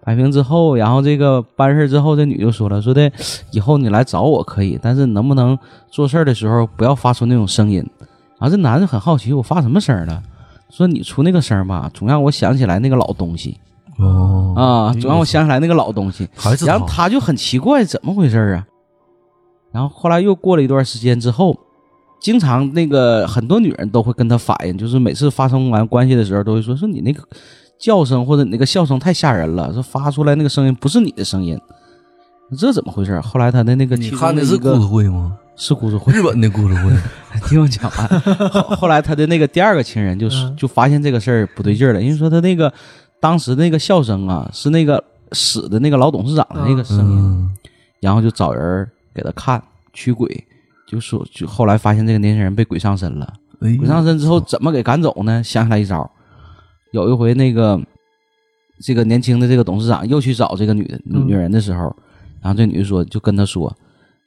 [SPEAKER 2] 摆平之后，然后这个办事之后，这女就说了，说的以后你来找我可以，但是能不能做事儿的时候不要发出那种声音？然后这男的很好奇，我发什么声儿了？说你出那个声儿吧，总让我想起来那个老东西
[SPEAKER 3] 哦，
[SPEAKER 2] 啊，总让我想起来那个老东西。
[SPEAKER 3] 还是
[SPEAKER 2] 然后他就很奇怪，怎么回事儿啊？然后后来又过了一段时间之后，经常那个很多女人都会跟他反映，就是每次发生完关系的时候，都会说说你那个叫声或者你那个笑声太吓人了，说发出来那个声音不是你的声音，这怎么回事儿？后来他的那个
[SPEAKER 3] 你
[SPEAKER 2] 其中
[SPEAKER 3] 看的是
[SPEAKER 2] 一
[SPEAKER 3] 故
[SPEAKER 2] 个
[SPEAKER 3] 事会吗？
[SPEAKER 2] 是故事会，
[SPEAKER 3] 日本的故事会，
[SPEAKER 2] 听我讲完。后后来他的那个第二个情人就是
[SPEAKER 4] 嗯
[SPEAKER 2] 就发现这个事儿不对劲儿了，因为说他那个当时那个笑声啊，是那个死的那个老董事长的那个 声音。
[SPEAKER 3] 嗯，
[SPEAKER 2] 然后就找人给他看驱鬼，就说就后来发现这个年轻人被鬼上身了。
[SPEAKER 3] 哎呦
[SPEAKER 2] 鬼上身之后怎么给赶走呢？想起来一招，有一回那个这个年轻的这个董事长又去找这个女的女
[SPEAKER 4] 嗯
[SPEAKER 2] 女人的时候，然后这女的说就跟他说，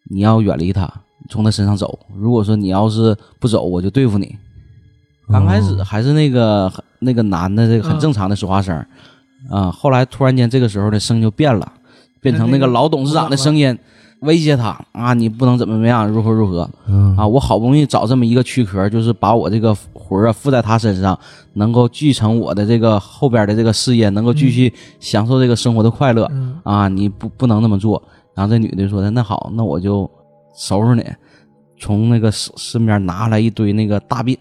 [SPEAKER 2] 你要远离他，从他身上走。如果说你要是不走，我就对付
[SPEAKER 3] 哦嗯
[SPEAKER 2] 你。刚开始还是那个那个男的这个很正常的说话声儿，啊，后来突然间这个时候的声音就变了，变成那个老董事长的声音，威胁他啊，你不能怎么怎么样，如何如何
[SPEAKER 3] 嗯
[SPEAKER 2] 啊！我好不容易找这么一个躯壳，就是把我这个魂儿啊附在他身上，能够继承我的这个后边的这个事业，能够继续享受这个生活的快乐。
[SPEAKER 4] 嗯，
[SPEAKER 2] 啊，你不不能那么做。然后这女的说的，那好，那我就收拾你，从那个身身边拿来一堆那个大便，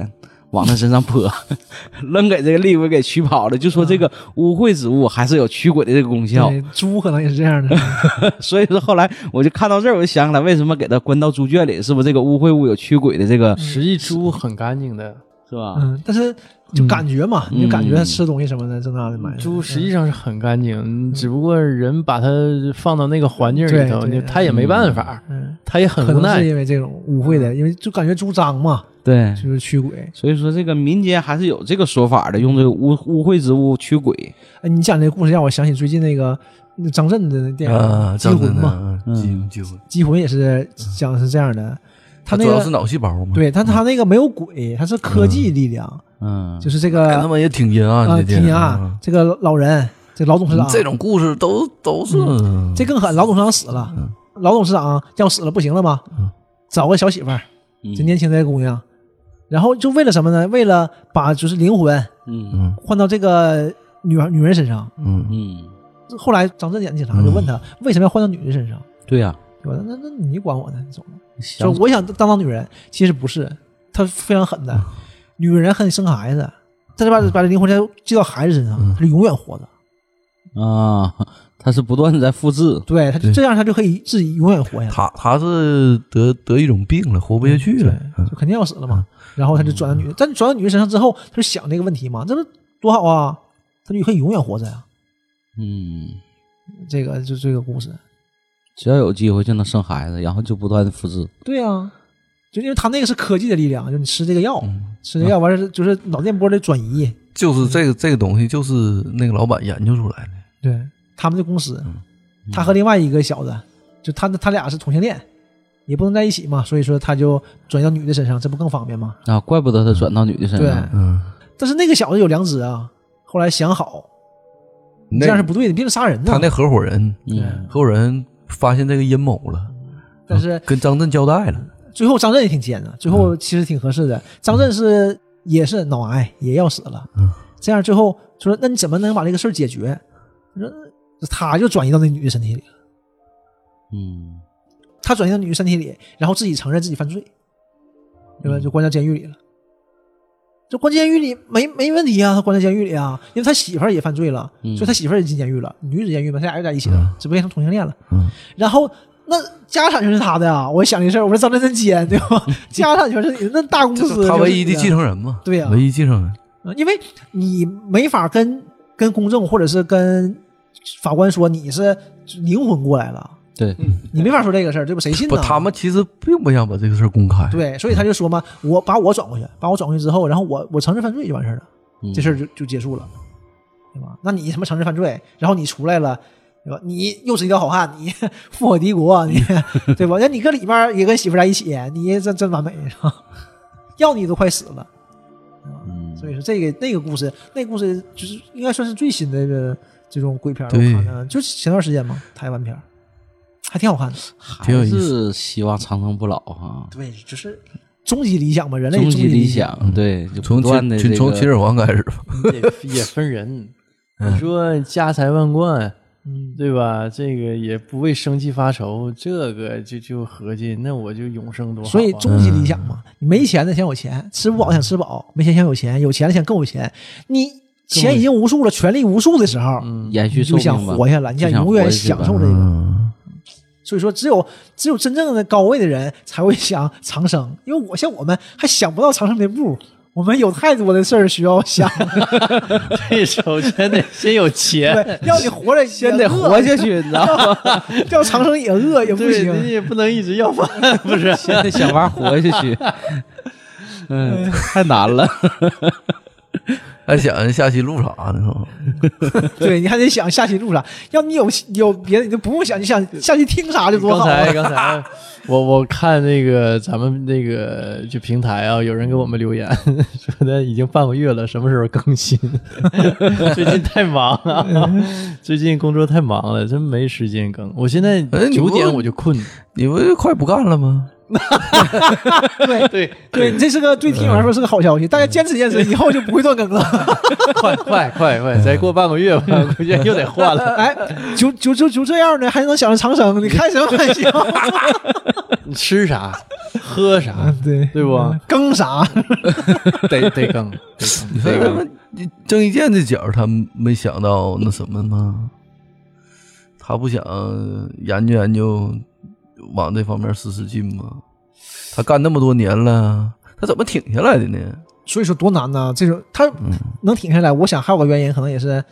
[SPEAKER 2] 往他身上泼， 扔给这个厉鬼给驱跑了。就说这个污秽之物还是有驱鬼的这个功效，
[SPEAKER 4] 嗯对，猪可能也是这样的，
[SPEAKER 2] 所以说后来我就看到这儿，我就想起来为什么给他关到猪圈里，是不是这个污秽物有驱鬼的这个
[SPEAKER 1] 实际猪很干净的，
[SPEAKER 2] 是吧？
[SPEAKER 4] 嗯嗯，但是就感觉嘛，
[SPEAKER 2] 嗯
[SPEAKER 4] 你就感觉它吃东西什么的，这那的买的
[SPEAKER 1] 猪实际上是很干净，只不过人把它放到那个环境里头，
[SPEAKER 4] 对对
[SPEAKER 1] 你它也没办法，
[SPEAKER 4] 嗯，
[SPEAKER 1] 它也很
[SPEAKER 4] 可
[SPEAKER 1] 无
[SPEAKER 4] 能是
[SPEAKER 1] 奈。
[SPEAKER 4] 因为这种误会的，因为就感觉猪脏嘛，
[SPEAKER 2] 对，
[SPEAKER 4] 就是驱鬼。
[SPEAKER 2] 所以说这个民间还是有这个说法的，用这个污污秽之物驱鬼。
[SPEAKER 4] 哎，你讲这个故事让我想起最近那个那张震的那电影
[SPEAKER 3] 啊，
[SPEAKER 4] 《
[SPEAKER 3] 真
[SPEAKER 4] 缉
[SPEAKER 3] 的
[SPEAKER 4] 魂》嘛，
[SPEAKER 3] 呢，
[SPEAKER 2] 嗯
[SPEAKER 3] 嗯机机会，
[SPEAKER 4] 《缉魂》也是讲的是这样的，
[SPEAKER 3] 嗯
[SPEAKER 4] 他那
[SPEAKER 3] 主要是
[SPEAKER 4] 个
[SPEAKER 3] 脑细胞嘛，，
[SPEAKER 4] 对，但他那个没有鬼，他是科技力量，
[SPEAKER 2] 嗯，
[SPEAKER 4] 就是这
[SPEAKER 3] 他
[SPEAKER 4] 个
[SPEAKER 3] 妈也挺阴暗
[SPEAKER 4] 啊，
[SPEAKER 3] 的，
[SPEAKER 4] 听啊，这个老人，这老董事
[SPEAKER 3] 嗯，
[SPEAKER 4] 长，
[SPEAKER 3] 这种故事都都是
[SPEAKER 4] 这更狠，老董事长死了，
[SPEAKER 3] 嗯
[SPEAKER 4] 老董事长要死了不行了吗？
[SPEAKER 3] 嗯
[SPEAKER 4] 找个小媳妇儿，这年轻的姑娘，然后就为了什么呢？为了把就是灵魂
[SPEAKER 2] 嗯
[SPEAKER 3] 嗯
[SPEAKER 4] 换到这个女儿女人身上。
[SPEAKER 3] 嗯
[SPEAKER 2] 嗯，
[SPEAKER 4] 后来张震演的警察就问他、为什么要换到女人身上，
[SPEAKER 2] 对呀、
[SPEAKER 4] 对吧？那那那你管我呢？你走吧。
[SPEAKER 2] 想
[SPEAKER 4] 说我想当当女人，其实不是，她非常狠
[SPEAKER 3] 嗯
[SPEAKER 4] 的，女人恨生孩子，她就把把这灵魂再寄到孩子身
[SPEAKER 3] 嗯
[SPEAKER 4] 上，她就永远活着。
[SPEAKER 2] 啊，它是不断的在复制。
[SPEAKER 4] 对，她就
[SPEAKER 3] 对
[SPEAKER 4] 这样，她就可以自己永远活下去。
[SPEAKER 3] 他他是得得一种病了，活不下去了，嗯
[SPEAKER 4] 对就肯定要死了嘛。然后他就转到女人，但转到女人身上之后，他就想这个问题嘛，这不多好啊？他就可以永远活着呀、
[SPEAKER 2] 嗯，
[SPEAKER 4] 这个就这个故事，
[SPEAKER 2] 只要有机会就能生孩子，然后就不断的复制。
[SPEAKER 4] 对啊，就因为他那个是科技的力量，就你吃这个药，
[SPEAKER 3] 嗯
[SPEAKER 4] 吃这个药完事儿就是脑电波的转移。
[SPEAKER 3] 就是
[SPEAKER 4] 嗯
[SPEAKER 3] 这个这个东西，就是那个老板研究出来的。
[SPEAKER 4] 对，他们的公司，
[SPEAKER 3] 嗯
[SPEAKER 4] 他和另外一个小子，就他他俩是同性恋，也不能在一起嘛，所以说他就转到女的身上，这不更方便吗？
[SPEAKER 2] 啊，怪不得他转到女的身
[SPEAKER 4] 对，
[SPEAKER 2] 上。
[SPEAKER 3] 嗯，
[SPEAKER 4] 但是那个小子有良知啊，后来想好，你
[SPEAKER 3] 那
[SPEAKER 4] 这样是不对的，你别能杀人呢。
[SPEAKER 3] 他那合伙人，
[SPEAKER 2] 嗯
[SPEAKER 3] 合伙人发现这个阴谋了，
[SPEAKER 4] 但是
[SPEAKER 3] 跟张震交代了。
[SPEAKER 4] 最后张震也挺尖
[SPEAKER 3] 嗯
[SPEAKER 4] 的，最后其实挺合适的。张震是也是脑癌，也要死了。
[SPEAKER 3] 嗯
[SPEAKER 4] 这样最后就说，那你怎么能把这个事儿解决？他说他就转移到那女的身体里了，
[SPEAKER 2] 嗯
[SPEAKER 4] 他转移到女的身体里，然后自己承认自己犯罪，对
[SPEAKER 3] 嗯
[SPEAKER 4] 吧？就关到监狱里了。这关监狱里没没问题啊，他关在监狱里啊，因为他媳妇儿也犯罪了，
[SPEAKER 2] 嗯
[SPEAKER 4] 所以他媳妇儿也进监狱了，女子监狱嘛，他俩又在一起了，
[SPEAKER 3] 嗯
[SPEAKER 4] 只不过变成同性恋了。
[SPEAKER 3] 嗯，
[SPEAKER 4] 然后那家产全是他的呀！我想这事儿，我说张震真奸，啊对吧？ 家产全是你的那大公
[SPEAKER 3] 这
[SPEAKER 4] 司，
[SPEAKER 3] 是他唯一的继承人嘛？
[SPEAKER 4] 啊对呀
[SPEAKER 3] 唯一继承人。
[SPEAKER 4] 人，嗯因为你没法跟跟公证或者是跟法官说你是灵魂过来了，
[SPEAKER 2] 对，
[SPEAKER 4] 你没法说这个事儿，对吧？谁信
[SPEAKER 3] 不，
[SPEAKER 4] 呢？
[SPEAKER 3] 他们其实并不想把这个事儿公开。，
[SPEAKER 4] 对，所以他就说嘛，我把我转过去，把我转过去之后，然后我我承认犯罪就完事儿了，
[SPEAKER 2] 嗯
[SPEAKER 4] 这事儿就就结束了，对吧？那你他妈承认犯罪，然后你出来了。对吧？你又是一条好汉，你 复我敌国，你对吧？那你搁里面儿也跟媳妇儿在一起，你这真完美是吧？要你都快死了，
[SPEAKER 2] 嗯
[SPEAKER 4] 所以说这个那个故事，那个故事就是应该算是最新的这个这种鬼片儿，我
[SPEAKER 3] 对
[SPEAKER 4] 看的就是前段时间嘛，台湾片儿还挺好看的。
[SPEAKER 3] 挺有
[SPEAKER 2] 还
[SPEAKER 3] 意
[SPEAKER 2] 是希望长生不老哈，
[SPEAKER 4] 对，就是终极理想嘛，人类
[SPEAKER 2] 终
[SPEAKER 4] 极
[SPEAKER 2] 极理
[SPEAKER 4] 想。嗯
[SPEAKER 2] 想。对，就不
[SPEAKER 3] 从
[SPEAKER 2] 断
[SPEAKER 3] 秦
[SPEAKER 2] 的
[SPEAKER 3] 秦
[SPEAKER 2] 这
[SPEAKER 3] 从秦
[SPEAKER 2] 个。
[SPEAKER 3] 始皇开始吧。
[SPEAKER 1] 也也分 人。你说家财万贯，
[SPEAKER 4] 嗯，
[SPEAKER 1] 对吧？这个也不为生计发愁，这个就就合计，那我就永生多好啊。
[SPEAKER 4] 所以 终极
[SPEAKER 2] 嗯
[SPEAKER 4] 理想嘛，你没钱的想有钱，吃不饱想吃饱，没钱想有钱，有钱的想更有钱。你钱已经无数了，权力无数的时候，
[SPEAKER 2] 延续
[SPEAKER 4] 你
[SPEAKER 2] 寿
[SPEAKER 4] 就
[SPEAKER 2] 命
[SPEAKER 4] 想
[SPEAKER 2] 吧
[SPEAKER 4] 活下来，你
[SPEAKER 2] 嗯就想
[SPEAKER 4] 永远
[SPEAKER 2] 活下去
[SPEAKER 4] 享
[SPEAKER 2] 吧
[SPEAKER 4] 受这个。
[SPEAKER 3] 嗯，
[SPEAKER 4] 所以说，只有只有真正的高位的人才会想长生，因为我像我们还想不到长生这步，我们有太多的事儿需要想。
[SPEAKER 1] 这首先得先有钱，
[SPEAKER 4] 对，要你 活着先
[SPEAKER 2] 先得活下去，你知道 吗？
[SPEAKER 4] 要长生也饿也不
[SPEAKER 1] 对，你
[SPEAKER 4] 行。
[SPEAKER 1] 也不能一直要饭， 不是？
[SPEAKER 2] 先得想法活下去。嗯，太难了。
[SPEAKER 3] 还想下期录啥呢？
[SPEAKER 4] 对，你还得想下期录啥，要你有有别的你就不用想，你想下期听啥就多
[SPEAKER 1] 刚
[SPEAKER 4] 好。啊
[SPEAKER 1] 才刚才我我看那个咱们那个就平台啊，有人给我们留言 说的已经半个月了，什么时候更新？ 最近太忙了， 最近工作太忙了，真没时间更。我现在
[SPEAKER 3] 哎你
[SPEAKER 1] 九
[SPEAKER 3] 不
[SPEAKER 1] 点我就困，
[SPEAKER 3] 你不是快不干了吗？
[SPEAKER 4] 对
[SPEAKER 1] 对，
[SPEAKER 4] 对，嗯你这是个对听友来说是个好消息，大家坚持坚持，以后就不会断更了。
[SPEAKER 1] 快快快快，再过半个月吧，估计又得换了。
[SPEAKER 4] 哎，就就就就这样呢，还能想着长生？你开什么玩笑？
[SPEAKER 1] 你吃啥，喝啥，
[SPEAKER 4] 对，
[SPEAKER 1] 对不？
[SPEAKER 4] 更啥？
[SPEAKER 1] 得得更，得更
[SPEAKER 3] 你说
[SPEAKER 1] 得
[SPEAKER 3] 他
[SPEAKER 1] 更。
[SPEAKER 3] 们 郑伊健这角儿，他没想到那什么吗？他不想研究研究，往这方面使使劲吗？他干那么多年了，他怎么挺下来的呢？
[SPEAKER 4] 所以说多难呐！这种他能挺下来，我想还有个原因，可能也是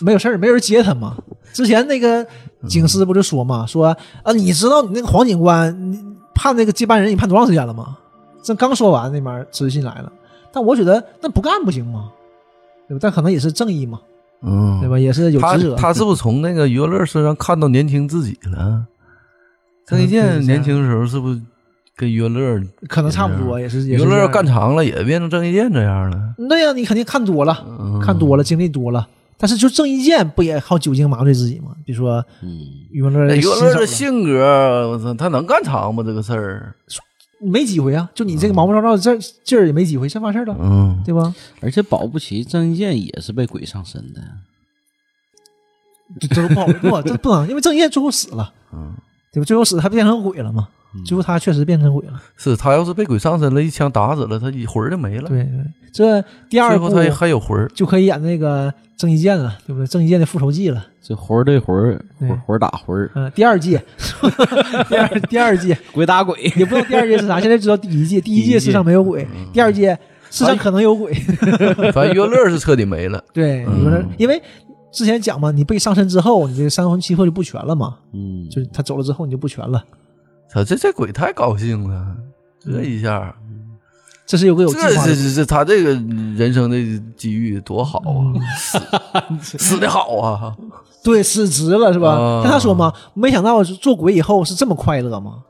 [SPEAKER 4] 没有事儿，没人接他嘛。之前那个警司不就说嘛，说啊，你知道你那个黄警官你判那个接班人，你判多长时间了吗？这刚说完，那边执信来了。但我觉得那不干不行吗？对吧？但可能也是正义嘛，
[SPEAKER 3] 嗯，
[SPEAKER 4] 对吧？也是有
[SPEAKER 3] 他
[SPEAKER 4] 职责。
[SPEAKER 3] 他是不是从那个余额乐身上看到年轻自己了？郑伊
[SPEAKER 4] 可能
[SPEAKER 3] 健
[SPEAKER 4] 是这样
[SPEAKER 3] 年轻的时候是不是跟余额乐？
[SPEAKER 4] 可能差不多，也是
[SPEAKER 3] 余
[SPEAKER 4] 也
[SPEAKER 3] 额
[SPEAKER 4] 是这
[SPEAKER 3] 哎乐
[SPEAKER 4] 样
[SPEAKER 3] 干。长了，也变成郑伊健这样了。
[SPEAKER 4] 对呀、你肯定看多了，
[SPEAKER 3] 嗯
[SPEAKER 4] 看多了，经历多了。但是就郑伊健不也靠酒精麻醉自己吗？比如说
[SPEAKER 2] 嗯，
[SPEAKER 4] 余文乐
[SPEAKER 3] 那
[SPEAKER 4] 的
[SPEAKER 3] 余
[SPEAKER 4] 新
[SPEAKER 3] 额
[SPEAKER 4] 手
[SPEAKER 3] 哎乐
[SPEAKER 4] 了
[SPEAKER 3] 这性格，我操，他能干长吗？这个事儿，
[SPEAKER 4] 没机会啊！就你这个毛毛躁躁的劲儿劲儿也没机会，真完事儿了，
[SPEAKER 3] 嗯，
[SPEAKER 4] 对吧？
[SPEAKER 2] 而且保不齐郑伊健也是被鬼上身的，
[SPEAKER 4] 这这都不好， 不这不能，因为郑业最后死了，
[SPEAKER 3] 嗯，
[SPEAKER 4] 对吧？最后死他变成鬼了嘛？最后他确实变成鬼了，是
[SPEAKER 3] 是他要是被鬼上身了，一枪打死了，他一魂儿就没了。
[SPEAKER 4] 对对。这第
[SPEAKER 3] 嗯最
[SPEAKER 4] 二
[SPEAKER 3] 后
[SPEAKER 4] 部
[SPEAKER 3] 他也还有 魂儿。
[SPEAKER 4] 就可以演那个郑伊健了，对不对？郑伊健的复仇记了，
[SPEAKER 2] 这魂儿对魂儿，
[SPEAKER 4] 对
[SPEAKER 2] 魂魂儿打魂儿，
[SPEAKER 4] 嗯、第二 季， 第二第二季
[SPEAKER 2] 鬼打鬼。
[SPEAKER 4] 也不知道第二季是啥，现在知道第一季，第一
[SPEAKER 2] 第一
[SPEAKER 4] 季
[SPEAKER 2] 季
[SPEAKER 4] 世上没有鬼，第二季世上可能有鬼，
[SPEAKER 3] 反正余额乐是彻底没了。
[SPEAKER 4] 对，
[SPEAKER 3] 嗯
[SPEAKER 4] 你们因为之前讲嘛，你被上身之后，你这三魂七魄就不全了嘛，
[SPEAKER 2] 嗯，
[SPEAKER 4] 就是他走了之后你就不全了。
[SPEAKER 3] 操，这这鬼太高兴了，这一下，
[SPEAKER 4] 这是有嗯个有
[SPEAKER 3] 这
[SPEAKER 4] 计划
[SPEAKER 3] 这
[SPEAKER 4] 的，
[SPEAKER 3] 这这他这个人生的机遇多好啊，
[SPEAKER 4] 嗯
[SPEAKER 3] 死 死的好啊，
[SPEAKER 4] 对，失职了是吧
[SPEAKER 3] 啊？
[SPEAKER 4] 但他说嘛，没想到做鬼以后是这么快乐嘛。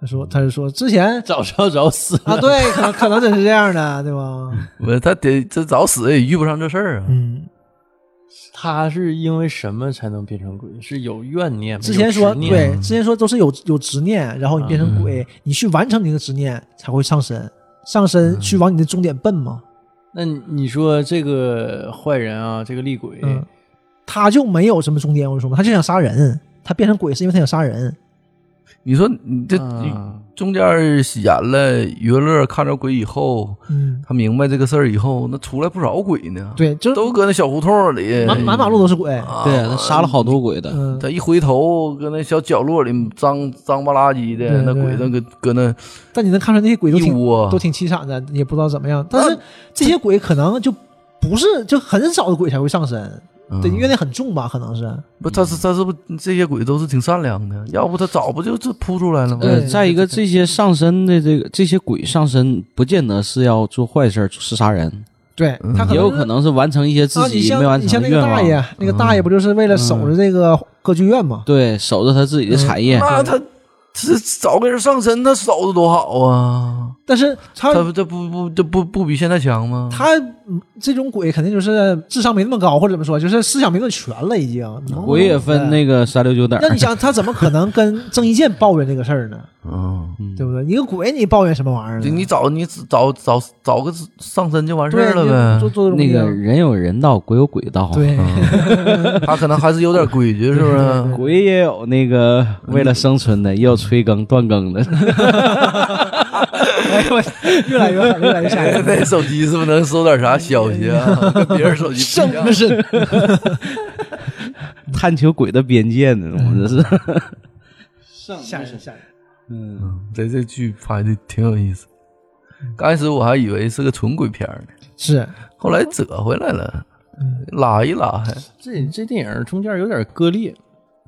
[SPEAKER 4] 他说，他就说之前
[SPEAKER 1] 早知道早死
[SPEAKER 4] 啊，对，可能可能真是这样的，对吧？
[SPEAKER 3] 我他得这早死也遇不上这事儿啊。
[SPEAKER 4] 嗯，
[SPEAKER 1] 他是因为什么才能变成鬼？是有怨念，
[SPEAKER 4] 之前
[SPEAKER 1] 有
[SPEAKER 4] 说
[SPEAKER 1] 执念
[SPEAKER 4] 对，之前说都是有有执念，然后你变成鬼，你去完成你的执念才会上身，上身去往你的终点奔嘛。
[SPEAKER 1] 那你说这个坏人啊，这个厉鬼，
[SPEAKER 4] 嗯，他就没有什么终点，我就说嘛，他就想杀人，他变成鬼是因为他想杀人。
[SPEAKER 3] 你说你这
[SPEAKER 1] 嗯
[SPEAKER 3] 中间演了余额乐看着鬼以后，
[SPEAKER 4] 嗯，
[SPEAKER 3] 他明白这个事儿以后，那出来不少鬼呢，
[SPEAKER 4] 对，就是
[SPEAKER 3] 都搁那小胡同里，
[SPEAKER 4] 满满马路都是鬼。
[SPEAKER 3] 啊
[SPEAKER 2] 对，他杀了好多鬼的，
[SPEAKER 4] 嗯，
[SPEAKER 3] 他一回头，搁那小角落里脏脏不拉几的，
[SPEAKER 4] 对
[SPEAKER 3] 那鬼
[SPEAKER 4] 对
[SPEAKER 3] 子搁搁那
[SPEAKER 4] 但你能看出来那些鬼都
[SPEAKER 3] 一
[SPEAKER 4] 挺
[SPEAKER 3] 窝
[SPEAKER 4] 都，挺凄惨的，也不知道怎么样。但是这些鬼可能就不是，就很少的鬼才会上身，
[SPEAKER 3] 嗯
[SPEAKER 4] 对，怨念很重吧，可能是。
[SPEAKER 3] 不，他是他是不这些鬼都是挺善良的，要不他早不就这扑出来了吗？
[SPEAKER 4] 对
[SPEAKER 2] 呃，再一个，这些上身的这个这些鬼上身，不见得是要做坏事儿、是杀人，
[SPEAKER 4] 对
[SPEAKER 3] 嗯
[SPEAKER 4] 他
[SPEAKER 2] 也有可
[SPEAKER 4] 能
[SPEAKER 2] 能是完成一些自
[SPEAKER 4] 啊，你
[SPEAKER 2] 己没
[SPEAKER 4] 像
[SPEAKER 2] 完
[SPEAKER 4] 你
[SPEAKER 2] 成
[SPEAKER 4] 像那
[SPEAKER 2] 的
[SPEAKER 4] 个
[SPEAKER 2] 愿
[SPEAKER 4] 大
[SPEAKER 2] 望，嗯
[SPEAKER 4] 爷，那个大爷不就是为了守着这个歌剧院吗？
[SPEAKER 2] 对，守着他自己的产业。
[SPEAKER 3] 那他这早给人上身，他守的多好啊！
[SPEAKER 4] 但是他
[SPEAKER 3] 他这不不这不不比现在强吗？
[SPEAKER 4] 他嗯这种鬼肯定就是智商没那么高，或者怎么说，就是思想没那么全了，已经。懵
[SPEAKER 2] 嗯鬼也分。
[SPEAKER 4] 嗯哦对
[SPEAKER 2] 那个三六九等儿，
[SPEAKER 4] 那你想，他怎么可能跟郑伊健抱怨这个事儿呢？
[SPEAKER 3] 嗯，
[SPEAKER 2] 嗯
[SPEAKER 4] 对不对？一个鬼，你抱怨什么玩意儿呢？
[SPEAKER 3] 就你找你找找找个上身就完事
[SPEAKER 4] 对
[SPEAKER 3] 儿了
[SPEAKER 4] 你就
[SPEAKER 3] 呗。
[SPEAKER 4] 做做
[SPEAKER 2] 那
[SPEAKER 4] 这
[SPEAKER 2] 个
[SPEAKER 4] 种
[SPEAKER 2] 人嗯有人道，鬼有鬼道。
[SPEAKER 4] 对，
[SPEAKER 3] 他可能还是有点规矩，是不是？
[SPEAKER 2] 鬼也有那个为了生存的，也有催更断 更的。
[SPEAKER 4] 哎呦我 越来越狠，越来越吓 人。
[SPEAKER 3] 那手机是不是能收点啥消息啊？跟别人手机不一样。
[SPEAKER 4] 是，
[SPEAKER 2] 探求鬼的边界呢，我们这是。
[SPEAKER 4] 吓人吓人。
[SPEAKER 2] 嗯，
[SPEAKER 3] 这这剧拍的挺有意思。刚开始我还以为是个纯鬼片儿呢，
[SPEAKER 4] 是，
[SPEAKER 3] 后来折回来
[SPEAKER 4] 嗯
[SPEAKER 3] 了，拉一拉还，
[SPEAKER 1] 这这电影中间有点割裂，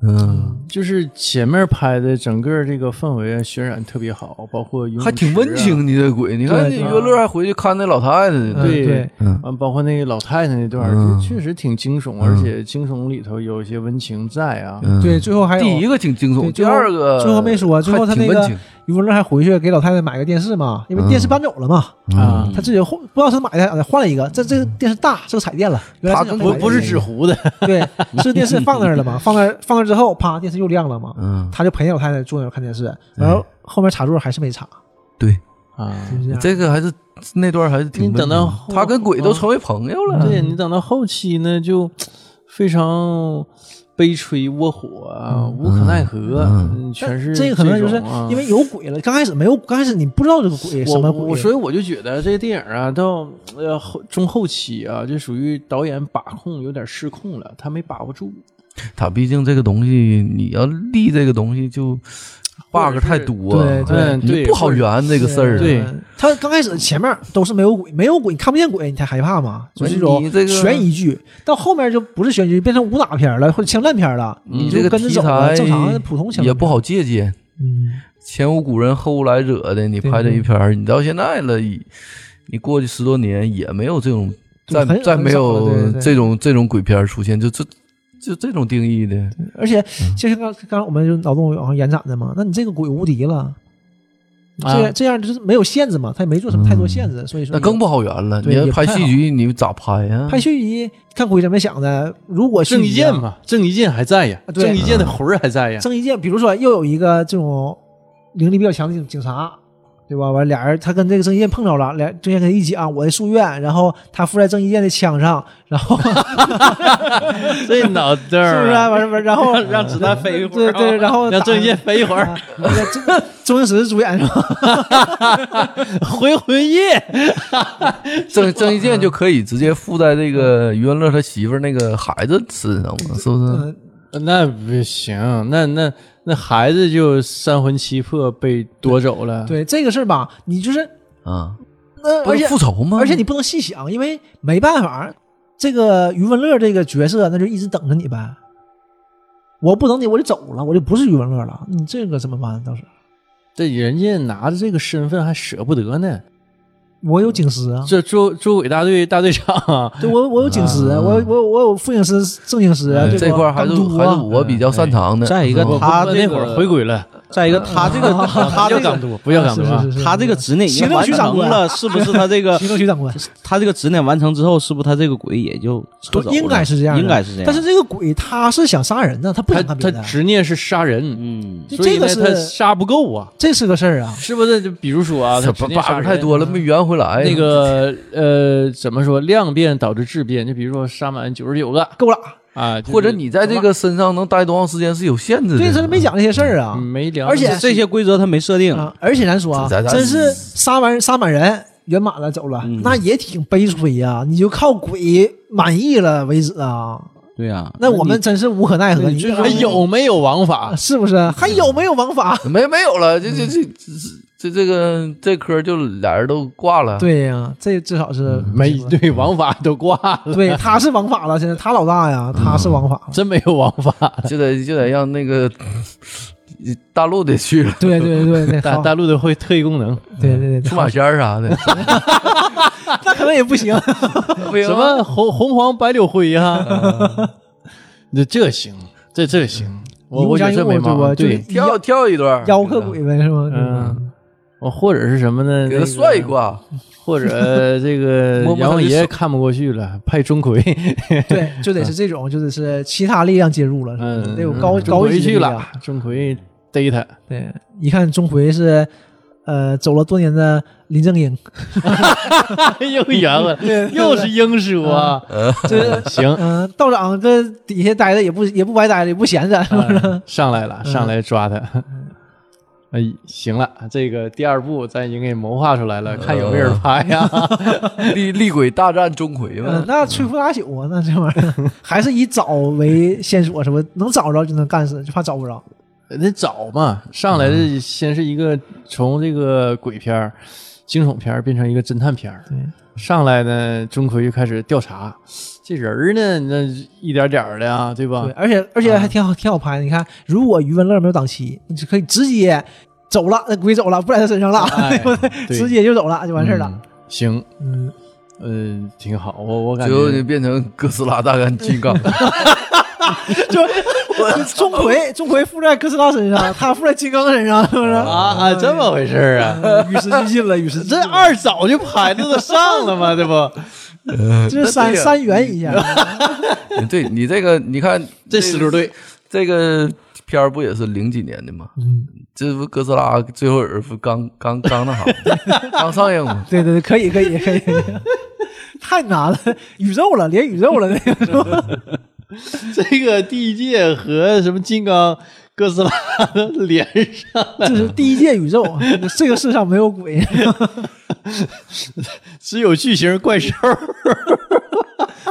[SPEAKER 3] 嗯，
[SPEAKER 1] 就是前面拍的整个这个氛围啊渲染特别好，包括游泳池啊
[SPEAKER 3] 还挺温。情。你这鬼，你看
[SPEAKER 4] 对
[SPEAKER 3] 你
[SPEAKER 4] 对
[SPEAKER 3] 约乐还回去看那老太太呢。
[SPEAKER 1] 对
[SPEAKER 4] 嗯对，
[SPEAKER 3] 嗯
[SPEAKER 1] 完，包括那个老太太那段儿，
[SPEAKER 3] 嗯
[SPEAKER 1] 就确实挺惊悚，而且惊悚里头有一些温情在啊。
[SPEAKER 3] 嗯
[SPEAKER 4] 对，最后还有
[SPEAKER 3] 第一个挺惊悚，
[SPEAKER 4] 对
[SPEAKER 3] 第
[SPEAKER 4] 最后
[SPEAKER 3] 二个
[SPEAKER 4] 最后没说最后他
[SPEAKER 3] 还挺
[SPEAKER 4] 那个
[SPEAKER 3] 温情
[SPEAKER 4] 余文乐还回去给老太太买个电视
[SPEAKER 1] 嗯
[SPEAKER 4] 嘛，因为电视搬走了嘛，
[SPEAKER 3] 嗯
[SPEAKER 1] 啊
[SPEAKER 4] 他自己换不知道是买的还是换了一个，这这个电视大是个彩电了，原来
[SPEAKER 3] 他
[SPEAKER 4] 是想
[SPEAKER 3] 跟
[SPEAKER 4] 买
[SPEAKER 1] 不
[SPEAKER 4] 的
[SPEAKER 1] 不是纸糊的，
[SPEAKER 4] 对，是电视放那儿了嘛，放那儿放那儿之后，啪，电视又亮了嘛，
[SPEAKER 3] 嗯，
[SPEAKER 4] 他就陪老太太坐那儿看电视，
[SPEAKER 1] 嗯
[SPEAKER 4] 然后后面插座还是没插，
[SPEAKER 3] 对，
[SPEAKER 1] 啊
[SPEAKER 4] 是不是样？
[SPEAKER 3] 这个还是那段还是挺温情的。
[SPEAKER 1] 你等到后嗯
[SPEAKER 3] 他跟鬼都成为朋友
[SPEAKER 4] 嗯
[SPEAKER 3] 了，
[SPEAKER 1] 对你等到后期呢，就非常悲催窝火啊，无可奈何，
[SPEAKER 3] 嗯
[SPEAKER 1] 嗯全是
[SPEAKER 4] 这个可能就是
[SPEAKER 1] 这种啊
[SPEAKER 4] 因为有鬼了，刚开始没有，刚开始你不知道这个鬼什
[SPEAKER 1] 我
[SPEAKER 4] 么
[SPEAKER 1] 我
[SPEAKER 4] 鬼，
[SPEAKER 1] 所以我就觉得这个电影啊，到呃后中后期啊，就属于导演把控有点失控了，他没把握住。
[SPEAKER 3] 他毕竟这个东西，你要立这个东西就 bug 太多，啊
[SPEAKER 4] 对对
[SPEAKER 1] 嗯
[SPEAKER 3] 你
[SPEAKER 1] 对
[SPEAKER 3] 不好圆这个事儿。啊
[SPEAKER 1] 对
[SPEAKER 4] 他刚开始前面都是没有鬼，没有鬼，你看不见鬼，你才害怕嘛，就是这种
[SPEAKER 3] 你这个
[SPEAKER 4] 悬疑剧。到后面就不是悬疑剧，变成武打片了或者枪战片了，
[SPEAKER 3] 你
[SPEAKER 4] 你
[SPEAKER 3] 嗯这
[SPEAKER 4] 就
[SPEAKER 3] 个
[SPEAKER 4] 跟着
[SPEAKER 3] 题
[SPEAKER 4] 走了
[SPEAKER 3] 材
[SPEAKER 4] 正常的普通枪战片
[SPEAKER 3] 也不。好借鉴，
[SPEAKER 4] 嗯，
[SPEAKER 3] 前无古人后无来者的，你拍这一片儿，你到现在了，已你过去十多年也没有这种，
[SPEAKER 4] 对
[SPEAKER 3] 再
[SPEAKER 4] 很
[SPEAKER 3] 再
[SPEAKER 4] 很
[SPEAKER 3] 没
[SPEAKER 4] 少了对
[SPEAKER 3] 有
[SPEAKER 4] 对对
[SPEAKER 3] 这种这种鬼片儿出现，就这就这种定义的，
[SPEAKER 4] 而且其实刚刚我们就脑洞往上延展的嘛，那你这个鬼无敌了，这、
[SPEAKER 1] 啊
[SPEAKER 4] 这样就是没有限制嘛，他也没做什么太多限制，所以说
[SPEAKER 3] 嗯那更不好圆了。
[SPEAKER 4] 对
[SPEAKER 3] 你要
[SPEAKER 4] 也不
[SPEAKER 3] 拍
[SPEAKER 4] 太
[SPEAKER 3] 戏剧，你咋拍呀？
[SPEAKER 4] 拍续集，看鬼怎么想的。如果
[SPEAKER 1] 郑伊
[SPEAKER 4] 续集啊啊
[SPEAKER 1] 健嘛，郑伊健还在呀，
[SPEAKER 4] 对啊
[SPEAKER 1] 郑伊健的魂儿还在呀。
[SPEAKER 4] 郑伊健，比如说又有一个这种灵力比较强的警警察，对吧？完俩人他跟这个郑伊健碰着了，俩郑伊健跟他一起啊，我的夙愿，然后他附在郑伊健的枪上，然后 是
[SPEAKER 1] 这脑袋
[SPEAKER 4] 不
[SPEAKER 1] 儿
[SPEAKER 4] 是、
[SPEAKER 1] 啊
[SPEAKER 4] 啊？完完然后
[SPEAKER 1] 让让子弹飞一会
[SPEAKER 4] 对
[SPEAKER 1] 儿，啊
[SPEAKER 4] 对，然后啊
[SPEAKER 1] 让郑伊健
[SPEAKER 4] 伊
[SPEAKER 1] 飞一会 儿，
[SPEAKER 4] 呃周星驰主演是吧？
[SPEAKER 1] 回魂夜。
[SPEAKER 3] 郑郑伊健就可以直接附在这个余文乐他媳妇儿那个孩子身上嘛，是不是？
[SPEAKER 4] 嗯，
[SPEAKER 1] 那不行，那那那孩子就三魂七魄被夺走了。
[SPEAKER 4] 对这个事儿吧，你就是
[SPEAKER 3] 啊，
[SPEAKER 4] 那、嗯
[SPEAKER 3] 不
[SPEAKER 4] 而
[SPEAKER 3] 是
[SPEAKER 4] 且
[SPEAKER 3] 复仇吗？
[SPEAKER 4] 而且你不能细想，因为没办法，这个余文乐这个角色，那就一直等着你呗。我不等你，我就走了，我就不是余文乐了。你这个怎么办？当时
[SPEAKER 1] 这人家拿着这个身份还舍不得呢。
[SPEAKER 4] 我有警司啊，
[SPEAKER 1] 这捉捉鬼大队大队长啊，
[SPEAKER 4] 对我我有警司，我有我有我有副警司、正啊警司，
[SPEAKER 1] 哎
[SPEAKER 4] 对吧
[SPEAKER 3] 这块儿还是
[SPEAKER 4] 港督
[SPEAKER 3] 还
[SPEAKER 4] 啊
[SPEAKER 3] 是我比较擅长的。
[SPEAKER 2] 再一个
[SPEAKER 3] 是吧
[SPEAKER 1] 我
[SPEAKER 2] 他这
[SPEAKER 1] 那
[SPEAKER 2] 个
[SPEAKER 1] 会儿回归了，
[SPEAKER 2] 再一个，他 这个他
[SPEAKER 1] 不
[SPEAKER 2] 这
[SPEAKER 1] 啊要
[SPEAKER 2] 个
[SPEAKER 1] 港督，不要港督啊
[SPEAKER 4] 是！是是
[SPEAKER 2] 他这个执念已
[SPEAKER 4] 嗯行
[SPEAKER 2] 经
[SPEAKER 4] 政
[SPEAKER 2] 完
[SPEAKER 4] 区长
[SPEAKER 2] 成
[SPEAKER 4] 官
[SPEAKER 2] 了，是不是？他这个
[SPEAKER 4] 行政区长官，
[SPEAKER 2] 他这个执念完成之后，是不是他这个鬼也就撤走了
[SPEAKER 4] 应该是这样的，
[SPEAKER 2] 应该是这样。
[SPEAKER 4] 但是这个鬼他是想杀人呢，他不
[SPEAKER 1] 他
[SPEAKER 4] 想干别
[SPEAKER 1] 他
[SPEAKER 4] 的，
[SPEAKER 1] 执念是杀人，
[SPEAKER 2] 嗯，
[SPEAKER 4] 这
[SPEAKER 1] 所以
[SPEAKER 4] 这
[SPEAKER 1] 呢
[SPEAKER 4] 个
[SPEAKER 1] 他
[SPEAKER 4] 是
[SPEAKER 1] 杀不够啊，
[SPEAKER 4] 这是个事儿啊。
[SPEAKER 1] 是不是？就比如说啊，他
[SPEAKER 3] 这
[SPEAKER 1] 执
[SPEAKER 3] 把
[SPEAKER 1] 念杀
[SPEAKER 3] 把
[SPEAKER 1] 人
[SPEAKER 3] 太
[SPEAKER 4] 嗯
[SPEAKER 3] 多了，没圆回来。
[SPEAKER 1] 那个呃，怎么说？量变导致质变，就比如说杀满九十九个
[SPEAKER 4] 够了，
[SPEAKER 1] 啊，就是
[SPEAKER 3] 或者你在这个身上能待多长时间是有限制
[SPEAKER 4] 对，他
[SPEAKER 3] 的。
[SPEAKER 4] 是没讲这些事儿
[SPEAKER 2] 嗯
[SPEAKER 4] 啊。
[SPEAKER 1] 没量，
[SPEAKER 4] 而且
[SPEAKER 2] 这些规则他没设定，
[SPEAKER 4] 啊，而且咱说啊，
[SPEAKER 3] 咱咱
[SPEAKER 4] 真是杀完杀满人圆满了走了，
[SPEAKER 2] 嗯
[SPEAKER 4] 那也挺悲催呀、你就靠鬼满意了为止啊。
[SPEAKER 2] 对呀。
[SPEAKER 4] 那我们真是无可奈何，哎你
[SPEAKER 1] 还有没有王法
[SPEAKER 4] 啊？是不
[SPEAKER 1] 嗯
[SPEAKER 4] 是？还有没有王
[SPEAKER 1] 啊
[SPEAKER 4] 法？
[SPEAKER 3] 没没有了，这这这这这这个这科就俩人都挂了。，
[SPEAKER 4] 对呀、这至少是
[SPEAKER 1] 嗯没对，王法都挂了，
[SPEAKER 4] 对，他是王法了，现在他老大
[SPEAKER 1] 嗯
[SPEAKER 4] 呀，他是王法了。
[SPEAKER 1] 真没有王法。
[SPEAKER 3] 就得就得让那个大陆得去了，
[SPEAKER 4] 对对 对 对，
[SPEAKER 1] 大
[SPEAKER 4] 好
[SPEAKER 1] 大陆的会特异功能，
[SPEAKER 4] 对对
[SPEAKER 1] 嗯
[SPEAKER 4] 对，
[SPEAKER 3] 出马仙儿啥的，
[SPEAKER 4] 那可能也不行。
[SPEAKER 1] 嗯
[SPEAKER 3] 不行
[SPEAKER 1] 什么红红黄白柳灰呀？ 这这行，这这行，我我觉得这没毛病。
[SPEAKER 4] 对
[SPEAKER 1] 对
[SPEAKER 4] 吧，？
[SPEAKER 3] 跳跳一段，
[SPEAKER 4] 妖客鬼呗，是吗？对吧
[SPEAKER 1] 嗯，我或者是什么呢？
[SPEAKER 3] 给
[SPEAKER 1] 那个
[SPEAKER 3] 他算一卦。
[SPEAKER 1] 或 者这个
[SPEAKER 3] 摸摸
[SPEAKER 1] 阎王
[SPEAKER 3] 他的
[SPEAKER 1] 爷
[SPEAKER 3] 手
[SPEAKER 1] 看不过去了，派钟 馗，
[SPEAKER 4] 对，就得是这种，就得是其他力量介入了，是
[SPEAKER 1] 嗯，
[SPEAKER 4] 吧得有高
[SPEAKER 1] 钟
[SPEAKER 4] 高级
[SPEAKER 1] 馗
[SPEAKER 4] 的
[SPEAKER 1] 去
[SPEAKER 4] 力量
[SPEAKER 1] 了，钟馗逮他，
[SPEAKER 4] 对，一看钟馗是，呃，走了多年的林 正英，
[SPEAKER 1] 又圆了，又是英叔啊，
[SPEAKER 3] 嗯
[SPEAKER 4] 这
[SPEAKER 1] 行，
[SPEAKER 4] 嗯、道长这底下待着也不也不白待着，也不闲着，是不是？
[SPEAKER 1] 嗯上来了，上来抓他。哎，行了，这个第二部咱已经给谋划出来
[SPEAKER 3] 嗯
[SPEAKER 1] 了，看有没有人拍啊呀？
[SPEAKER 3] 厉厉鬼大战钟馗
[SPEAKER 4] 嗯、
[SPEAKER 3] 嘛，
[SPEAKER 4] 那摧枯拉朽啊，那这玩意 儿还是以找为线索，是吧？能找着就能干死，就怕找不着。
[SPEAKER 1] 得找嘛，上
[SPEAKER 4] 嗯
[SPEAKER 1] 来这先是一个从这个鬼片儿、惊悚片儿变成一个侦探片儿，
[SPEAKER 4] 对，
[SPEAKER 1] 上来呢，钟馗就开始调查，这人儿呢，那一点点儿的呀，对吧？
[SPEAKER 4] 对，而且
[SPEAKER 1] 啊
[SPEAKER 4] 而且还挺好，挺好拍的。你看，如果余文乐没有档期，你就可以直接走了，那鬼走了，不在他身上了，
[SPEAKER 1] 哎对
[SPEAKER 4] 直接就走了，就完事儿了。
[SPEAKER 1] 行，
[SPEAKER 4] 嗯，
[SPEAKER 1] 嗯，挺好，我我感
[SPEAKER 3] 最后就
[SPEAKER 1] 觉
[SPEAKER 3] 变成哥斯拉大战金刚，
[SPEAKER 1] 嗯
[SPEAKER 4] 就钟馗，钟馗附在哥斯拉身上，他附在金刚身 上，是不是？
[SPEAKER 1] 啊，这么回事儿啊？
[SPEAKER 4] 嗯，与时俱进了，与时俱进
[SPEAKER 1] 这
[SPEAKER 4] 了。
[SPEAKER 1] 二早就排的都上了嘛，对不？嗯
[SPEAKER 4] 这是三三元一下，
[SPEAKER 3] 对你这个，你看
[SPEAKER 1] 这思路对，
[SPEAKER 3] 这个片儿不也是零几年的吗？
[SPEAKER 4] 嗯，
[SPEAKER 3] 这不哥斯拉最后人不刚 刚刚那好， 刚上映吗？
[SPEAKER 4] 对对对，可以可以 可以，太难了，宇宙了，连宇宙了，那个是吧？
[SPEAKER 1] 这个第一届和什么金刚、哥斯拉都 连上了，
[SPEAKER 4] 这是第一届宇宙，这个世上没有鬼，
[SPEAKER 1] 只有巨型怪兽。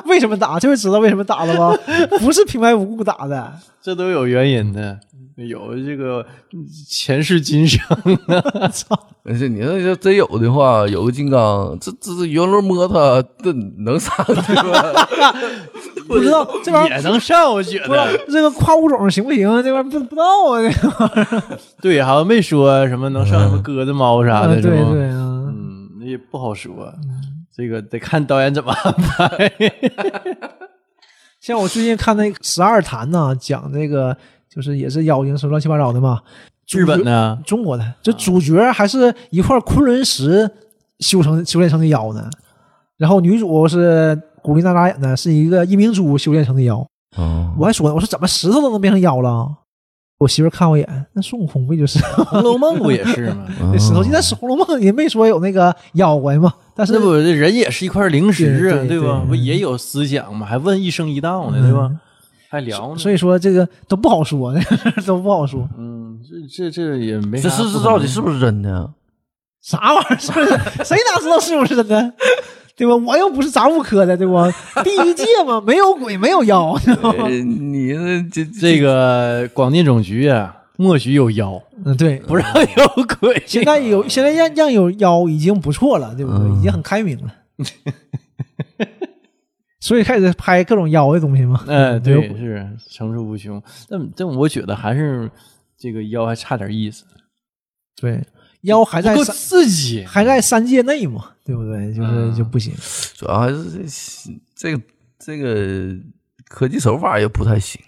[SPEAKER 4] 为什么打？这回知道为什么打了 吧？不是平白无故打的，
[SPEAKER 1] 这都有原因的，有这个前世今生。
[SPEAKER 3] 而且你说要真有的话，有个金刚，这这这原路摸它，这能上去吗？
[SPEAKER 4] 不知道 这玩意
[SPEAKER 1] 也
[SPEAKER 4] 儿。
[SPEAKER 1] 能上，我觉
[SPEAKER 4] 不知道
[SPEAKER 1] 得。
[SPEAKER 4] 这个跨物种行不行？这玩意儿不不知 道啊，这个
[SPEAKER 1] 对，好像没说什么能上什么鸽子、猫啥的，
[SPEAKER 4] 对
[SPEAKER 1] 是吗？
[SPEAKER 4] 对嗯啊，
[SPEAKER 1] 嗯，那也不好说，这个得看导演怎么 安排。
[SPEAKER 4] 像我最近看那《十二谈》呐，讲这个就是也是妖精什么乱七八糟的嘛。
[SPEAKER 1] 日本 啊呢？
[SPEAKER 4] 中国的，这主角还是一块昆仑石修成修炼成的妖呢。然后女主是古力娜扎演的，是一个夜明珠修炼成的妖。
[SPEAKER 3] 哦
[SPEAKER 4] 我还说呢，我说怎么石头都能变成妖了？我媳妇儿看我一眼，那孙悟空不就是
[SPEAKER 1] 《红楼梦》不也是 吗？
[SPEAKER 4] 那
[SPEAKER 3] 哦
[SPEAKER 4] 石头？但是《红楼梦》也没说有那个妖怪嘛，但是
[SPEAKER 1] 哦那不人也是一块灵石啊，
[SPEAKER 4] 对对
[SPEAKER 1] 吧？
[SPEAKER 4] 对
[SPEAKER 1] 不也有思想吗？还问一生一道呢，对吧
[SPEAKER 4] 嗯？
[SPEAKER 1] 还聊呢。
[SPEAKER 4] 所以说这个都不好说， 都不好说，
[SPEAKER 1] 嗯，这这这也没啥不
[SPEAKER 3] 这
[SPEAKER 1] 可
[SPEAKER 3] 是
[SPEAKER 1] 能。
[SPEAKER 3] 是到底是不是真的？
[SPEAKER 4] 啥玩意儿？是不是？谁哪知道是不是真的？对吧？我又不是杂物科的，对吧？第一届嘛，没有鬼，没有妖，
[SPEAKER 3] 呃你这这
[SPEAKER 1] 这个广电总局啊，默许有妖，
[SPEAKER 4] 嗯，对，
[SPEAKER 1] 不让有鬼。
[SPEAKER 4] 现在有现在让让有妖已经不错了，对不对？
[SPEAKER 3] 嗯
[SPEAKER 4] 已经很开明了， 所以开始拍各种妖的东西嘛。
[SPEAKER 1] 嗯，
[SPEAKER 4] 没有
[SPEAKER 1] 对，是层出不穷。但但我觉得还是这个妖还差点意思，
[SPEAKER 4] 对，妖还在
[SPEAKER 1] 不够
[SPEAKER 4] 三
[SPEAKER 1] 刺激。
[SPEAKER 4] 还在三界内嘛，对不对？就是
[SPEAKER 1] 嗯
[SPEAKER 4] 就不行。
[SPEAKER 3] 主要还是这这个这个科技手法也不太行，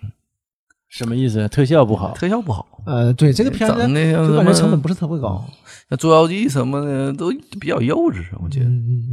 [SPEAKER 1] 什么意思？特效不好，
[SPEAKER 3] 特效不好。
[SPEAKER 4] 呃，对这个片子
[SPEAKER 3] 整那像
[SPEAKER 4] 就
[SPEAKER 3] 什
[SPEAKER 4] 感
[SPEAKER 3] 么
[SPEAKER 4] 觉成本不是特别高。
[SPEAKER 3] 像《捉妖记》什么的都比较幼稚，我觉
[SPEAKER 4] 嗯
[SPEAKER 3] 得
[SPEAKER 4] 嗯嗯，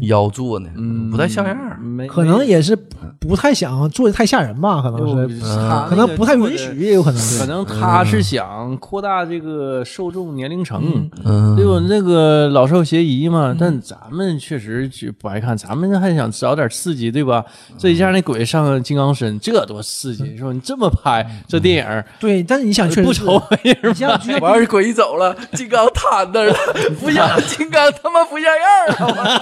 [SPEAKER 4] 对，
[SPEAKER 3] 妖做呢
[SPEAKER 1] 嗯，
[SPEAKER 3] 不太像样儿。
[SPEAKER 1] 没
[SPEAKER 4] 可能也是不不太想做的太吓人吧，可能是嗯
[SPEAKER 1] 可
[SPEAKER 4] 可能不太允许，。嗯也有可能
[SPEAKER 1] 可
[SPEAKER 4] 是。
[SPEAKER 1] 能他是想扩大这个受众年龄层，
[SPEAKER 3] 嗯
[SPEAKER 1] 对吧？那个老少咸宜嘛。
[SPEAKER 4] 嗯
[SPEAKER 1] 但咱们确实就不爱看，咱们还想找点刺激，对吧？
[SPEAKER 4] 嗯
[SPEAKER 1] 这一下那鬼上金刚身，这多刺激！是吧？你这么拍这电影儿，
[SPEAKER 4] 对，但是你嗯想确实
[SPEAKER 1] 不
[SPEAKER 4] 是
[SPEAKER 1] 愁没人
[SPEAKER 4] 你像 就像
[SPEAKER 3] 完事鬼一走了，金刚瘫那儿了，不像金刚他妈不像样了。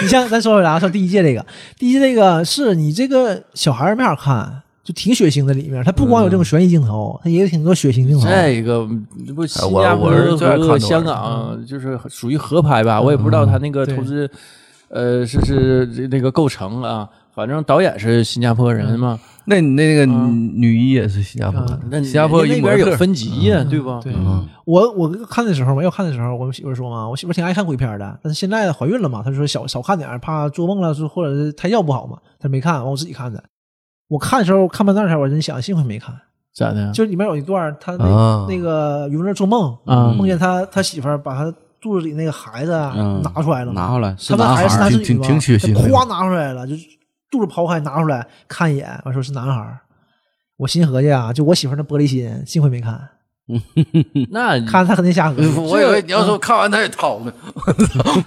[SPEAKER 4] 你像咱说回来啊，说第一届这个，第一届这个是你这个小孩儿没法看，就挺血腥的里面，它不光有这种悬疑镜头，它也有挺多血腥镜头。
[SPEAKER 1] 再一个，这不新
[SPEAKER 3] 哦哎我
[SPEAKER 1] 加
[SPEAKER 3] 我是
[SPEAKER 1] 坡
[SPEAKER 3] 最爱看嗯
[SPEAKER 1] 和
[SPEAKER 3] 的
[SPEAKER 1] 香港就是属于合拍
[SPEAKER 3] 嗯
[SPEAKER 1] 吧？我也不知道他那个投资，呃，是是那个构成啊。反正导演是新加坡
[SPEAKER 3] 嗯
[SPEAKER 1] 人嘛，
[SPEAKER 3] 那你那个女一也是新加坡的，
[SPEAKER 1] 那你
[SPEAKER 3] 新加坡
[SPEAKER 1] 那
[SPEAKER 3] 一模
[SPEAKER 1] 边有
[SPEAKER 3] 克。
[SPEAKER 1] 分级呀，对吧？
[SPEAKER 4] 对，
[SPEAKER 3] 嗯
[SPEAKER 4] 我我看的时候嘛，要看的时候，我媳妇儿说嘛，我媳妇儿挺爱看鬼片儿的，但是现在怀孕了嘛，她说少少看点儿，怕做梦了，说或者是胎教不好嘛，她没看，完我自己看的。我看的时候看半段儿的时候，我真想幸亏没看，
[SPEAKER 1] 咋的？
[SPEAKER 4] 就是里面有一段儿，他那、
[SPEAKER 3] 嗯啊嗯
[SPEAKER 4] 那个余文乐做梦，
[SPEAKER 1] 啊
[SPEAKER 4] 梦见他他媳妇儿把他肚子里那个孩子啊
[SPEAKER 2] 嗯
[SPEAKER 4] 拿出来了嘛，
[SPEAKER 2] 拿回来是
[SPEAKER 4] 他们
[SPEAKER 2] 男
[SPEAKER 4] 还是
[SPEAKER 2] 孩
[SPEAKER 4] 男
[SPEAKER 2] 儿，
[SPEAKER 4] 是
[SPEAKER 3] 挺
[SPEAKER 4] 女
[SPEAKER 3] 挺
[SPEAKER 4] 吗？
[SPEAKER 3] 挺血腥的
[SPEAKER 4] 哗拿出来了，就是肚子刨开拿出来看一眼，完说是男孩儿。我心合计啊，就我媳妇儿那玻璃心，幸亏没看，
[SPEAKER 1] 那
[SPEAKER 4] 看她肯定下 河。
[SPEAKER 3] 嗯我以为你要说看完他也掏呢，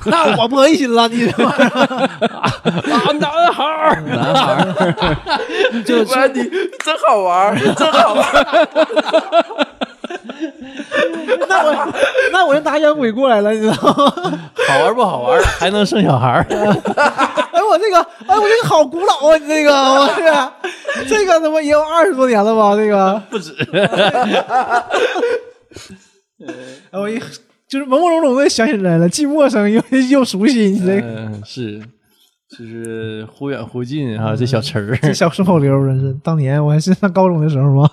[SPEAKER 4] 那我玻璃心了，你
[SPEAKER 1] 啊，男孩儿，
[SPEAKER 2] 男孩儿
[SPEAKER 3] 就说你真好玩儿，真好玩儿。
[SPEAKER 4] 那 我那我就拿烟鬼过来了，你知道吗？
[SPEAKER 1] 好玩不好玩？还能生小孩 儿？
[SPEAKER 4] 哎，我这个哎，我这个好古老啊，你这个我这这个他妈也有二十多年了吧？这个不止。 哎，我一
[SPEAKER 1] 嗯
[SPEAKER 4] 就是朦朦胧胧的想起来了，寂寞声又又熟悉，你这个。
[SPEAKER 1] 嗯，是。就是忽远忽近
[SPEAKER 3] 嗯
[SPEAKER 1] 啊，这小词儿。
[SPEAKER 4] 这小顺口溜儿真是，当年我还是上高中的时候嘛，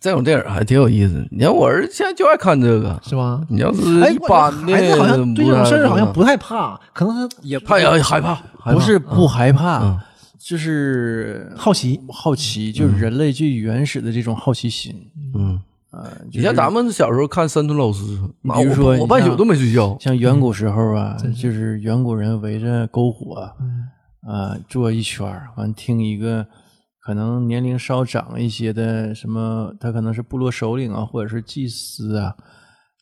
[SPEAKER 3] 这种电影还挺有意思。你看我儿子现在就爱看这个，
[SPEAKER 4] 是吗？
[SPEAKER 3] 你要是
[SPEAKER 4] 哎，
[SPEAKER 3] 一
[SPEAKER 4] 我
[SPEAKER 3] 般的，
[SPEAKER 4] 孩子好像对这种事儿好像
[SPEAKER 3] 不
[SPEAKER 4] 不太怕，可能他也
[SPEAKER 3] 嗯太，他也害怕，害怕
[SPEAKER 1] 不是不害怕，
[SPEAKER 3] 嗯
[SPEAKER 1] 就是
[SPEAKER 4] 好奇。
[SPEAKER 1] 好奇，就是人类最原始的这种好奇心。
[SPEAKER 3] 嗯。
[SPEAKER 1] 呃，
[SPEAKER 3] 你像咱们小时候看山村老师，那
[SPEAKER 1] 比如
[SPEAKER 3] 我
[SPEAKER 1] 说
[SPEAKER 3] 我
[SPEAKER 1] 你
[SPEAKER 3] 半宿
[SPEAKER 1] 像
[SPEAKER 3] 都没 睡觉。
[SPEAKER 1] 像远古时候啊，就是远古人围着篝火啊、坐一圈儿，完听一个可能年龄稍长一些的什么，他可能是部落首领啊，或者是祭司啊，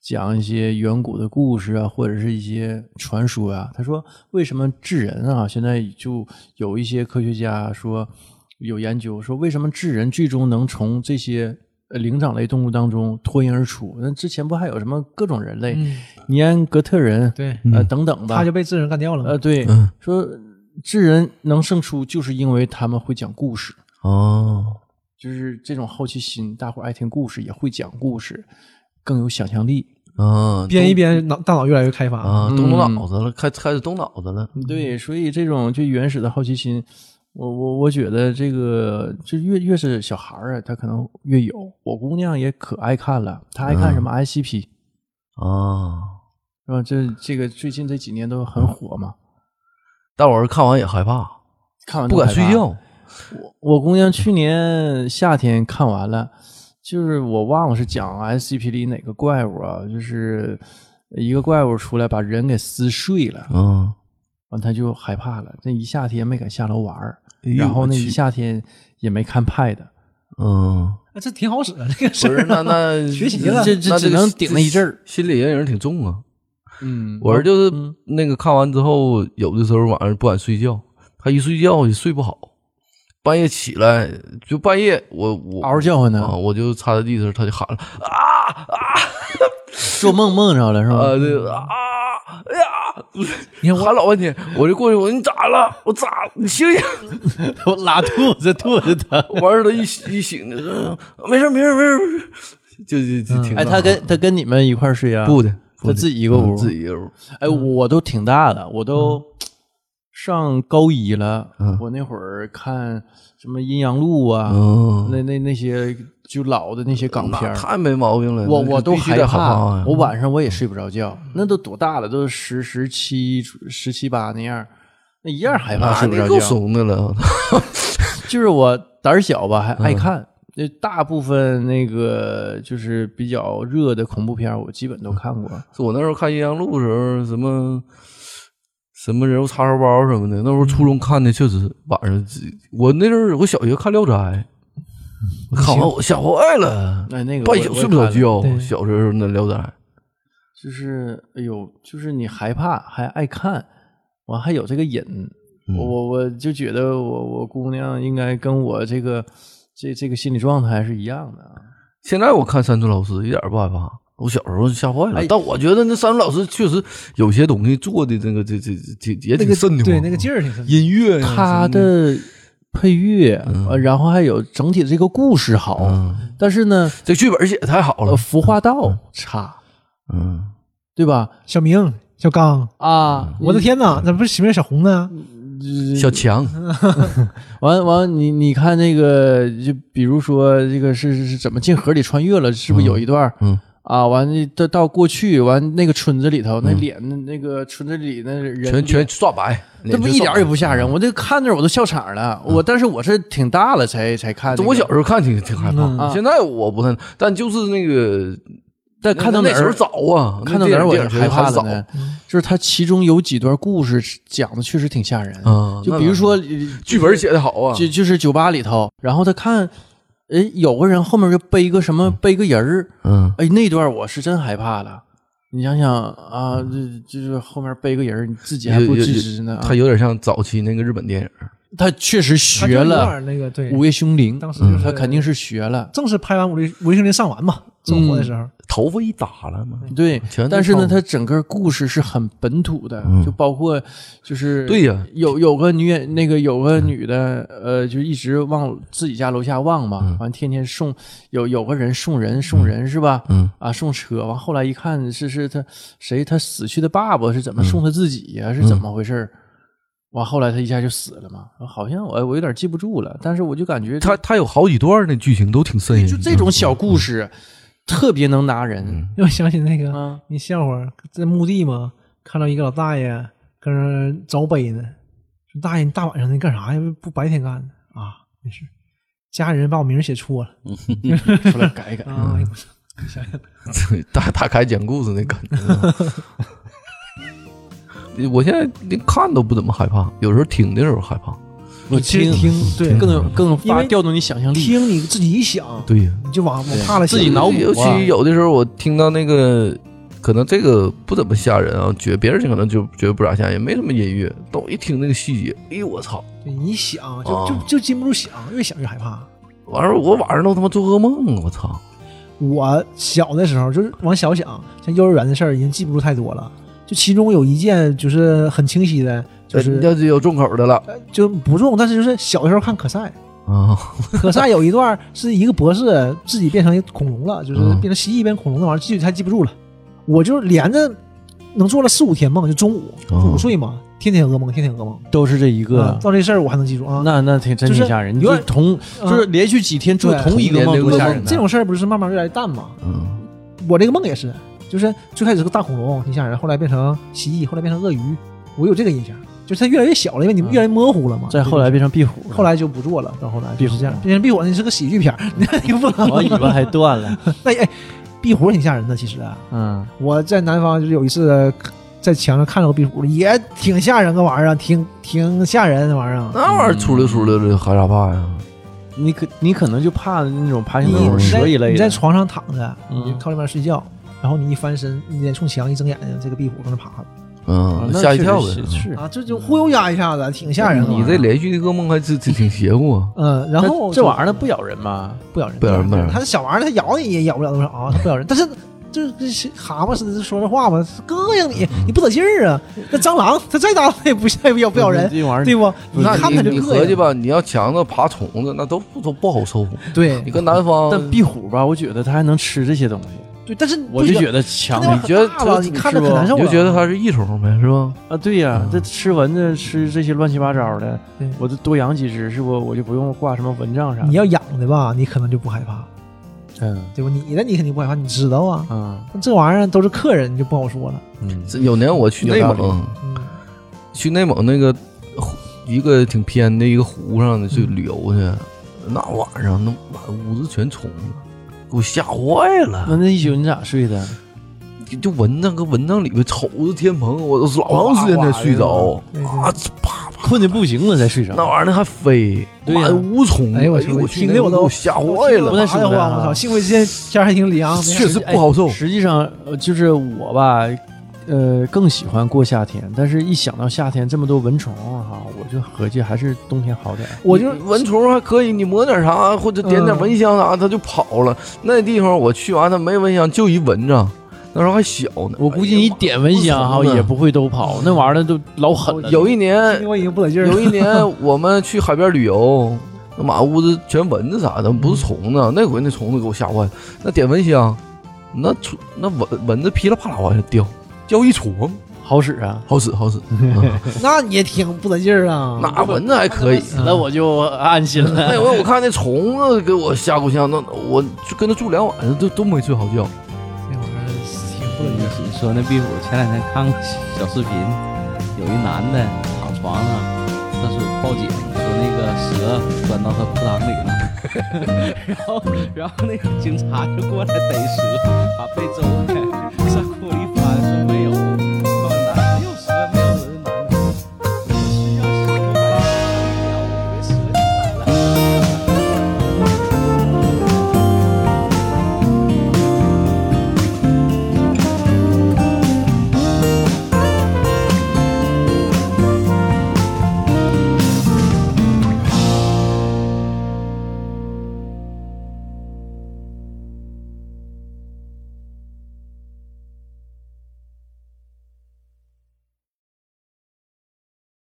[SPEAKER 1] 讲一些远古的故事啊，或者是一些传说啊。他说，为什么智人啊，现在就有一些科学家说有研究说，为什么智人最终能从这些呃灵长类动物当中脱颖而出？那之前不还有什么各种人类，尼安格特人，
[SPEAKER 4] 对，
[SPEAKER 1] 呃等等吧，
[SPEAKER 4] 他就被智人干掉了嘛。
[SPEAKER 1] 呃对，
[SPEAKER 3] 嗯
[SPEAKER 1] 说智人能胜出，就是因为他们会讲故事。
[SPEAKER 3] 哦，
[SPEAKER 1] 就是这种好奇心，大伙儿爱听故事，也会讲故事，更有想象力。
[SPEAKER 3] 啊，
[SPEAKER 4] 编一编，脑大脑越来越开发。
[SPEAKER 3] 啊，
[SPEAKER 1] 嗯
[SPEAKER 3] 动动脑子了，开开始动脑子了。
[SPEAKER 4] 嗯
[SPEAKER 1] 对，所以这种最原始的好奇心，我我我觉得这个就越越是小孩儿啊，他可能越有。我姑娘也可爱看了，她爱看
[SPEAKER 3] 嗯
[SPEAKER 1] 什么 ICP，、
[SPEAKER 3] 啊，
[SPEAKER 1] 是吧？这这个最近这几年都很火嘛，
[SPEAKER 3] 但我儿子看完也害怕，
[SPEAKER 1] 看完都
[SPEAKER 3] 不敢
[SPEAKER 1] 害
[SPEAKER 3] 睡
[SPEAKER 1] 怕
[SPEAKER 3] 觉。
[SPEAKER 1] 我姑娘去年夏天看完了，就是我忘了是讲 S C P 里哪个怪物啊，就是一个怪物出来把人给撕碎了，
[SPEAKER 3] 嗯，
[SPEAKER 1] 完她就害怕了，那一夏天没敢下楼玩儿，
[SPEAKER 3] 哎呦
[SPEAKER 1] 然后
[SPEAKER 3] 我
[SPEAKER 1] 那
[SPEAKER 3] 去
[SPEAKER 1] 一夏天也没看派的，
[SPEAKER 3] 嗯，
[SPEAKER 4] 哎这挺好使啊，这个事
[SPEAKER 3] 不是
[SPEAKER 4] 儿
[SPEAKER 3] 那那
[SPEAKER 4] 学习了
[SPEAKER 1] 这这
[SPEAKER 3] 那
[SPEAKER 1] 只
[SPEAKER 3] 个
[SPEAKER 1] 能顶那一阵儿。
[SPEAKER 3] 心理阴影挺重啊。
[SPEAKER 1] 嗯
[SPEAKER 3] 我儿子就是
[SPEAKER 1] 嗯
[SPEAKER 3] 那个看完之后，有的时候晚上不敢睡觉，他一睡觉也睡不好，半夜起来就半夜我我
[SPEAKER 1] 嗷嗷叫唤呢
[SPEAKER 3] 啊，，我就趴在地上，他就喊了啊啊
[SPEAKER 1] 做梦梦着了是
[SPEAKER 3] 啊
[SPEAKER 1] 吧？
[SPEAKER 3] 这个啊。哎呀！
[SPEAKER 4] 你看我
[SPEAKER 3] 喊老半天，我就过去，我说你咋了？我咋？你醒 醒！
[SPEAKER 1] 我拉肚子，肚子疼。
[SPEAKER 3] 完事儿他一一醒就说，没事儿没事儿没事儿没事儿，就就就挺
[SPEAKER 1] 哎，
[SPEAKER 3] 那
[SPEAKER 1] 他
[SPEAKER 3] 啥
[SPEAKER 1] 跟他跟你们一块儿睡啊？
[SPEAKER 3] 不，的，不
[SPEAKER 1] 他
[SPEAKER 3] 的
[SPEAKER 1] 自己一个屋
[SPEAKER 3] 嗯自己一个屋。
[SPEAKER 1] 哎，
[SPEAKER 3] 嗯
[SPEAKER 1] 我都挺大的，我都上高一了。
[SPEAKER 3] 嗯
[SPEAKER 1] 我那会儿看什么《阴阳路》啊，
[SPEAKER 3] 嗯，
[SPEAKER 1] 那那那些就老的那些港片
[SPEAKER 3] 那
[SPEAKER 1] 儿，
[SPEAKER 3] 太没毛病了。
[SPEAKER 1] 我
[SPEAKER 3] 那
[SPEAKER 1] 我都
[SPEAKER 3] 必须
[SPEAKER 1] 害
[SPEAKER 3] 得害啊怕呀
[SPEAKER 1] 我晚上我也睡不着觉。
[SPEAKER 3] 嗯
[SPEAKER 1] 那都多大了？都十十七、十七八那样儿，那一样害怕
[SPEAKER 3] 啊，
[SPEAKER 1] 睡不
[SPEAKER 3] 你
[SPEAKER 1] 着
[SPEAKER 3] 够
[SPEAKER 1] 觉。
[SPEAKER 3] 怂的了。
[SPEAKER 1] 就是我胆儿小吧，还
[SPEAKER 3] 嗯
[SPEAKER 1] 爱看。那大部分那个就是比较热的恐怖片儿，我基本都看过。
[SPEAKER 3] 是我那时候看《阴阳路》的时候，什么什么人物叉烧包什么的，那时候初中看的确实晚上自己。我那时候我小学看《聊斋》， 看完我吓坏了，
[SPEAKER 1] 那那个
[SPEAKER 3] 半
[SPEAKER 1] 我
[SPEAKER 3] 宿
[SPEAKER 1] 我也
[SPEAKER 3] 睡不着
[SPEAKER 1] 看了
[SPEAKER 3] 觉
[SPEAKER 4] 对。
[SPEAKER 3] 小时候那《聊斋》，
[SPEAKER 1] 就是哎呦，就是你害怕还爱看，完还有这个瘾，
[SPEAKER 3] 嗯
[SPEAKER 1] 我我我就觉得我我姑娘应该跟我这个这这个心理状态是一样的啊。
[SPEAKER 3] 现在我看山村老师一点儿不害怕。我小时候吓坏了，
[SPEAKER 1] 哎
[SPEAKER 3] 但我觉得那山村老师确实有些东西做的这个这这这这也
[SPEAKER 4] 那
[SPEAKER 3] 挺
[SPEAKER 4] 个
[SPEAKER 3] 瘆得慌。
[SPEAKER 4] 对那个劲儿挺深。
[SPEAKER 3] 音乐呀，
[SPEAKER 1] 它
[SPEAKER 3] 什么
[SPEAKER 1] 的配乐，呃然后还有整体的这个故事好，
[SPEAKER 3] 嗯
[SPEAKER 1] 但是呢，
[SPEAKER 3] 这剧本写得太好了
[SPEAKER 1] 呃，，服化道差，
[SPEAKER 3] 嗯，
[SPEAKER 1] 对吧？
[SPEAKER 4] 小明、小刚，
[SPEAKER 1] 啊，
[SPEAKER 4] 我的天哪，那不是前面小红啊呢？
[SPEAKER 3] 嗯小强，
[SPEAKER 1] 完完，你你看那个，就比如说这个是是是怎么进河里穿越了，是不是有一段儿？
[SPEAKER 3] 嗯
[SPEAKER 1] 啊，完了到到过去，完那个村子里头，那脸、那个村子里那人
[SPEAKER 3] 嗯全全刷白，
[SPEAKER 1] 这不
[SPEAKER 3] 脸嗯
[SPEAKER 1] 一
[SPEAKER 3] 全
[SPEAKER 1] 点
[SPEAKER 3] 刷
[SPEAKER 1] 儿
[SPEAKER 3] 白
[SPEAKER 1] 也不吓人，我这看着我都笑场了。我但是我是挺大了才才看、
[SPEAKER 3] 这我嗯小时候看挺挺害
[SPEAKER 4] 嗯
[SPEAKER 3] 怕，
[SPEAKER 1] 啊
[SPEAKER 3] 现在我不太，但就是那个，
[SPEAKER 1] 但看到哪
[SPEAKER 3] 那时候
[SPEAKER 1] 儿
[SPEAKER 3] 早啊，
[SPEAKER 1] 看到哪儿我
[SPEAKER 3] 也
[SPEAKER 1] 是害怕了
[SPEAKER 3] 早嗯
[SPEAKER 1] 呢？就是它其中有几段故事讲的确实挺吓人，
[SPEAKER 3] 啊
[SPEAKER 1] 就比如说呃
[SPEAKER 3] 剧本写的好啊，
[SPEAKER 1] 就就是酒吧里头，然后他看，哎，有个人后面就背个什么背个人儿，
[SPEAKER 3] 嗯，
[SPEAKER 1] 哎，那段我是真害怕了。你想想啊，这就是后面背个人儿，你自己还不自知呢。啊
[SPEAKER 3] 它有点像早期那个日本电影，
[SPEAKER 1] 他确实
[SPEAKER 4] 他就
[SPEAKER 1] 学
[SPEAKER 4] 有
[SPEAKER 1] 了
[SPEAKER 4] 点那个对
[SPEAKER 1] 《午夜凶铃
[SPEAKER 4] 当》时就，
[SPEAKER 1] 他
[SPEAKER 4] 是
[SPEAKER 1] 肯定是学了。
[SPEAKER 4] 正是拍完《武力武力兄弟》上完嘛，正火的时候，
[SPEAKER 3] 头发一耷拉嘛，
[SPEAKER 1] 对
[SPEAKER 3] 全，都
[SPEAKER 1] 嗯但是呢，
[SPEAKER 3] 放
[SPEAKER 1] 他整个故事是很本土的，就包括就是
[SPEAKER 3] 对呀
[SPEAKER 1] 有有个女演那个有个女的，呃，就一直往自己家楼下望嘛，完天天送有有个人送人送人是吧？
[SPEAKER 3] 嗯嗯
[SPEAKER 1] 啊，送车完后来一看是是他谁他死去的爸爸是怎么送他自己呀？是怎么回事儿？完后来他一下就死了嘛，好像我我有点记不住了，但是我就感觉
[SPEAKER 3] 他他有好几段呢，剧情都挺瘆人。
[SPEAKER 1] 就这种小故事特别能拿人
[SPEAKER 3] 嗯，
[SPEAKER 4] 让我想起那个
[SPEAKER 1] 啊，
[SPEAKER 4] 你笑话，在墓地嘛，看到一个老大爷搁那儿凿碑呢，说大爷你大晚上的干啥呀？不白天干的啊？没事，家人把我名儿写错了
[SPEAKER 1] 出来改一改。
[SPEAKER 3] 嗯
[SPEAKER 4] 啊！哎呦我操
[SPEAKER 3] 大大凯讲故事那感觉。啊 我现在连看都不怎么害怕，有时候听的时候害怕。
[SPEAKER 1] 我
[SPEAKER 4] 其实听对
[SPEAKER 1] 更有更
[SPEAKER 4] 因
[SPEAKER 1] 发
[SPEAKER 4] 为
[SPEAKER 1] 调动你想象力，
[SPEAKER 4] 听你自己一想，
[SPEAKER 3] 对呀、
[SPEAKER 4] 你就往往怕了想
[SPEAKER 1] 自己脑补啊
[SPEAKER 3] 尤其有的时候我听到那个，可能这个不怎么吓人啊，觉别人可能就觉得不咋吓人，没什么音乐，但我一听那个细节，哎呦我操！
[SPEAKER 4] 对你一想
[SPEAKER 3] 啊
[SPEAKER 4] 就
[SPEAKER 1] 哦
[SPEAKER 4] 就就禁不住想，越想越害怕。
[SPEAKER 3] 完事儿我晚上都他妈做噩梦，啊我操！
[SPEAKER 4] 我小的时候就是往小想，像幼儿园的事儿已经记不住太多了。就其中有一件就是很清晰的，就是
[SPEAKER 3] 要是有重口的了
[SPEAKER 4] 呃就不重，但是就是小的时候看可赛，
[SPEAKER 3] 啊，
[SPEAKER 4] 可赛有一段是一个博士自己变成一个恐龙了，就是
[SPEAKER 3] 嗯
[SPEAKER 4] 变成蜥蜴变恐龙那玩意儿，记还记不住了。我就连着能做了四五天梦，就中午
[SPEAKER 3] 哦
[SPEAKER 4] 午睡嘛，天天噩梦，天天噩梦。
[SPEAKER 1] 都是这一
[SPEAKER 4] 啊
[SPEAKER 1] 个。
[SPEAKER 4] 到这事儿我还能记住啊。
[SPEAKER 1] 那那挺真
[SPEAKER 4] 就是
[SPEAKER 1] 挺吓人，你
[SPEAKER 4] 有
[SPEAKER 1] 就
[SPEAKER 4] 点
[SPEAKER 1] 同
[SPEAKER 4] 嗯
[SPEAKER 1] 就是连续几天做
[SPEAKER 4] 对
[SPEAKER 1] 同一个梦，
[SPEAKER 3] 同一个
[SPEAKER 1] 多吓人
[SPEAKER 3] 梦
[SPEAKER 1] 呐！
[SPEAKER 4] 这种事儿不是慢慢越来越淡吗？
[SPEAKER 3] 嗯，
[SPEAKER 4] 我这个梦也是，就是最开始是个大恐龙，挺吓人，后来变成蜥蜴，后来变成鳄鱼，我有这个印象，就是它越来越小了，因为你们
[SPEAKER 1] 嗯
[SPEAKER 4] 越来越模糊了嘛。
[SPEAKER 1] 再后来
[SPEAKER 4] 对
[SPEAKER 1] 变成壁虎了，
[SPEAKER 4] 后来就不做了，到后来
[SPEAKER 1] 壁
[SPEAKER 4] 就
[SPEAKER 1] 虎嗯
[SPEAKER 4] 是这样，变成壁虎那是个喜剧片儿，那 你不能。
[SPEAKER 1] 我尾巴还断了。
[SPEAKER 4] 那哎，壁虎挺吓人的，其实啊
[SPEAKER 1] 嗯，
[SPEAKER 4] 我在南方就是有一次在墙上看到个壁虎，也挺吓人，个玩意儿，啊挺挺吓人那玩意儿。啊
[SPEAKER 3] 那玩意儿出溜出溜的还咋怕呀？
[SPEAKER 1] 你可你可能就怕那种爬行
[SPEAKER 4] 你
[SPEAKER 1] 动物、
[SPEAKER 4] 你在
[SPEAKER 1] 蛇一类的。
[SPEAKER 4] 你在床上躺着，
[SPEAKER 1] 嗯
[SPEAKER 4] 你靠那边睡觉，然后你一翻身，你脸冲墙一睁眼睛，这个壁虎搁那爬了。
[SPEAKER 1] 啊
[SPEAKER 3] 嗯，
[SPEAKER 1] 那
[SPEAKER 3] 吓一
[SPEAKER 1] 确实
[SPEAKER 3] 跳
[SPEAKER 1] 是
[SPEAKER 3] 的。
[SPEAKER 1] 是
[SPEAKER 4] 啊，这就忽悠压一下子，挺吓人的。
[SPEAKER 3] 你这连续的噩梦还真真挺邪乎啊！
[SPEAKER 4] 嗯，然后
[SPEAKER 1] 这这玩意
[SPEAKER 4] 意
[SPEAKER 1] 儿呢不咬人吗？
[SPEAKER 4] 不咬人，
[SPEAKER 3] 不咬人不咬人
[SPEAKER 4] 它是小玩意儿，它咬你也咬不了多少啊，它不咬人。但是就是跟蛤蟆似的说这话嘛，膈应你，
[SPEAKER 3] 嗯
[SPEAKER 4] 你不得劲儿啊。那蟑螂它再大它也不它也不咬不咬人，
[SPEAKER 1] 这玩意儿
[SPEAKER 4] 对不？
[SPEAKER 3] 那
[SPEAKER 4] 看它就
[SPEAKER 3] 你
[SPEAKER 4] 膈
[SPEAKER 3] 合计
[SPEAKER 4] 应。
[SPEAKER 3] 吧，你要强子爬虫子，那都不都不好受。
[SPEAKER 4] 对
[SPEAKER 3] 你跟南方，
[SPEAKER 1] 但壁虎吧，我觉得它还能吃这些东西，
[SPEAKER 4] 对，但是你
[SPEAKER 1] 我
[SPEAKER 4] 不
[SPEAKER 1] 就
[SPEAKER 4] 觉
[SPEAKER 1] 觉得强
[SPEAKER 4] 它那玩意
[SPEAKER 1] 啊
[SPEAKER 4] 儿
[SPEAKER 3] 你觉得
[SPEAKER 4] 很大了
[SPEAKER 3] 它
[SPEAKER 4] 你看着可
[SPEAKER 1] 是吧
[SPEAKER 4] 难受啊
[SPEAKER 3] 你
[SPEAKER 4] 了，
[SPEAKER 3] 就觉得它是异虫呗，是吧？！
[SPEAKER 1] 啊对呀、
[SPEAKER 3] 嗯
[SPEAKER 1] 这吃蚊子吃这些乱七八糟的
[SPEAKER 4] 对，
[SPEAKER 1] 我就多养几只，是不？我就不用挂什么蚊帐啥
[SPEAKER 3] 啊
[SPEAKER 1] 的。
[SPEAKER 4] 你要养的吧，你可能就不害怕，
[SPEAKER 1] 嗯
[SPEAKER 4] 对吧？你的你肯定不害怕，你知道啊。
[SPEAKER 1] 嗯，
[SPEAKER 4] 但这玩意儿都是客人，你就不好说了。
[SPEAKER 3] 这有年我去内
[SPEAKER 1] 有道
[SPEAKER 3] 蒙，
[SPEAKER 4] 嗯，
[SPEAKER 3] 去内蒙那个湖一个挺偏的一个湖上去
[SPEAKER 4] 嗯
[SPEAKER 3] 旅游去，那晚上那满屋子全虫子，给我吓坏
[SPEAKER 1] 那
[SPEAKER 4] 嗯
[SPEAKER 3] 了。
[SPEAKER 1] 那一宿你咋睡的？
[SPEAKER 3] 就蚊子搁蚊帐里边瞅着天棚，我都老长时间才睡着
[SPEAKER 4] 哇哇哇
[SPEAKER 3] 啊！啪，
[SPEAKER 1] 困的不行了才睡着。
[SPEAKER 3] 那玩意儿那还飞，
[SPEAKER 1] 对呀
[SPEAKER 3] 满屋虫子，
[SPEAKER 4] 哎呦我
[SPEAKER 3] 我
[SPEAKER 4] 去我
[SPEAKER 3] 去
[SPEAKER 4] 听
[SPEAKER 3] 那
[SPEAKER 4] 的我都
[SPEAKER 3] 给吓坏
[SPEAKER 1] 不
[SPEAKER 3] 了，
[SPEAKER 1] 太
[SPEAKER 4] 哎
[SPEAKER 1] 舒服
[SPEAKER 4] 呀
[SPEAKER 1] 啊
[SPEAKER 4] 我操！幸亏今天天儿还挺凉，没
[SPEAKER 3] 确实不好
[SPEAKER 4] 哎
[SPEAKER 3] 受。
[SPEAKER 1] 实际上，呃就是我吧，呃，更喜欢过夏天，但是一想到夏天这么多蚊虫哈、我就合计还是冬天好点儿。
[SPEAKER 4] 我就嗯
[SPEAKER 3] 蚊虫还可以，你抹点啥或者点点蚊香啥，它就跑了。那地方我去完，它没蚊香，就一蚊子。那时候还小呢，
[SPEAKER 1] 我估计你点蚊香哈、
[SPEAKER 3] 哎呀
[SPEAKER 1] 也不会啊都跑，那玩意儿都老狠了。
[SPEAKER 3] 有一年，
[SPEAKER 4] 我已经不得劲儿
[SPEAKER 3] 有
[SPEAKER 4] 了。
[SPEAKER 3] 一年我们去海边旅游，那满屋子全蚊子啥的，不是虫子。那回那虫子给我吓坏了，那点蚊香，那虫那蚊蚊子噼里啪啦往下掉，掉一床，
[SPEAKER 1] 好使啊！
[SPEAKER 3] 好使好使。嗯
[SPEAKER 4] 那你也挺不得劲儿啊。
[SPEAKER 3] 那蚊子还可以。
[SPEAKER 1] 死了我就安心了。
[SPEAKER 3] 那回我看那虫子给我吓够呛，那我就跟他住两晚上都都没睡好觉。
[SPEAKER 4] 那玩意儿挺不
[SPEAKER 2] 你
[SPEAKER 4] 得劲儿。
[SPEAKER 2] 你说那壁虎，前两天看个小视频，有一男的躺床上，他说报警说那个蛇钻到他裤裆里了， 然后然后那个警察就过来逮蛇，把被诛了，上裤里